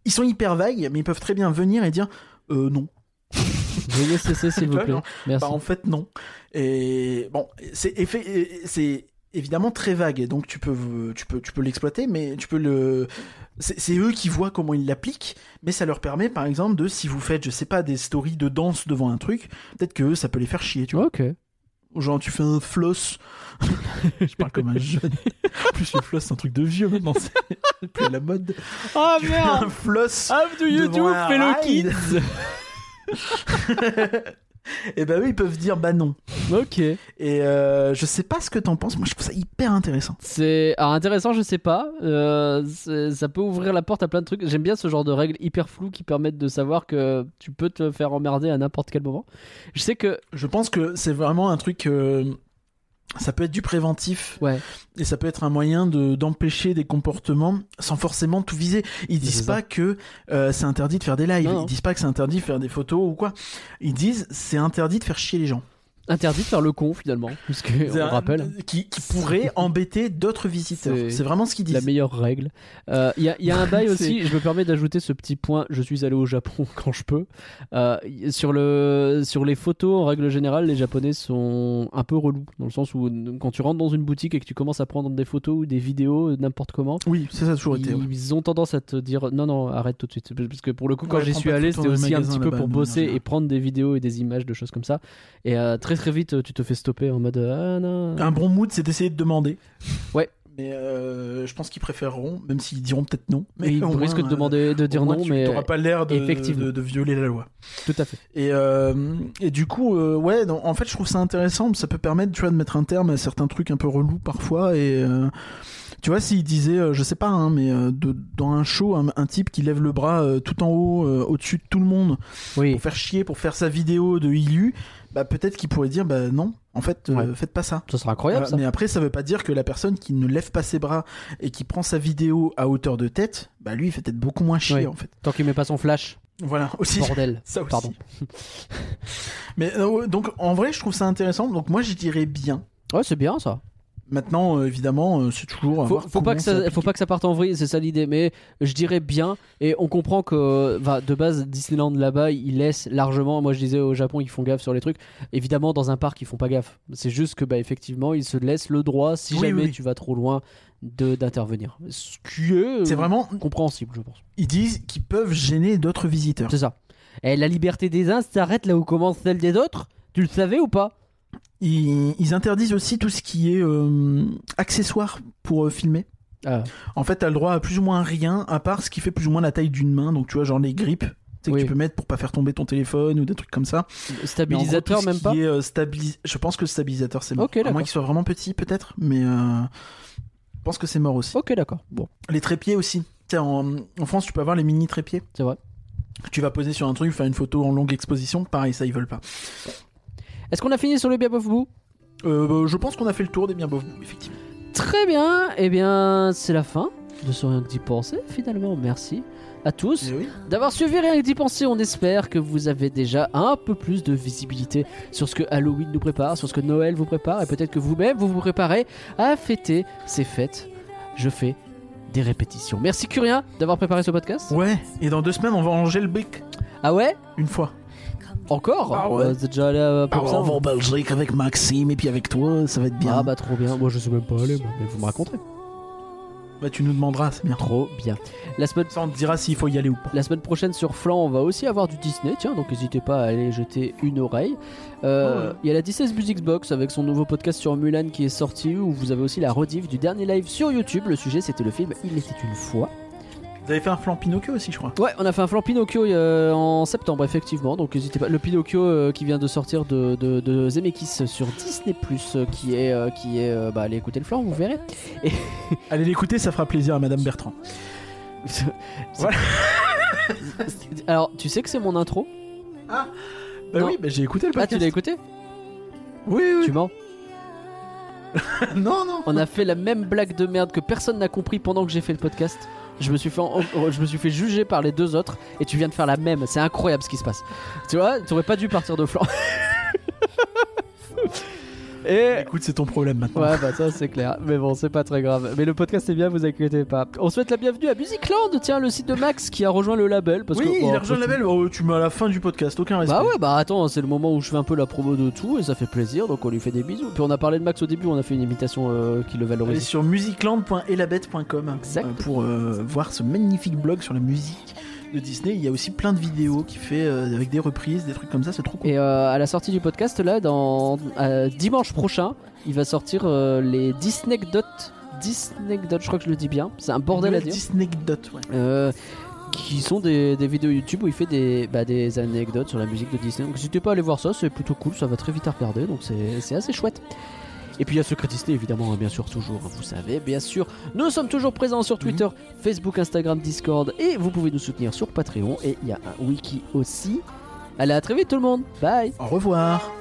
Speaker 2: ils sont hyper vagues, mais ils peuvent très bien venir et dire euh, non.
Speaker 1: Veuillez cesser, s'il
Speaker 2: [LAUGHS]
Speaker 1: vous
Speaker 2: Pas
Speaker 1: plaît.
Speaker 2: non.
Speaker 1: Merci.
Speaker 2: Bah, en fait, non. Et bon, c'est effe- et- et- c'est évidemment très vague, et donc tu peux, tu peux, tu peux l'exploiter, mais tu peux le. C'est c'est eux qui voient comment ils l'appliquent, mais ça leur permet, par exemple, de si vous faites, je sais pas, des stories de danse devant un truc, peut-être que eux, ça peut les faire chier, tu vois.
Speaker 1: Ok.
Speaker 2: Genre, tu fais un floss. [LAUGHS] je parle comme un jeune. En plus, le floss, c'est un truc de vieux maintenant, c'est plus à la mode. [LAUGHS]
Speaker 1: Oh
Speaker 2: Tu fais un floss.
Speaker 1: How do
Speaker 2: you Devant do, un fellow ride.
Speaker 1: kids
Speaker 2: et ben eux, ils peuvent dire bah non.
Speaker 1: Ok.
Speaker 2: Et euh, je sais pas ce que t'en penses, moi je trouve ça hyper intéressant.
Speaker 1: C'est alors, intéressant, je sais pas. Euh, c'est- ça peut ouvrir la porte à plein de trucs. J'aime bien ce genre de règles hyper floues qui permettent de savoir que tu peux te faire emmerder à n'importe quel moment. Je sais que
Speaker 2: Je pense que c'est vraiment un truc. euh, ça peut être du préventif
Speaker 1: ouais,
Speaker 2: et ça peut être un moyen de d'empêcher des comportements sans forcément tout viser. Ils disent
Speaker 1: C'est ça.
Speaker 2: pas que euh, c'est interdit de faire des lives,
Speaker 1: Non, non.
Speaker 2: ils disent pas que c'est interdit de faire des photos ou quoi. Ils disent c'est interdit de faire chier les gens.
Speaker 1: interdit de faire le con finalement, parce que on
Speaker 2: C'est un-
Speaker 1: rappelle
Speaker 2: Qui, qui
Speaker 1: [LAUGHS]
Speaker 2: pourrait embêter d'autres visiteurs.
Speaker 1: C'est-
Speaker 2: C'est vraiment ce qu'ils
Speaker 1: la
Speaker 2: disent.
Speaker 1: meilleure règle. Euh, Il y, a- il y a un [LAUGHS] bail aussi, je me permets d'ajouter ce petit point, je suis allé au Japon [LAUGHS] quand je peux. Euh, y- sur, le, sur les photos, en règle générale, les Japonais sont un peu relous, dans le sens où n- quand tu rentres dans une boutique et que tu commences à prendre des photos ou des vidéos, euh, n'importe comment,
Speaker 2: Oui, c'est ça ça a toujours été. ouais.
Speaker 1: ils ont tendance à te dire non, non, arrête tout de suite. Parce que pour le coup, quand
Speaker 2: Ouais,
Speaker 1: j'y
Speaker 2: prends
Speaker 1: suis
Speaker 2: pas de
Speaker 1: allé,
Speaker 2: photos
Speaker 1: c'était
Speaker 2: dans
Speaker 1: aussi
Speaker 2: les
Speaker 1: un
Speaker 2: magasins
Speaker 1: petit peu
Speaker 2: là-bas,
Speaker 1: pour
Speaker 2: de
Speaker 1: bosser
Speaker 2: manière
Speaker 1: et prendre des vidéos et des images de choses comme ça. Et euh, très très vite, tu te fais stopper en mode ah non.
Speaker 2: Un bon mood, c'est d'essayer de demander.
Speaker 1: Ouais.
Speaker 2: Mais euh, je pense qu'ils préféreront, même s'ils diront peut-être non. Mais
Speaker 1: Mais ils
Speaker 2: au moins,
Speaker 1: risquent de
Speaker 2: euh,
Speaker 1: demander, de dire
Speaker 2: au moins,
Speaker 1: non,
Speaker 2: tu
Speaker 1: mais
Speaker 2: t'auras pas l'air de,
Speaker 1: effectivement.
Speaker 2: de- de violer la loi.
Speaker 1: tout à fait.
Speaker 2: Et, euh, et du coup, euh, ouais, donc, en fait, je trouve ça intéressant. Ça peut permettre, tu vois, de mettre un terme à certains trucs un peu relous parfois. Et euh, tu vois, s'il disait, euh, je sais pas, hein, mais euh, de- dans un show, un, un type qui lève le bras euh, tout en haut, euh, au-dessus de tout le monde,
Speaker 1: Oui.
Speaker 2: pour faire chier, pour faire sa vidéo de Ilu, bah peut-être qu'il pourrait dire, bah non, en fait, euh,
Speaker 1: Ouais.
Speaker 2: faites pas ça.
Speaker 1: Ça sera incroyable
Speaker 2: Voilà,
Speaker 1: ça.
Speaker 2: Mais après, ça veut pas dire que la personne qui ne lève pas ses bras et qui prend sa vidéo à hauteur de tête, bah lui, il fait peut-être beaucoup moins chier
Speaker 1: Ouais.
Speaker 2: en fait.
Speaker 1: Tant qu'il met pas son flash,
Speaker 2: Voilà, aussi.
Speaker 1: bordel.
Speaker 2: Ça aussi.
Speaker 1: Pardon.
Speaker 2: [LAUGHS] Mais euh, ouais, donc, en vrai, je trouve ça intéressant. Donc, moi, je dirais bien.
Speaker 1: Ouais, c'est bien ça.
Speaker 2: Maintenant, euh, évidemment, euh, c'est toujours. à
Speaker 1: Faut,
Speaker 2: voir
Speaker 1: faut pas
Speaker 2: comment
Speaker 1: que
Speaker 2: c'est
Speaker 1: ça,
Speaker 2: appliqué.
Speaker 1: faut pas que ça parte en vrille, c'est ça l'idée. Mais je dirais bien, et on comprend que bah, de base Disneyland là-bas, ils laissent largement. Moi, je disais au Japon, ils font gaffe sur les trucs. Évidemment, dans un parc, ils font pas gaffe. C'est juste que bah effectivement, ils se laissent le droit si
Speaker 2: Oui,
Speaker 1: jamais
Speaker 2: oui, oui.
Speaker 1: tu vas trop loin de d'intervenir. Ce qui est, euh,
Speaker 2: C'est vraiment.
Speaker 1: compréhensible, je pense.
Speaker 2: Ils disent qu'ils peuvent gêner d'autres visiteurs.
Speaker 1: C'est ça. Et la liberté des uns s'arrête là où commence celle des autres. Tu le savais ou pas
Speaker 2: Ils, ils interdisent aussi tout ce qui est euh, accessoire pour euh, filmer.
Speaker 1: Ah,
Speaker 2: En fait, t'as le droit à plus ou moins rien, à part ce qui fait plus ou moins la taille d'une main. Donc, tu vois, genre les grippes. tu tu sais, que
Speaker 1: Oui.
Speaker 2: tu peux mettre pour pas faire tomber ton téléphone ou des trucs comme ça. Mais en gros, tout
Speaker 1: Stabilisateur,
Speaker 2: ce
Speaker 1: même
Speaker 2: qui
Speaker 1: pas
Speaker 2: est, euh, stabili- Je pense que le stabilisateur c'est mort.
Speaker 1: Ok,
Speaker 2: à
Speaker 1: d'accord.
Speaker 2: moins qu'il soit vraiment petit peut-être, mais euh, je pense que c'est mort aussi.
Speaker 1: Ok, d'accord. Bon,
Speaker 2: Les trépieds aussi. Tu sais, En, en France, tu peux avoir les mini trépieds.
Speaker 1: c'est vrai.
Speaker 2: Tu vas poser sur un truc, faire une photo en longue exposition. Pareil, ça ils veulent pas.
Speaker 1: Est-ce qu'on a fini sur le Biab of Boo
Speaker 2: Euh, bah, je pense qu'on a fait le tour des biens bovous, effectivement.
Speaker 1: Très bien. Eh bien, c'est la fin de ce Rien que d'y penser, finalement. Merci à
Speaker 2: Eh
Speaker 1: tous. D'avoir suivi Rien que d'y penser, on espère que vous avez déjà un peu plus de visibilité sur ce que Halloween nous prépare, sur ce que Noël vous prépare, et peut-être que vous-même vous vous préparez à fêter ces fêtes. Je fais des répétitions. Merci Curien d'avoir préparé ce podcast.
Speaker 2: Ouais, et dans deux semaines, on va ranger le brick.
Speaker 1: Ah ouais
Speaker 2: Une fois.
Speaker 1: Encore
Speaker 2: Ah ouais.
Speaker 1: Euh, Vous êtes déjà allé à
Speaker 2: Ah,
Speaker 1: pour ça, vous
Speaker 2: Belgique avec Maxime et puis avec toi, ça va être
Speaker 1: Ah bah trop bien. Moi je sais même pas aller, moi, mais vous me raconterez.
Speaker 2: Bah, tu nous demanderas, c'est bien.
Speaker 1: Trop bien. La semaine
Speaker 2: Ça, on te dira s'il faut y aller ou pas.
Speaker 1: La semaine prochaine sur Flan, on va aussi avoir du Disney, tiens, donc n'hésitez pas à aller jeter une oreille. Euh,
Speaker 2: Oh, ouais.
Speaker 1: Il y a la Disney's Music Box avec son nouveau podcast sur Mulan qui est sorti, où vous avez aussi la rediff du dernier live sur YouTube. Le sujet c'était le film Il était une fois.
Speaker 2: Vous avez fait un flan Pinocchio aussi, je crois.
Speaker 1: Ouais, on a fait un Flan Pinocchio euh, en septembre, effectivement, donc n'hésitez pas. Le Pinocchio euh, qui vient de sortir de, de, de Zemeckis sur Disney, euh, qui est. euh, qui est euh, bah allez écouter le Flan, vous verrez.
Speaker 2: Allez l'écouter, ça fera plaisir à Madame Bertrand.
Speaker 1: C'est-
Speaker 2: Voilà.
Speaker 1: [LAUGHS] Alors, tu sais que c'est mon intro
Speaker 2: Bah
Speaker 1: Non.
Speaker 2: oui, bah j'ai écouté le
Speaker 1: Ah, tu
Speaker 2: podcast.
Speaker 1: l'as écouté
Speaker 2: oui, oui.
Speaker 1: Tu mens [LAUGHS]
Speaker 2: non, non.
Speaker 1: On a fait la même blague de merde que personne n'a compris pendant que j'ai fait le podcast. Je me suis fait, en- je me suis fait juger par les deux autres et tu viens de faire la même. C'est incroyable ce qui se passe. Tu vois, tu aurais pas dû partir de flanc. [LAUGHS] et
Speaker 2: Écoute, c'est ton problème maintenant.
Speaker 1: Ouais, bah ça c'est clair. Mais bon, c'est pas très grave. Mais le podcast est bien, vous inquiétez pas. On souhaite la bienvenue à Musicland, tiens, le site de Max qui a rejoint le label. Parce
Speaker 2: oui,
Speaker 1: que, bon,
Speaker 2: il a rejoint le
Speaker 1: après,
Speaker 2: label. Oh, tu mets à la fin du podcast, aucun respect.
Speaker 1: bah ouais, bah attends, c'est le moment où je fais un peu la promo de tout et ça fait plaisir, donc on lui fait des bisous. Puis on a parlé de Max au début, on a fait une imitation euh, qui le
Speaker 2: Allez
Speaker 1: valorise.
Speaker 2: sur musicland.elabette.com
Speaker 1: Exact.
Speaker 2: euh, pour euh, voir ce magnifique blog sur la musique de Disney. Il y a aussi plein de vidéos qui fait euh, avec des reprises, des trucs comme ça, c'est trop cool.
Speaker 1: Et euh, à la sortie du podcast, là, dans euh, dimanche prochain, il va sortir euh, les Disneydotes. Disneydotes, je crois que je le dis bien. C'est un bordel à dire.
Speaker 2: Disneydote, ouais.
Speaker 1: Euh, qui sont des, des vidéos YouTube où il fait des, bah, des anecdotes sur la musique de Disney. Donc n'hésitez pas à aller voir ça, c'est plutôt cool, ça va très vite à regarder, donc c'est c'est assez chouette. Et puis il y a Secret Disney évidemment, hein, bien sûr, toujours, hein, vous savez, bien sûr. Nous sommes toujours présents sur Twitter, Facebook, Instagram, Discord, et vous pouvez nous soutenir sur Patreon, et il y a un wiki aussi. Allez, à très vite tout le monde, bye
Speaker 2: Au revoir.